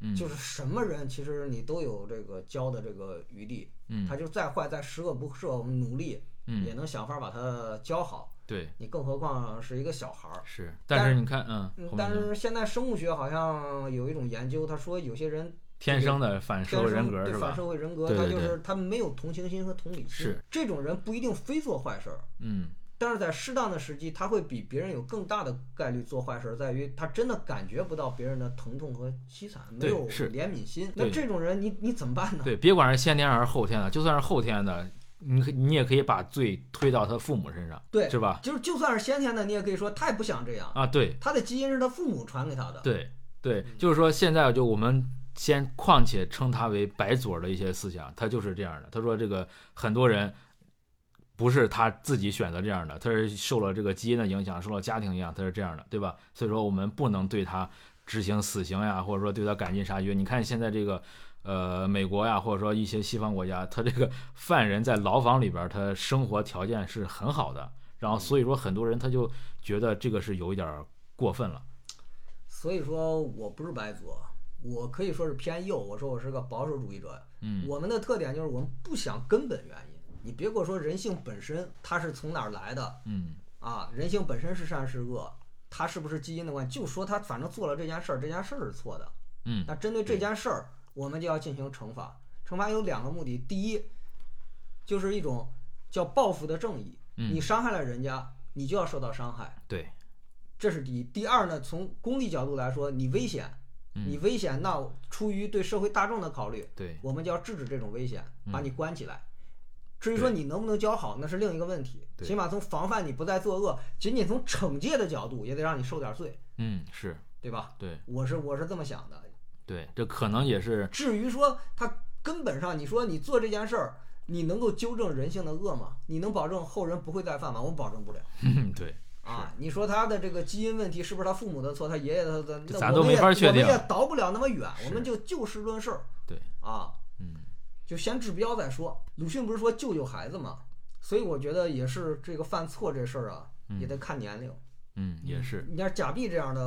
S1: 嗯
S3: 就是什么人其实你都有这个教的这个余地，
S1: 嗯
S3: 他就再坏再十恶不赦，我们努力
S1: 嗯
S3: 也能想法把他教好。
S1: 对，
S3: 你更何况是一个小孩儿。
S1: 是。
S3: 但
S1: 但是你看，嗯
S3: 嗯，
S1: 后面
S3: 但
S1: 呢
S3: 是现在生物学好像有一种研究，他说有些人
S1: 天生的反社
S3: 天
S1: 会
S3: 生
S1: 人格
S3: 对
S1: 是
S3: 反
S1: 吧？
S3: 社会人格，
S1: 对
S3: 他
S1: 对
S3: 就
S1: 对
S3: 是他没有同情心和同理心
S1: 是。
S3: 这种人不一定非做坏事儿，
S1: 嗯，
S3: 但是在适当的时机，他会比别人有更大的概率做坏事儿，在于他真的感觉不到别人的疼痛和凄惨，没
S1: 对
S3: 有
S1: 是
S3: 怜悯心。
S1: 对
S3: 那这种人你，你怎么办呢？
S1: 对，别管是先天还是后天的，就算是后天的，你可你也可以把罪推到他父母身上，
S3: 对
S1: 是吧？
S3: 就是就算是先天的，你也可以说他也不想这样，
S1: 啊，对，
S3: 他的基因是他父母传给他的。
S1: 对对，就是说现在就我们先况且称他为白左的一些思想，他就是这样的。他说这个很多人不是他自己选择这样的，他是受了这个基因的影响，受了家庭影响，他是这样的，对吧？所以说我们不能对他执行死刑呀，或者说对他赶尽杀绝。你看现在这个。呃，美国呀，或者说一些西方国家，他这个犯人在牢房里边儿，他生活条件是很好的，然后所以说很多人他就觉得这个是有一点儿过分了。
S3: 所以说我不是白左，我可以说是偏右。我说我是个保守主义者。
S1: 嗯，
S3: 我们的特点就是我们不想根本原因。你别跟我说人性本身它是从哪儿来的
S1: 嗯
S3: 啊？人性本身是善是恶，他是不是基因的关系，就说他反正做了这件事儿，这件事儿是错的。
S1: 嗯
S3: 那针对这件事儿，我们就要进行惩罚。惩罚有两个目的，第一，就是一种叫报复的正义，
S1: 嗯
S3: 你伤害了人家，你就要受到伤害，
S1: 对，
S3: 这是第一。第二呢，从功利角度来说，你危险，
S1: 嗯
S3: 你危险，那出于对社会大众的考虑，
S1: 对，
S3: 我们就要制止这种危险，
S1: 嗯
S3: 把你关起来。至于说你能不能教好，那是另一个问题。
S1: 对
S3: 起码从防范你不再作恶，仅仅从惩戒的角度，也得让你受点罪，
S1: 嗯是，
S3: 对吧？
S1: 对
S3: 我是我是这么想的。
S1: 对，这可能也是
S3: 至于说他根本上，你说你做这件事儿，你能够纠正人性的恶吗？你能保证后人不会再犯吗？我保证不了
S1: 嗯对，
S3: 啊！你说他的这个基因问题是不是他父母的错，他爷爷的
S1: 这
S3: 那
S1: 咱
S3: 我
S1: 都
S3: 们
S1: 没
S3: 也
S1: 法确定
S3: 我们也倒不了那么远，
S1: 是
S3: 我们就就事论事儿。
S1: 对
S3: 啊，
S1: 嗯
S3: 就先治标再说。鲁迅不是说救救孩子吗？所以我觉得也是这个犯错这事儿啊，也得看年龄。
S1: 嗯也是，
S3: 你像贾碧这样的，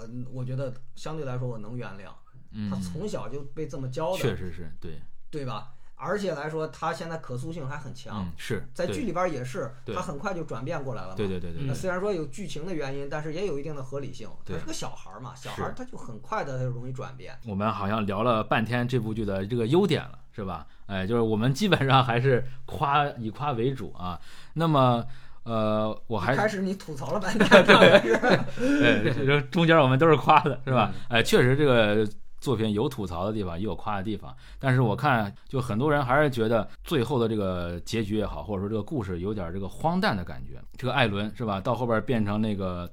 S3: 嗯，我觉得相对来说我能原谅，
S1: 嗯
S3: 他从小就被这么教的，
S1: 确实是对，
S3: 对吧？而且来说，他现在可塑性还很强，
S1: 嗯是
S3: 在
S1: 对
S3: 剧里边也是，
S1: 对
S3: 他很快就转变过来了嘛。
S1: 对对对对
S3: 那
S1: 对，
S3: 虽然说有剧情的原因，但是也有一定的合理性。他
S1: 对
S3: 是个小孩儿嘛，小孩儿
S1: 是
S3: 他就很快的他就容易转变。
S1: 我们好像聊了半天这部剧的这个优点了，是吧？哎，就是我们基本上还是夸以夸为主啊。那么，呃，我还
S3: 一
S1: 是
S3: 开始你吐槽了半 天，对，
S1: 哎，这这中间我们都是夸的，是吧？哎，确实这个作品有吐槽的地方，也有夸的地方。但是我看，就很多人还是觉得最后的这个结局也好，或者说这个故事有点这个荒诞的感觉。这个艾伦是吧？到后边变成那个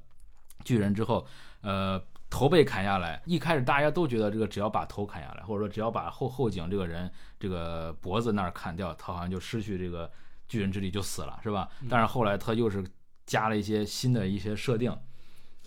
S1: 巨人之后，呃。头被砍下来，一开始大家都觉得这个只要把头砍下来，或者说只要把后后颈这个人这个脖子那儿砍掉，他好像就失去这个巨人之力就死了，是吧？
S2: 嗯
S1: 但是后来他又是加了一些新的一些设定，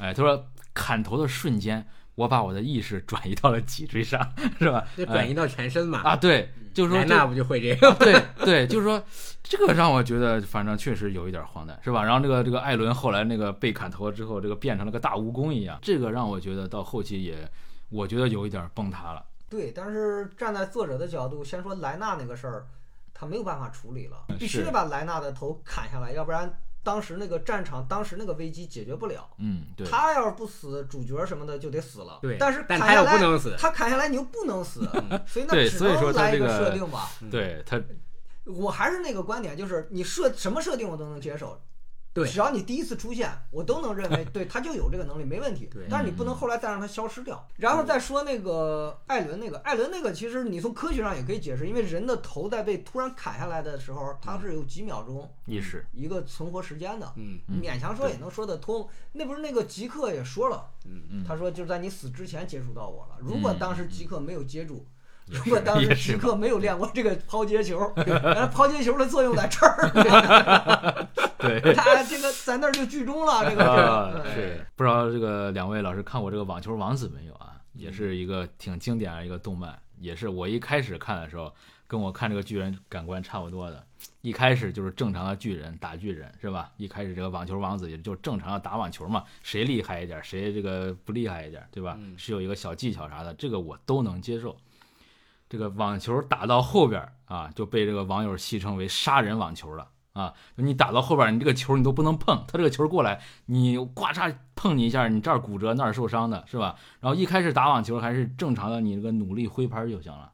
S1: 哎，他说砍头的瞬间，我把我的意识转移到了脊椎上，是吧？
S2: 这转移到全身嘛。
S1: 啊，对，就是说
S2: 哎莱
S1: 这
S2: 纳不就会这 个？
S1: 对对，就是说这个让我觉得，反正确实有一点荒诞，是吧？然后这个这个艾伦后来那个被砍头之后，这个变成了个大蜈蚣一样，这个让我觉得到后期也，我觉得有一点崩塌了。
S3: 对，但是站在作者的角度，先说莱纳那个事儿，他没有办法处理了，必须
S1: 嗯是
S3: 得把莱纳的头砍下来，要不然当时那个战场，当时那个危机解决不了。
S1: 嗯，对，
S3: 他要是不死，主角什么的就得死了。
S2: 对，
S3: 但是
S2: 但
S3: 砍下
S2: 他又
S3: 来
S2: 不能死。
S3: 他砍下来你又不能死，所以那
S1: 嗯对
S3: 只
S1: 所以说
S3: 能
S1: 他
S3: 来
S1: 这
S3: 一
S1: 个
S3: 设定吧。
S1: 对他，
S3: 我还是那个观点，就是你设什么设定我都能接受，
S2: 对
S3: 只要你第一次出现，我都 能认为对他就有这个能力，没问题。
S2: 对嗯
S3: 但是你不能后来再让他消失掉。然后再说那个艾伦那个，艾伦那个其实你从科学上也可以解释，因为人的头在被突然砍下来的时候，它是有几秒钟
S1: 意识，
S3: 一个存活时间的，
S2: 嗯
S1: 嗯
S3: 勉强说也能说得通。那不是那个极客也说了，
S2: 嗯，
S1: 嗯，
S3: 他说就在你死之前接触到我了。如果当时极客没有接住，
S1: 也
S3: 如
S1: 是
S3: 果当时
S1: 也是
S3: 极客没有练过这个抛 接球，原来抛接球的作用在这儿，
S1: 对。
S3: 他这个在那儿就剧终了。这
S1: 啊
S3: 个，是，
S1: 是不知道这个两位老师看过这个《网球王子》没有啊？也是一个挺经典的一个动漫，也是我一开始看的时候，跟我看这个巨人感官差不多的。一开始就是正常的巨人打巨人是吧？一开始这个网球王子也就正常的打网球嘛，谁厉害一点，谁这个不厉害一点，对吧？
S2: 嗯
S1: 是有一个小技巧啥的，这个我都能接受。这个网球打到后边儿啊，就被这个网友戏称为“杀人网球”了啊！你打到后边儿，你这个球你都不能碰，他这个球过来，你呱嚓碰你一下，你这儿骨折那儿受伤的是吧？然后一开始打网球还是正常的，你这个努力挥拍就行了。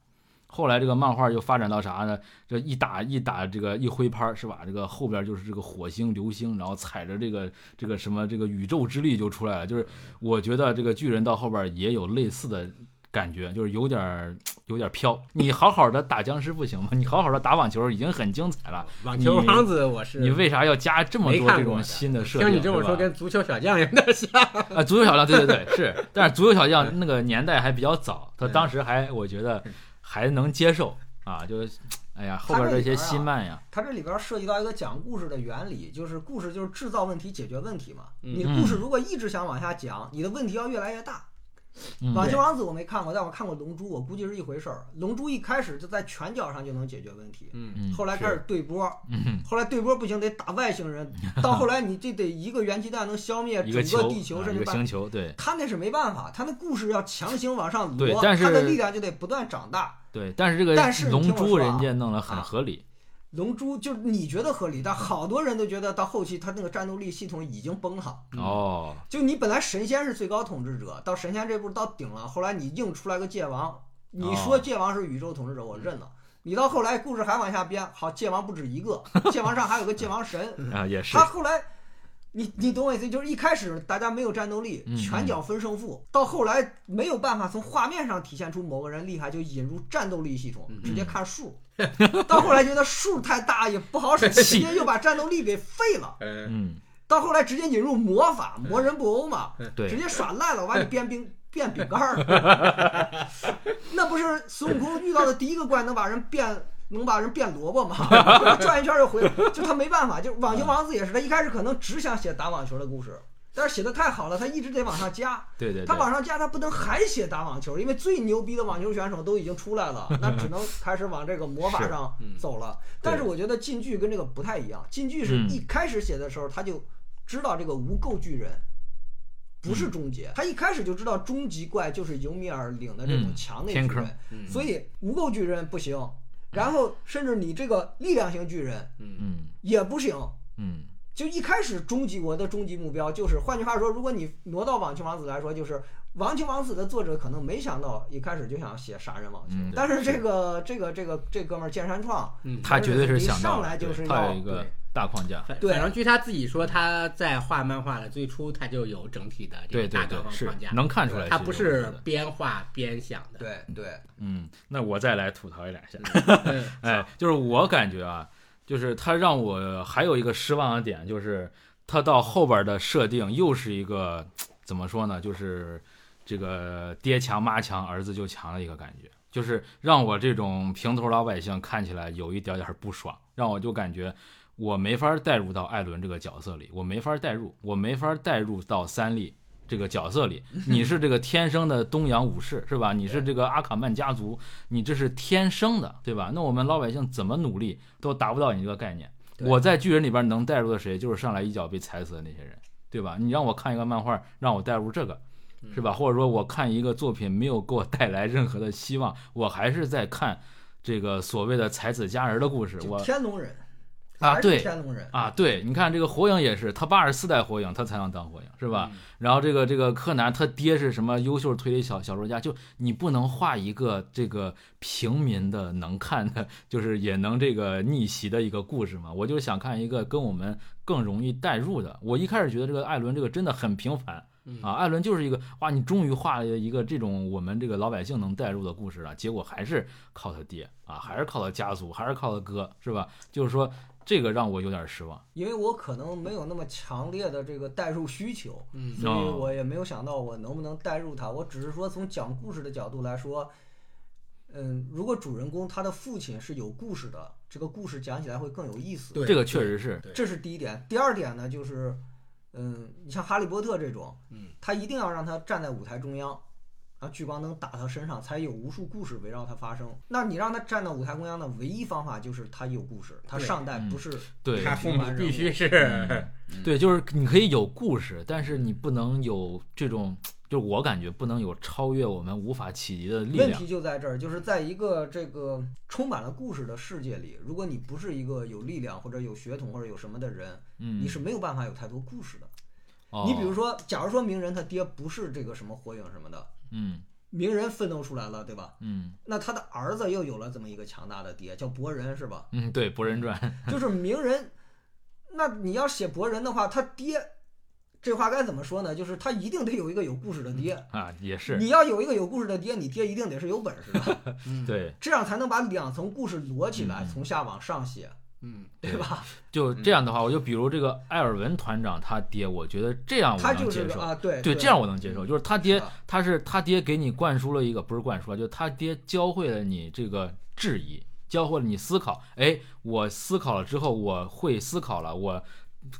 S1: 后来这个漫画就发展到啥呢？这一打一打这个一挥拍是吧？这个后边就是这个火星流星，然后踩着这个这个什么这个宇宙之力就出来了。就是我觉得这个巨人到后边也有类似的感觉，就是有点儿有点儿飘。你好好的打僵尸不行吗？你好好的打网球已经很精彩了，
S2: 网球王子我是
S1: 你为啥要加这么
S2: 没
S1: 多
S2: 看
S1: 这
S2: 过
S1: 种
S2: 的
S1: 新的设定？
S2: 听你这么
S1: 是吧
S2: 说，跟足球小将有点像。
S1: 啊，足球小将，对对对，是，但是足球小将那个年代还比较早，他当时还我觉得还能接受啊，就是，哎呀，后边的一些新漫呀，
S3: 他啊这里边涉及到一个讲故事的原理，就是故事就是制造问题解决问题嘛。
S2: 嗯
S3: 你的故事如果一直想往下讲，你的问题要越来越大。
S1: 嗯
S3: 网球王子我没看过，但我看过龙珠，我估计是一回事儿。龙珠一开始就在拳脚上就能解决问题，
S2: 嗯，
S1: 嗯
S3: 后来开始对波，
S1: 嗯
S3: 后来对波不行，得打外 星人。到后来你这得一个原子弹能消灭
S1: 一
S3: 整
S1: 个球，
S3: 地球，
S1: 啊
S3: 甚
S1: 一
S3: 至
S1: 个
S3: 把
S1: 星球，对
S3: 他那是没办法，他那故事要强行往上
S1: 对
S3: 挪，
S1: 但是
S3: 他的力量就得不断长大。
S1: 对，但是这个
S3: 但是你
S1: 龙
S3: 听我
S1: 珠
S3: 说啊
S1: 人家弄得很
S3: 啊
S1: 合理，
S3: 龙珠就是你觉得合理，但好多人都觉得到后期他那个战斗力系统已经崩了。
S1: 哦，
S3: 就你本来神仙是最高统治者，到神仙这步到顶了，后来你硬出来个界王，你
S1: 哦
S3: 说界王是宇宙统治者，我认了。你到后来故事还往下编，好，界王不止一个，界王上还有个界王神，
S1: 啊也是
S3: 他，后来。你你懂我意思，就是一开始大家没有战斗力
S1: 嗯，
S3: 拳脚分胜负，到后来没有办法从画面上体现出某个人厉害，就引入战斗力系统，
S1: 嗯
S3: 直接看数，到后来觉得数太大也 不好使，直接又把战斗力给废了。
S2: 嗯，
S1: 嗯，
S3: 到后来直接引入魔法，魔人布欧嘛，直
S1: 对，
S3: 接耍烂了，我把你变饼变饼干儿， 那不是孙悟空遇到的第一个怪能把人变。能把人变萝卜吗？ 转一圈就回来，就他没办法。就网球王子也是，他一开始可能只想写打网球的故事，但是写的太好了，他一直得往上加。
S1: 对对
S3: 他
S1: 对，
S3: 往上加，他不能还写打网球，因为最牛逼的网球选手都已经出 来了，那只能开始往这个魔法
S1: 是
S3: 上
S2: 嗯
S3: 走了。但是我觉得进剧跟这个不太一样，进剧是
S1: 嗯
S3: 一开始写的时候他就知道这个无垢巨人。不是终
S1: 嗯
S3: 结，他一开始就知道终极怪就是尤米尔领的这种
S1: 嗯
S3: 强内
S1: 天
S3: 巨
S1: 坑嗯
S3: 人，所以无垢巨人不行，然后甚至你这个力量型巨人
S1: 嗯
S3: 也不行，
S1: 嗯
S3: 就一开始终极我的终极目标就是，换句话说，如果你挪到《网球王子》来说，就是《网球王子》的作者可能没想到一开始就想写杀人网球，
S1: 嗯
S3: 但是这个这个这个这哥们儿剑山创，
S2: 嗯
S1: 他绝对是想到
S3: 一上来
S1: 了，
S3: 就
S1: 对
S3: 是要
S1: 他有一个
S2: 对
S1: 大框架，
S2: 反
S3: 对
S2: 反正据他自己说，他在画漫画的最初他就有整体的这
S1: 对
S2: 个
S1: 对
S2: 大
S1: 对
S2: 纲和
S1: 是
S2: 框架，
S1: 能看出来
S2: 他
S1: 呃是
S2: 不
S1: 有
S2: 是
S1: 框架的
S2: 边画边想的。
S3: 对对，
S1: 嗯，那我再来吐槽一两下，
S2: 嗯
S1: 哎，就是我感觉啊，就是他让我还有一个失望的点，就是他到后边的设定又是一个怎么说呢，就是这个爹强妈强，儿子就强的一个感觉，就是让我这种平头老百姓看起来有一点点不爽，让我就感觉。我没法带入到艾伦这个角色里，我没法带入，我没法带入到三笠这个角色里。你是这个天生的东洋武士是吧？你是这个阿卡曼家族，你这是天生的，对吧？那我们老百姓怎么努力都达不到你这个概念。
S2: 对
S1: 我在巨人里边能带入的谁，就是上来一脚被踩死的那些人，对吧？你让我看一个漫画，让我带入这个，是吧？或者说我看一个作品没有给我带来任何的希望，我还是在看这个所谓的踩死家人的故事。
S3: 就
S1: 我
S3: 天龙人
S1: 啊
S3: 还是
S1: 对
S3: 天龙人，
S1: 啊，对，你看这个火影也是，他八十四代火影，他才能当火影，是吧？然后这个这个柯南，他爹是什么优秀推理小小说家？就你不能画一个这个平民的能看的，就是也能这个逆袭的一个故事嘛。我就想看一个跟我们更容易代入的。我一开始觉得这个艾伦这个真的很平凡。啊，艾伦就是一个哇，你终于画了一个这种我们这个老百姓能代入的故事了，结果还是靠他爹啊，还是靠他家族，还是靠他哥，是吧？就是说这个让我有点失望。
S3: 因为我可能没有那么强烈的这个代入需求，
S2: 嗯
S3: 所以
S1: 哦
S3: 我也没有想到我能不能代入他。我只是说从讲故事的角度来说，嗯，如果主人公他的父亲是有故事的，这个故事讲起来会更有意思。
S2: 对，
S1: 这个确实是
S2: 对
S3: 这是第一点。第二点呢，就是，嗯，你像哈利波特这种，
S2: 嗯，
S3: 他一定要让他站在舞台中央，让聚光灯打他身上，才有无数故事围绕他发生。那你让他站到舞台中央的唯一方法就是他有故事，他
S2: 对
S3: 上代
S1: 嗯
S3: 不是
S1: 对
S2: 他父母必须是
S1: 嗯对，就是你可以有故事，但是你不能有这种，就是我感觉不能有超越我们无法企及的力
S3: 问
S1: 量。
S3: 题就在这儿，就是在一个这个充满了故事的世界里，如果你不是一个有力量或者有血统或者有什么的人，
S1: 嗯，
S3: 你是没有办法有太多故事的。
S1: 哦
S3: 你比如说，假如说鸣人他爹不是这个什么火影什么的，
S1: 嗯
S3: 鸣人奋斗出来了，对吧？
S1: 嗯
S3: 那他的儿子又有了这么一个强大的爹，叫博人是吧？
S1: 嗯，对，《博人传》
S3: 就是鸣人，那你要写博人的话，他爹，这话该怎么说呢？就是他一定得有一个有故事的爹。
S1: 啊也是
S3: 你要有一个有故事的爹，你爹一定得是有本事的，
S2: 嗯
S1: 对，
S3: 这样才能把两层故事摞起来，
S1: 嗯
S3: 从下往上写，
S2: 嗯，
S3: 对吧？
S1: 就这样的话，我就比如这个艾尔文团长他爹，我觉得这样我
S3: 他
S1: 能
S3: 就是
S1: 接
S3: 个
S1: 受。
S3: 啊，
S2: 哎
S3: 对
S1: 对，这样我能接受，就是他爹
S3: 是的，
S1: 他是他爹给你灌输了一个，不是灌输啊，就他爹教会了你这个质疑，教会了你思考。哎，我思考了之后，我会思考了，我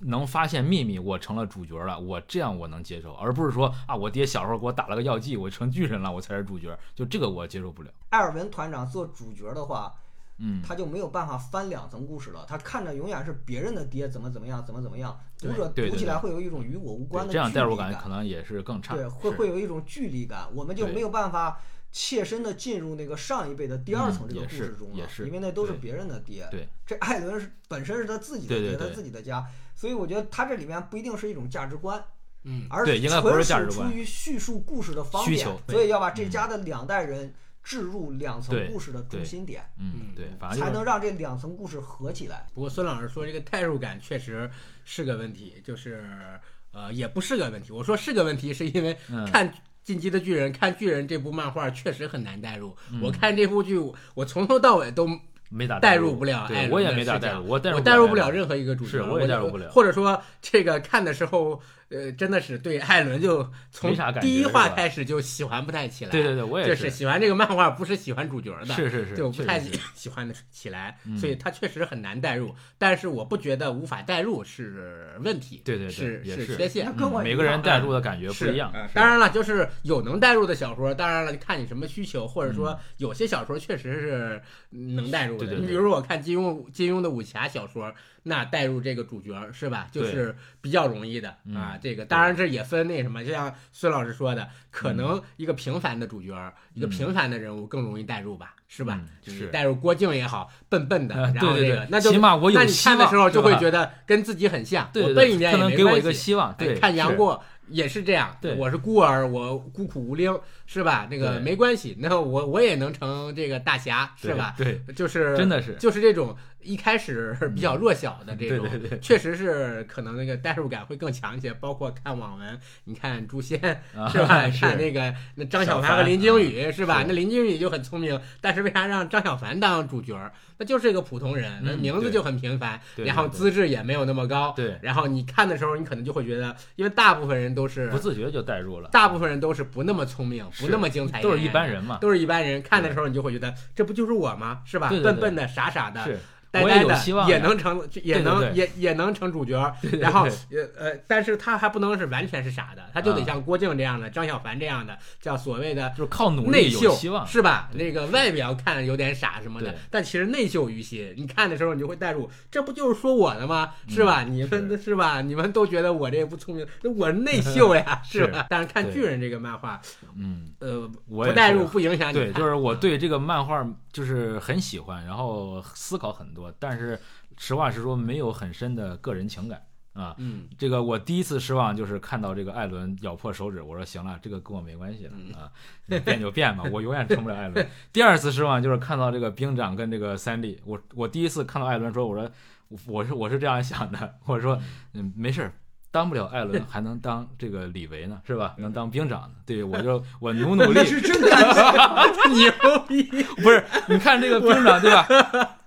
S1: 能发现秘密，我成了主角了，我这样我能接受，而不是说啊，我爹小时候给我打了个药剂，我成巨人了，我才是主角，就这个我接受不了。
S3: 艾尔文团长做主角的话，
S1: 嗯，
S3: 他就没有办法翻两层故事了。他看着永远是别人的爹怎么怎么样，怎么怎么样，读
S2: 对
S3: 者
S1: 对
S3: 读
S1: 对
S3: 起
S1: 对
S3: 来会有一种与我无关
S1: 对
S3: 的
S1: 这样代入
S3: 距离
S1: 可能也是更差。
S3: 对，会
S1: 是
S3: 会有一种距离感，我们就
S1: 对
S3: 没有办法切身的进入那个上一辈的第二层这个故事中
S1: 嗯也
S3: 了，
S1: 是也是
S3: 因为那都是
S1: 对
S3: 别人的爹。
S1: 对，
S3: 这艾伦是本身是他自己的
S1: 对对
S3: 爹，他
S1: 对
S3: 自己的家，所以我觉得他这里面不一定是一种价值观，
S2: 嗯，
S3: 而
S1: 对
S3: 是
S1: 应该不是
S3: 纯
S1: 价值
S3: 属
S1: 观
S3: 出于叙述故事的方
S1: 需
S3: 便
S1: 求，对嗯
S3: 所以要把这家的两代人置入两层
S1: 对
S3: 故事的中心点，
S1: 嗯，
S2: 嗯
S1: 对，反正就
S3: 才
S1: 是
S3: 能让这两层故事合起来。
S2: 不过孙老师说这个代入感确实是个问题，就是呃也不是个问题。我说是个问题，是因为
S1: 嗯
S2: 看《进击的巨人》看《巨人》这部漫画确实很难代入。
S1: 嗯
S2: 我看这部剧，我我从头到尾都
S1: 没咋
S2: 代
S1: 入
S2: 入不了哎艾
S1: 对
S2: 伦
S1: 我也
S2: 的
S1: 没咋
S2: 视
S1: 代
S2: 角
S1: 入，我代入
S2: 我代入不
S1: 了
S2: 了
S1: 艾伦
S2: 任何一个主
S1: 是
S2: 角，
S1: 我也代入不了
S2: 或者说这个看的时候，呃，真的是对艾伦就从
S1: 没啥感觉
S2: 第一
S1: 是
S2: 话
S1: 吧
S2: 开始就喜欢不太起来。
S1: 对对对，我也
S2: 就是喜欢这个漫画，不是喜欢主角的，
S1: 是是是嗯
S2: 就不
S1: 确
S2: 太
S1: 实
S2: 喜喜欢的起来，所以他确实很难代入。但是我不觉得无法代入是问题，
S1: 对对对
S2: 是
S1: 也是
S2: 是缺陷
S3: 那。跟
S1: 嗯
S3: 我
S1: 每
S3: 一
S1: 个人
S3: 样
S1: 代入的感觉不
S2: 是
S1: 一样
S2: 嗯，当然了，就是有能代入的小说，当然了，看你什么需求，或者说有些小说确实是能代
S1: 嗯
S2: 入的。
S1: 对对对
S2: 你比如说，我看金庸金庸的武侠小说，那代入这个主角是吧，就
S1: 对
S2: 是比较容易的
S1: 嗯
S2: 啊。这个当然这也分那什么，就像孙老师说的，可
S1: 嗯
S2: 能一个平凡的主角，一个平凡的人物更容易代入吧，是吧
S1: 嗯？
S2: 就是代入郭靖也好，笨笨的，
S1: 啊
S2: 然 后
S1: 对对
S2: 这
S1: 对
S2: 个那就
S1: 起码我有
S2: 那你
S1: 希
S2: 看的
S1: 望
S2: 时候就
S1: 对
S2: 会
S1: 吧
S2: 觉得跟自己很像，
S1: 对
S2: 我
S1: 对
S2: 笨一
S1: 对，
S2: 点
S1: 他
S2: 也
S1: 能
S2: 没
S1: 给我
S2: 关
S1: 一个
S2: 系
S1: 希望，
S2: 哎
S1: 对，
S2: 看
S1: 是
S2: 杨过也是这样，
S1: 对
S2: 我是孤儿，我孤苦无伶，是吧？那个
S1: 对
S2: 没关系，那我我也能成这个大侠，是
S1: 对
S2: 吧？
S1: 对，
S2: 就是
S1: 真的是嗯
S2: 就是这种一开始比较弱小的这
S1: 对
S2: 种，
S1: 对对
S2: 确实是可能那个代入感会更强一些。包括看网文，你看《诛仙》
S1: 啊
S2: 是吧？
S1: 是
S2: 看那个那张小
S1: 小
S2: 凡
S1: 凡啊
S2: 和林惊羽是吧
S1: 是？
S2: 那林惊羽就很聪明，但是为啥让张小凡当主角儿？那就是一个普通人，那
S1: 嗯
S2: 名字
S1: 对
S2: 就很平凡，
S1: 对对
S2: 然后
S1: 对
S2: 资质也没有那么高，
S1: 对，
S2: 然后你看的时候，你可能就会觉得，因为大部分人都是
S1: 不自觉就代入了，
S2: 大部分人都是不那么聪明，
S1: 是
S2: 不那么精彩，
S1: 都是一般，人嘛，
S2: 都是一般人。看的时候你就会觉得，这不就是我吗？是吧？
S1: 对对对
S2: 笨笨的，傻傻的。
S1: 是，
S2: 呆
S1: 我也
S2: 呆
S1: 有
S2: 的
S1: 希望呀
S2: 也能成，也能
S1: 对对
S2: 也也能成主角儿，
S1: 对对
S2: 然后
S1: 对
S2: 呃呃，但是他还不能是完全是傻的，他就得
S1: 啊
S2: 像郭靖这样的、张小凡这样的，叫所谓的
S1: 就是靠努
S2: 内
S1: 力有
S2: 秀
S1: 希望，
S2: 是吧？那个外表看有点傻什么的
S1: 对，
S2: 但其实内秀于心。你看的时候，你就会带入，这不就是说我的吗？是吧？
S1: 嗯
S2: 你们是吧？你们都觉得我这不聪明，那 我内秀呀，
S1: 是
S2: 是吧？但是看
S1: 对
S2: 巨人这个漫画，
S1: 嗯，
S2: 呃，
S1: 我
S2: 不
S1: 也
S2: 带
S1: 是
S2: 入不影响你
S1: 对，
S2: 看。
S1: 就是我对这个漫画就是很喜欢，然后思考很多，但是实话实说没有很深的个人情感啊。
S2: 嗯，
S1: 这个我第一次失望就是看到这个艾伦咬破手指，我说行了，这个跟我没关系了
S3: 嗯
S1: 啊，你变就变吧，我永远成不了艾伦。第二次失望就是看到这个兵长跟这个三笠，我我第一次看到艾伦说，我说我我是我是这样想的，我说嗯没事儿。当不了艾伦，还能当这个李维呢，是吧？能当兵长呢，对我就我努 努力
S3: 那，是真感情，
S2: 牛逼！
S1: 不是，你看这个兵长对吧？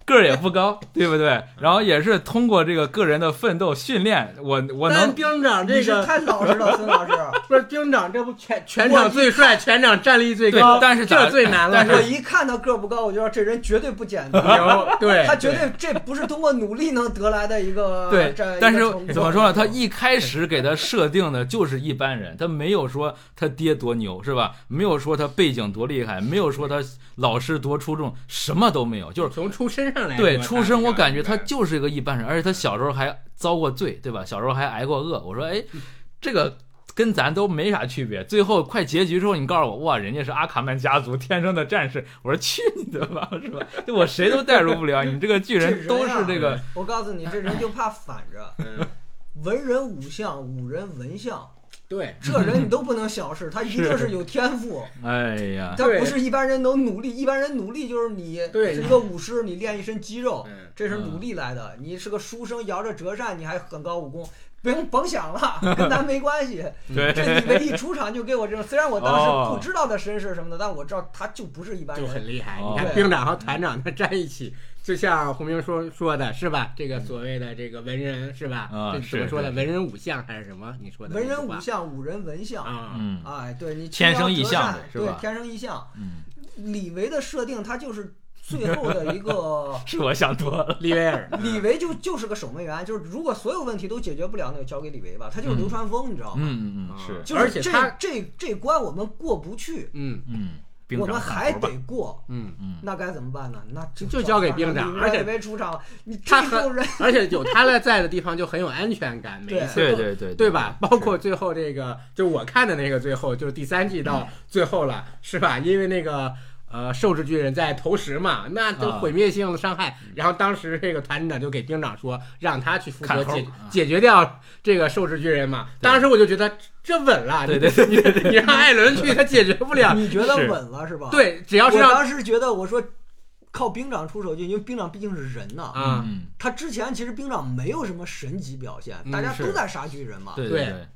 S1: 个儿也不高，对不对？然后也是通过这个个人的奋斗训练，我我
S2: 但
S1: 能
S2: 兵长
S3: 你
S2: 这
S3: 是
S2: 个
S3: 太老实了，孙 老师。
S2: 不是兵长，这不全全
S3: 我
S2: 场最帅，全场战力最
S1: 对
S2: 高，
S1: 但是咋
S2: 这最难了
S1: 但。
S3: 我一看他个儿不高，我就知道这人绝对不 简单。
S2: 牛，对，
S3: 他绝对这不是通过努力能得来的一个
S1: 对
S3: 呃这。
S1: 但是
S3: 一个嗯成就
S1: 怎么说呢？他一开始给他设定的就是一般人，他没有说他爹多牛，是吧？没有说他背景多厉害，没有说他老师多出众，什么都没有，就是
S2: 从出身上来说。
S1: 对，出身我
S2: 他
S1: 感觉他就是一个一般人，而且他小时候还遭过罪，对吧？小时候还挨过饿。我说，哎，
S3: 嗯
S1: 这个跟咱都没啥区别。最后快结局之后，你告诉我，哇，人家是阿卡曼家族天生的战士。我说去你的吧，是吧？就我谁都代入不了，你这个巨人都是这个，
S3: 我告诉你，这人就怕反 着，
S2: 嗯
S3: 文人武相，武人文相，
S2: 对，
S3: 这人你都不能小视，他一定是有天赋，
S1: 哎呀，
S3: 他不是一般人能努力，一般人努力就是你
S2: 对
S3: 是一个武师，你练一身肌肉
S2: 嗯，
S3: 这是努力来的。你是个书生，摇着折扇，你还很高武功。甭甭想了，跟咱没关系。
S1: 对
S3: 这李维一出场就给我这种，虽然我当时
S1: 哦
S3: 不知道他身世什么的，但我知道他就不是一般
S2: 就
S3: 人。
S2: 很厉害。
S1: 哦
S2: 你看兵长和团长他站一起，就像洪明说说的是吧？这个所谓的这个文人是吧？
S1: 啊
S2: 这
S1: 是
S2: 怎么说的？
S1: 是
S2: 文人武相还是什么？你说的
S3: 文人
S2: 那
S3: 武
S2: 句
S3: 相，武人文
S2: 话
S3: 相。
S2: 啊，
S1: 嗯
S3: 哎，对你
S1: 天生异
S3: 轻
S1: 相
S3: 描
S1: 呗
S3: 折扇
S1: 是吧
S3: 对，天生异相。
S1: 嗯，。
S3: 李维的设定，他就是最后的一个
S1: 是我想多了。
S2: 利威尔，
S3: 李维就就是个守门员，就是如果所有问题都解决不了，那就交给李维吧。他就是流川枫，你知道吗？
S1: 嗯嗯嗯嗯，是，
S3: 就
S2: 而
S3: 是
S2: 且
S3: 这
S2: 他
S3: 这这关我们过不去，
S2: 嗯，
S1: 嗯，兵
S3: 我
S1: 长
S3: 们
S1: 砍
S3: 还
S1: 头吧
S3: 得。过，
S2: 嗯，
S1: 嗯，
S3: 那该怎么办呢？那就
S2: 就
S3: 找
S2: 交给
S3: 让
S2: 兵长
S3: 李
S2: 而且
S3: 元伟出场了，你
S2: 他
S3: 这
S2: 很
S3: 种人，
S2: 而且有他的在的地方就很有安全感，每一
S3: 对
S2: 次
S1: 对
S2: 都
S1: 对对
S2: 对吧？包括最后这个，就是我看的那个最后，就是第三季
S1: 嗯
S2: 到最后了，是吧？因为那个呃，兽之巨人在投食嘛，那都
S1: 啊嗯
S2: 毁灭性的伤害。然后当时这个团长就给兵长说，让他去负责
S1: 砍头
S2: 解
S1: 啊
S2: 解决掉这个兽之巨人嘛。当时我就觉得这稳了，
S1: 对
S2: 你
S1: 对对对嗯
S2: 你让艾伦去，他解决不了。
S3: 你觉得
S1: 是
S3: 稳了是吧？，
S2: 对，只要
S3: 我
S2: 是让
S3: 当时觉得我说靠兵长出手就，因为兵长毕竟是人呐、
S2: 啊，
S1: 嗯，
S3: 他之前其实兵长没有什么神级表现，
S2: 嗯
S3: 大家
S2: 是
S3: 都在杀巨人嘛。
S1: 对
S2: 对
S1: 对，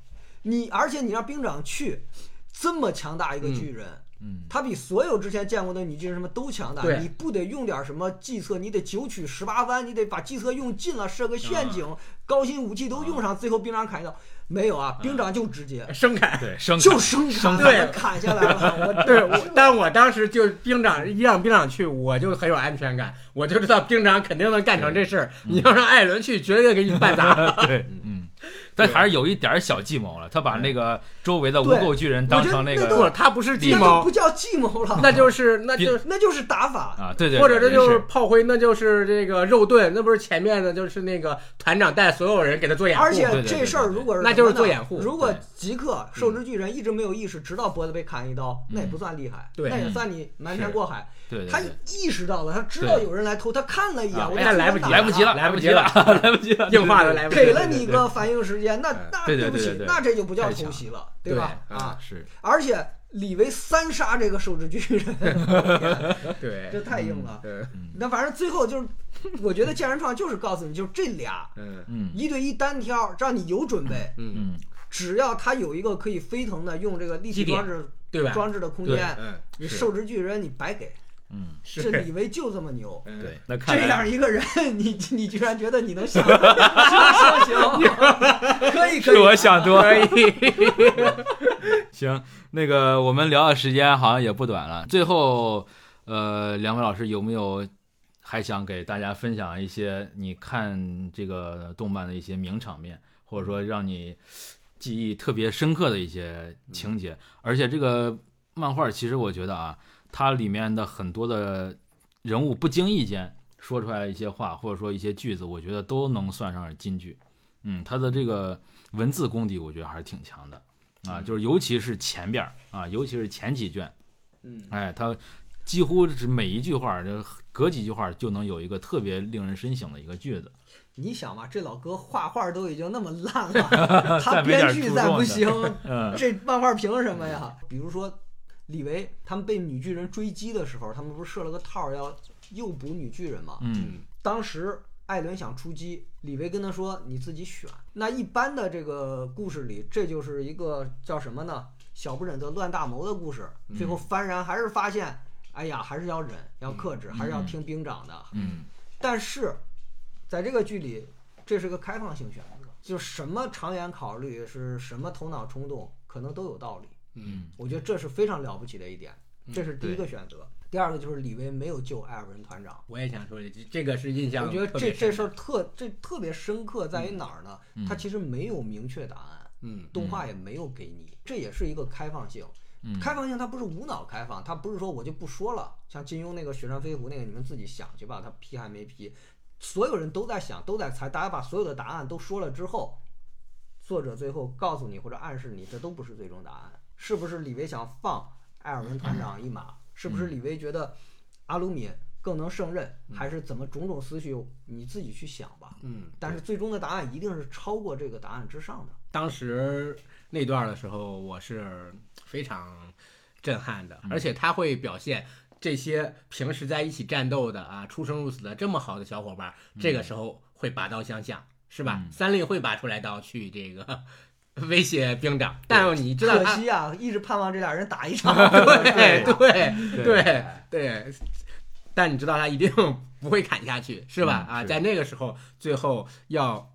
S3: 你而且你让兵长去这么强大一个巨人，
S1: 嗯，
S3: 他比所有之前见过的女巨人什么都强大
S2: 对，
S3: 你不得用点什么计策？你得九曲十八弯，你得把计策用尽了，设个陷
S2: 啊
S3: 阱，高新武器都用上，最后兵长砍一刀。没有啊，兵长就直接、
S1: 嗯
S2: 生砍。
S1: 对，生
S3: 就
S1: 砍
S3: 生
S2: 砍
S3: 砍，把他砍下来了。我
S2: 对，我但我当时就兵长一让兵长去，我就很有安全感，我就知道兵长肯定能干成这事儿。
S1: 嗯
S2: 你要让艾伦去，绝对给你办砸。
S1: 对，嗯，但还是有一点儿小计谋了。他把那个周围的无
S3: 对
S1: 垢巨 人当成那
S3: 我觉得
S1: 个
S2: 不，他不是计
S3: 那就
S2: 谋
S3: 不，叫计谋了，
S2: 那就是那
S1: 兵
S2: 就是。
S3: 那就是打法。
S1: 啊，对对，
S2: 或者这
S1: 对
S2: 就是
S1: 是
S2: 炮灰，那就是这个肉盾，那不是前面的就是那个团长带所有人给他做掩护，
S3: 而且
S1: 对对
S3: 这事儿如果是
S2: 对对对那就是
S3: 什么呢
S2: 做掩护
S3: 如果
S1: 对
S3: 极客受之巨人一直没有意识，直到脖子被砍一刀，
S1: 嗯
S3: 那也不算厉害，
S2: 对
S3: 那也算你瞒天过海。
S1: 对对
S3: 他
S1: 对
S3: 意识到了，他知道有人来偷，他看了一
S1: 啊
S3: 眼，我
S2: 哎呀
S3: 就
S2: 来不及
S3: 打
S1: 来不及了，
S2: 来
S1: 来
S2: 不
S1: 不
S2: 及
S1: 及了，来不及了，
S2: 硬化的来不及
S3: 给了
S2: 对对
S3: 你一个反应时间，那
S2: 嗯
S3: 那
S1: 对对
S3: 不
S1: 对
S3: 起
S1: 对，对
S3: 那这就不叫
S1: 太强
S3: 偷袭了，
S2: 对
S3: 吧？
S2: 嗯
S3: 啊，
S1: 是
S3: 而且李维三杀这个受之巨人，
S2: 对，
S3: 这太硬了。
S2: 嗯
S3: 那反正最后就是，我觉得健身创就是告诉你，就是这俩
S2: 嗯
S1: 嗯
S3: 一对一单挑，让你有准备，
S2: 嗯，
S1: 嗯，
S3: 只要他有一个可以飞腾的，用这个立
S2: 基
S3: 体
S2: 点
S3: 装置
S2: 对吧？
S3: 装置的空
S1: 对
S3: 间，
S2: 嗯，
S3: 你
S2: 是
S3: 受制巨人你白给，
S1: 嗯，
S2: 是
S3: 这李维就这么牛。
S2: 嗯
S1: 对，那 看
S3: 这
S1: 来
S3: 样一个人， 你你居然觉得你能 想行行行，可以可
S1: 是
S3: 以，
S1: 我想多
S2: 可以，
S1: 行，那个我们聊的时间好像也不短了，最后呃，两位老师有没有还想给大家分享一些你看这个动漫的一些名场面，或者说让你记忆特别深刻的一些情节？而且这个漫画其实我觉得啊，它里面的很多的人物不经意间说出来的一些话，或者说一些句子，我觉得都能算上是金句。嗯，它的这个文字功底，我觉得还是挺强的。啊，就是尤其是前边儿啊，尤其是前几卷，
S3: 嗯，
S1: 哎，他几乎是每一句话儿，就隔几句话儿就能有一个特别令人深省的一个句子。
S3: 你想嘛，这老哥画画都已经那么 烂了，他
S1: 再没点
S3: 编剧
S1: 注
S3: 再
S1: 重
S3: 不
S1: 的
S3: 行，
S1: 嗯
S3: 这漫画凭什么呀？比如说，李维他们被女巨人追击的时候，他们不是设了个套儿要诱捕女巨人吗？
S1: 嗯
S3: 当时艾伦想出击，李维跟他说：“你自己选。”那一般的这个故事里，这就是一个叫什么呢？小不忍则乱大谋的故事。最后幡然还是发现，哎呀，还是要忍，要克制，还是要听兵长的。
S1: 嗯
S3: 但是在这个剧里，这是个开放性选择，就什么长远考虑，是什么头脑冲动，可能都有道理。
S1: 嗯
S3: 我觉得这是非常了不起的一点，这是第一个选择。第二个就是李维没有救艾尔文团长。
S2: 我也想说这句，这个是印象
S3: 我觉
S2: 特别深
S3: 得
S2: 的，
S3: 这这事儿特这特别深刻在于哪儿呢？
S1: 嗯
S3: 它其实没有明确答案，
S2: 嗯
S3: 动画也没有给你，这也是一个开放性。
S1: 嗯
S3: 开放性它不是无脑开放，它不是说我就不说了，像金庸那个《雪山飞狐》那个，你们自己想去吧，它批还没批，所有人都在想，都在猜，大家把所有的答案都说了之后，作者最后告诉你或者暗示你，这都不是最终答案，是不是李维想放艾尔文团长一马？是不是李维觉得阿鲁敏更能胜任，还是怎么种种思绪，你自己去想吧。
S2: 嗯，
S3: 但是最终的答案一定是超过这个答案之上的。
S2: 当时那段儿的时候，我是非常震撼的，而且他会表现这些平时在一起战斗的啊，出生入死的这么好的小伙伴儿，这个时候会拔刀相向，是吧？三笠会拔出来刀去这个 威胁兵长，但你 知道
S3: 可
S2: 他。
S3: 惜啊，一直盼望这俩人打一场。
S2: 对
S1: 对
S2: 对对对，但你知道他一定不会砍下去，是吧？
S1: 嗯
S2: 啊，
S1: 是
S2: 在那个时候，最后要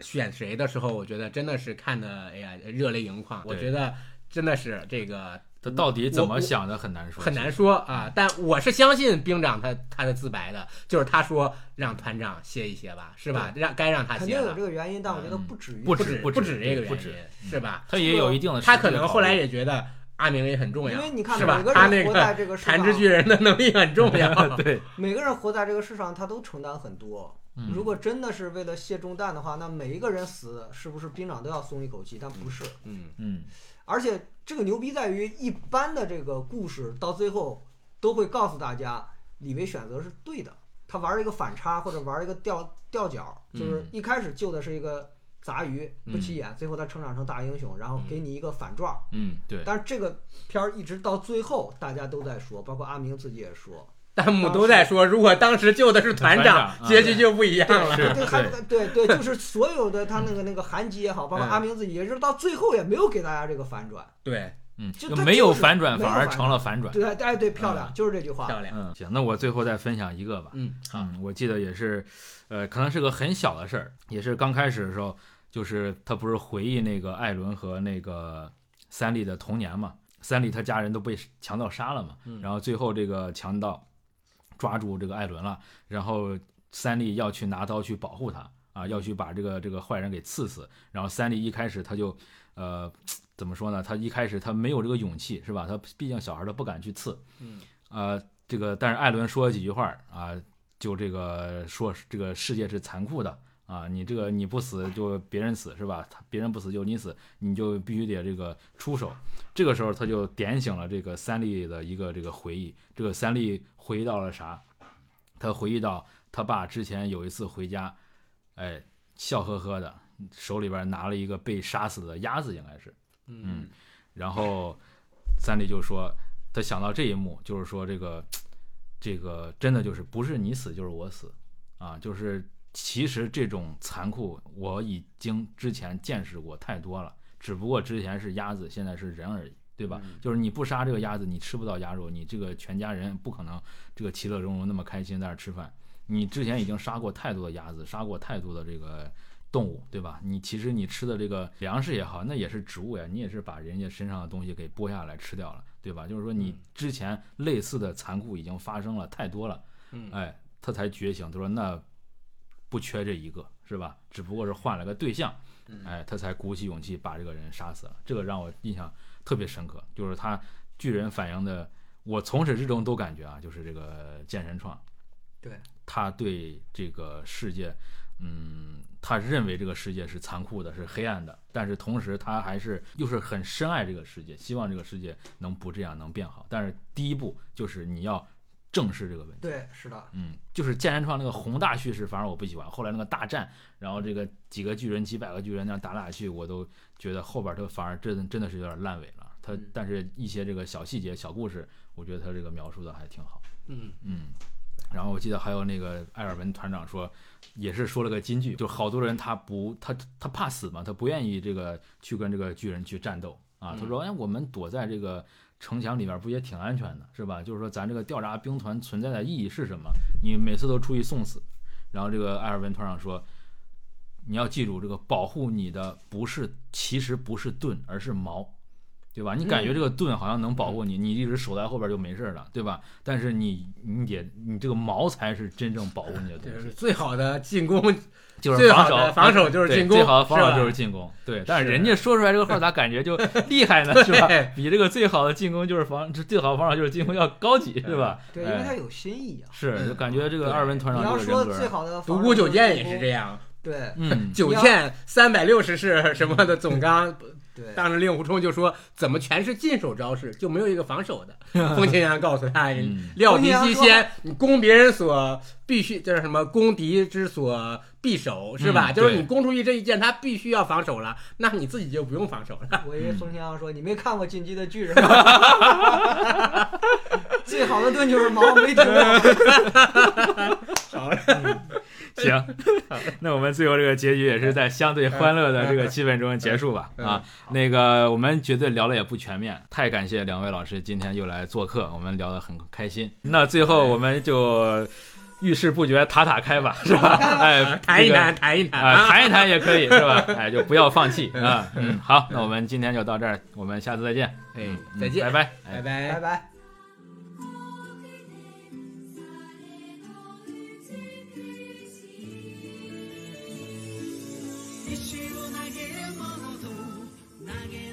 S2: 选谁的时候，我觉得真的是看的，哎呀，热泪盈眶。我
S1: 对
S2: 觉得真的是这个
S1: 他到底怎
S2: 我我
S1: 么想的很难说，
S2: 很难说啊，但我是相信兵长他他的自白的，就是他说让团长歇一歇吧，是吧？让该让他
S3: 肯
S2: 歇
S3: 定有
S2: 了嗯
S3: 这，个原因，但我觉得不至于。
S1: 不
S2: 不
S1: 止
S2: 不
S1: 不止
S2: 止这个
S1: 不
S2: 原
S1: 止呃
S2: 因，是吧？
S1: 他也有一定的实际
S2: 他
S1: 的考虑，
S2: 可能后来也觉得阿明也很重要，
S3: 因为你看
S2: 是吧
S3: 每个？
S2: 他
S3: 人
S2: 那
S3: 活在这个世
S2: 弹指
S3: 上
S2: 巨人的能力很重要，
S1: 对，
S3: 每个人活在这个世上，他都承担很多。
S1: 嗯
S3: 如果真的是为了卸重担的话，那每一个人死是不是兵长都要松一口气？但不是，
S2: 嗯，
S1: 嗯
S3: 而且这个牛逼在于，一般的这个故事到最后都会告诉大家，李维选择是对的。他玩一个反差或者玩一个吊吊脚，就是
S1: 嗯
S3: 一开始救的是一个杂鱼不起
S2: 嗯
S3: 眼，最后他成长成大英雄，然后给你一个反转。
S1: 嗯，对，
S3: 但是这个片儿一直到最后，大家都在说，包括阿明自己也说，
S2: 弹幕都在说，如果当时救的是团长
S1: 团，长
S2: 结局就不一样了。
S1: 是
S3: 对，还对对，就是所有的他那个那个韩吉也好，包括
S2: 嗯
S3: 阿明自己，也是到最后也没有给大家这个反转。
S2: 对，
S1: 嗯，
S3: 就
S1: 就
S3: 他
S1: 没
S3: 就
S1: 有
S3: 是
S1: 反转，
S3: 没
S1: 反
S3: 有
S1: 而
S3: 反
S1: 成了反转。
S3: 对，哎对，漂亮，就是这句话。
S2: 漂亮，
S1: 嗯，行，那我最后再分享一个吧。
S2: 嗯，好，
S1: 嗯，我记得也是，呃，可能是个很小的事儿，也是刚开始的时候，就是他不是回忆那个艾伦和那个三笠的童年嘛，三笠他家人都被强盗杀了嘛，
S2: 嗯
S1: 然后最后这个强盗抓住这个艾伦了，然后三笠要去拿刀去保护他啊，要去把这个这个坏人给刺死，然后三笠一开始他就，呃，怎么说呢？他一开始他没有这个勇气，是吧？他毕竟小孩儿他不敢去刺，
S2: 嗯，
S1: 呃，这个但是艾伦说了几句话儿啊、就这个说这个世界是残酷的啊，你这个你不死就别人死是吧？他别人不死就你死，你就必须得这个出手。这个时候他就点醒了这个三笠的一个这个回忆，这个三笠回忆到了啥？他回忆到他爸之前有一次回家，哎，笑呵呵的，手里边拿了一个被杀死的鸭子，应该是，嗯，然后三笠就说，他想到这一幕，就是说这个，这个真的就是不是你死就是我死，啊，就是其实这种残酷我已经之前见识过太多了，只不过之前是鸭子，现在是人而已，对吧？就是你不杀这个鸭子，你吃不到鸭肉，你这个全家人不可能这个其乐融融那么开心在那儿吃饭。你之前已经杀过太多的鸭子，杀过太多的这个动物，对吧？你其实你吃的这个粮食也好，那也是植物呀，你也是把人家身上的东西给剥下来吃掉了，对吧？就是说你之前类似的残酷已经发生了太多了，
S2: 嗯
S1: 哎，他才觉醒，他说那不缺这一个，是吧？只不过是换了个对象，
S2: 嗯
S1: 哎，他才鼓起勇气把这个人杀死了。这个让我印象特别深刻，就是他巨人反应的，我从始至终都感觉啊，就是这个剑神创，
S3: 对
S1: 他对这个世界，嗯，他认为这个世界是残酷的，是黑暗的，但是同时他还是又是很深爱这个世界，希望这个世界能不这样，能变好。但是第一步就是你要正视这个问题。
S3: 对，是
S2: 哎
S3: 的，
S1: 嗯，就是剑人创那个宏大叙事，反而我不喜欢。后来那个大战，然后这个几个巨人、几百个巨人那样打来打去，我都觉得后边他反而真真的是有点烂尾了。他
S2: 嗯
S1: 但是一些这个小细节、小故事，我觉得他这个描述的还挺好。
S2: 嗯，
S1: 嗯，然后我记得还有那个艾尔文团长说，也是说了个金句，就好多人他不他他怕死嘛，他不愿意这个去跟这个巨人去战斗啊。他说，哎，我们躲在这个城墙里面不也挺安全的，是吧？就是说咱这个调查兵团存在的意义是什么？你每次都出去送死。然后这个艾尔文团长说。你要记住，这个保护你的不是，其实不是盾，而是矛，对吧？你感觉这个盾好像能保护你，你一直守在后边就没事了，对吧？但是你你得你这个矛才是真正保护你的东
S2: 就
S1: 西，
S2: 是最好的进攻，
S1: 就
S2: 最
S1: 是
S2: 好
S1: 防
S2: 的
S1: 守，
S2: 防守就是
S1: 对
S2: 进攻，
S1: 最好的防守
S2: 吧
S1: 就是进攻，对。但是
S2: 是
S1: 人家说出来这个话，咋感觉就厉害 呢？是吧？比这个最好的进攻就是防，最好的防守就是进攻要高级，是吧？
S3: 对，因为他
S1: 哎
S3: 有新意啊。
S1: 是就感觉这个
S2: 对
S1: 二文团
S3: 你
S1: 长
S3: 要
S1: 这个
S3: 说
S1: 人
S3: 最
S1: 格，
S3: 好的
S2: 独孤九剑也是这
S3: 样，
S2: 样，
S3: 对
S1: 嗯，
S2: 九剑三百六十式什么的总纲，
S3: 对，
S2: 当时令狐冲就说怎么全是进手招式，就没有一个防 守的。风清扬告诉他
S1: 嗯，
S2: 料敌机先，你攻别人所必须就是什么攻敌之所必守是吧？
S1: 嗯
S2: 就是你
S1: 对
S2: 攻出去这一箭，他必须要防守了，那你自己就不用防守了。
S3: 我以为冯先生说你没看过《进击的巨人》 吗，最好的盾就是矛，没 听过。
S2: 好，
S1: 行，那我们最后这个结局也是在相对欢乐的这个气氛中结束吧。
S2: 嗯
S1: 啊，那个我们绝对聊的也不全面，太感谢两位老师今天又来做客，我们聊得很开心。那最后我们就遇事不决，塔塔开吧，是吧？哎，
S2: 谈一
S1: 这个
S2: 谈，谈一谈
S1: 啊，
S2: 啊，
S1: 谈一谈也可以，是吧？哎，就不要放弃啊。嗯，好，那我们今天就到这儿，我们下次再见。
S2: 哎
S1: 嗯，
S2: 再见，
S1: 拜拜，哎
S2: 拜拜
S3: 拜。拜。
S4: 石を投げる者と投げられる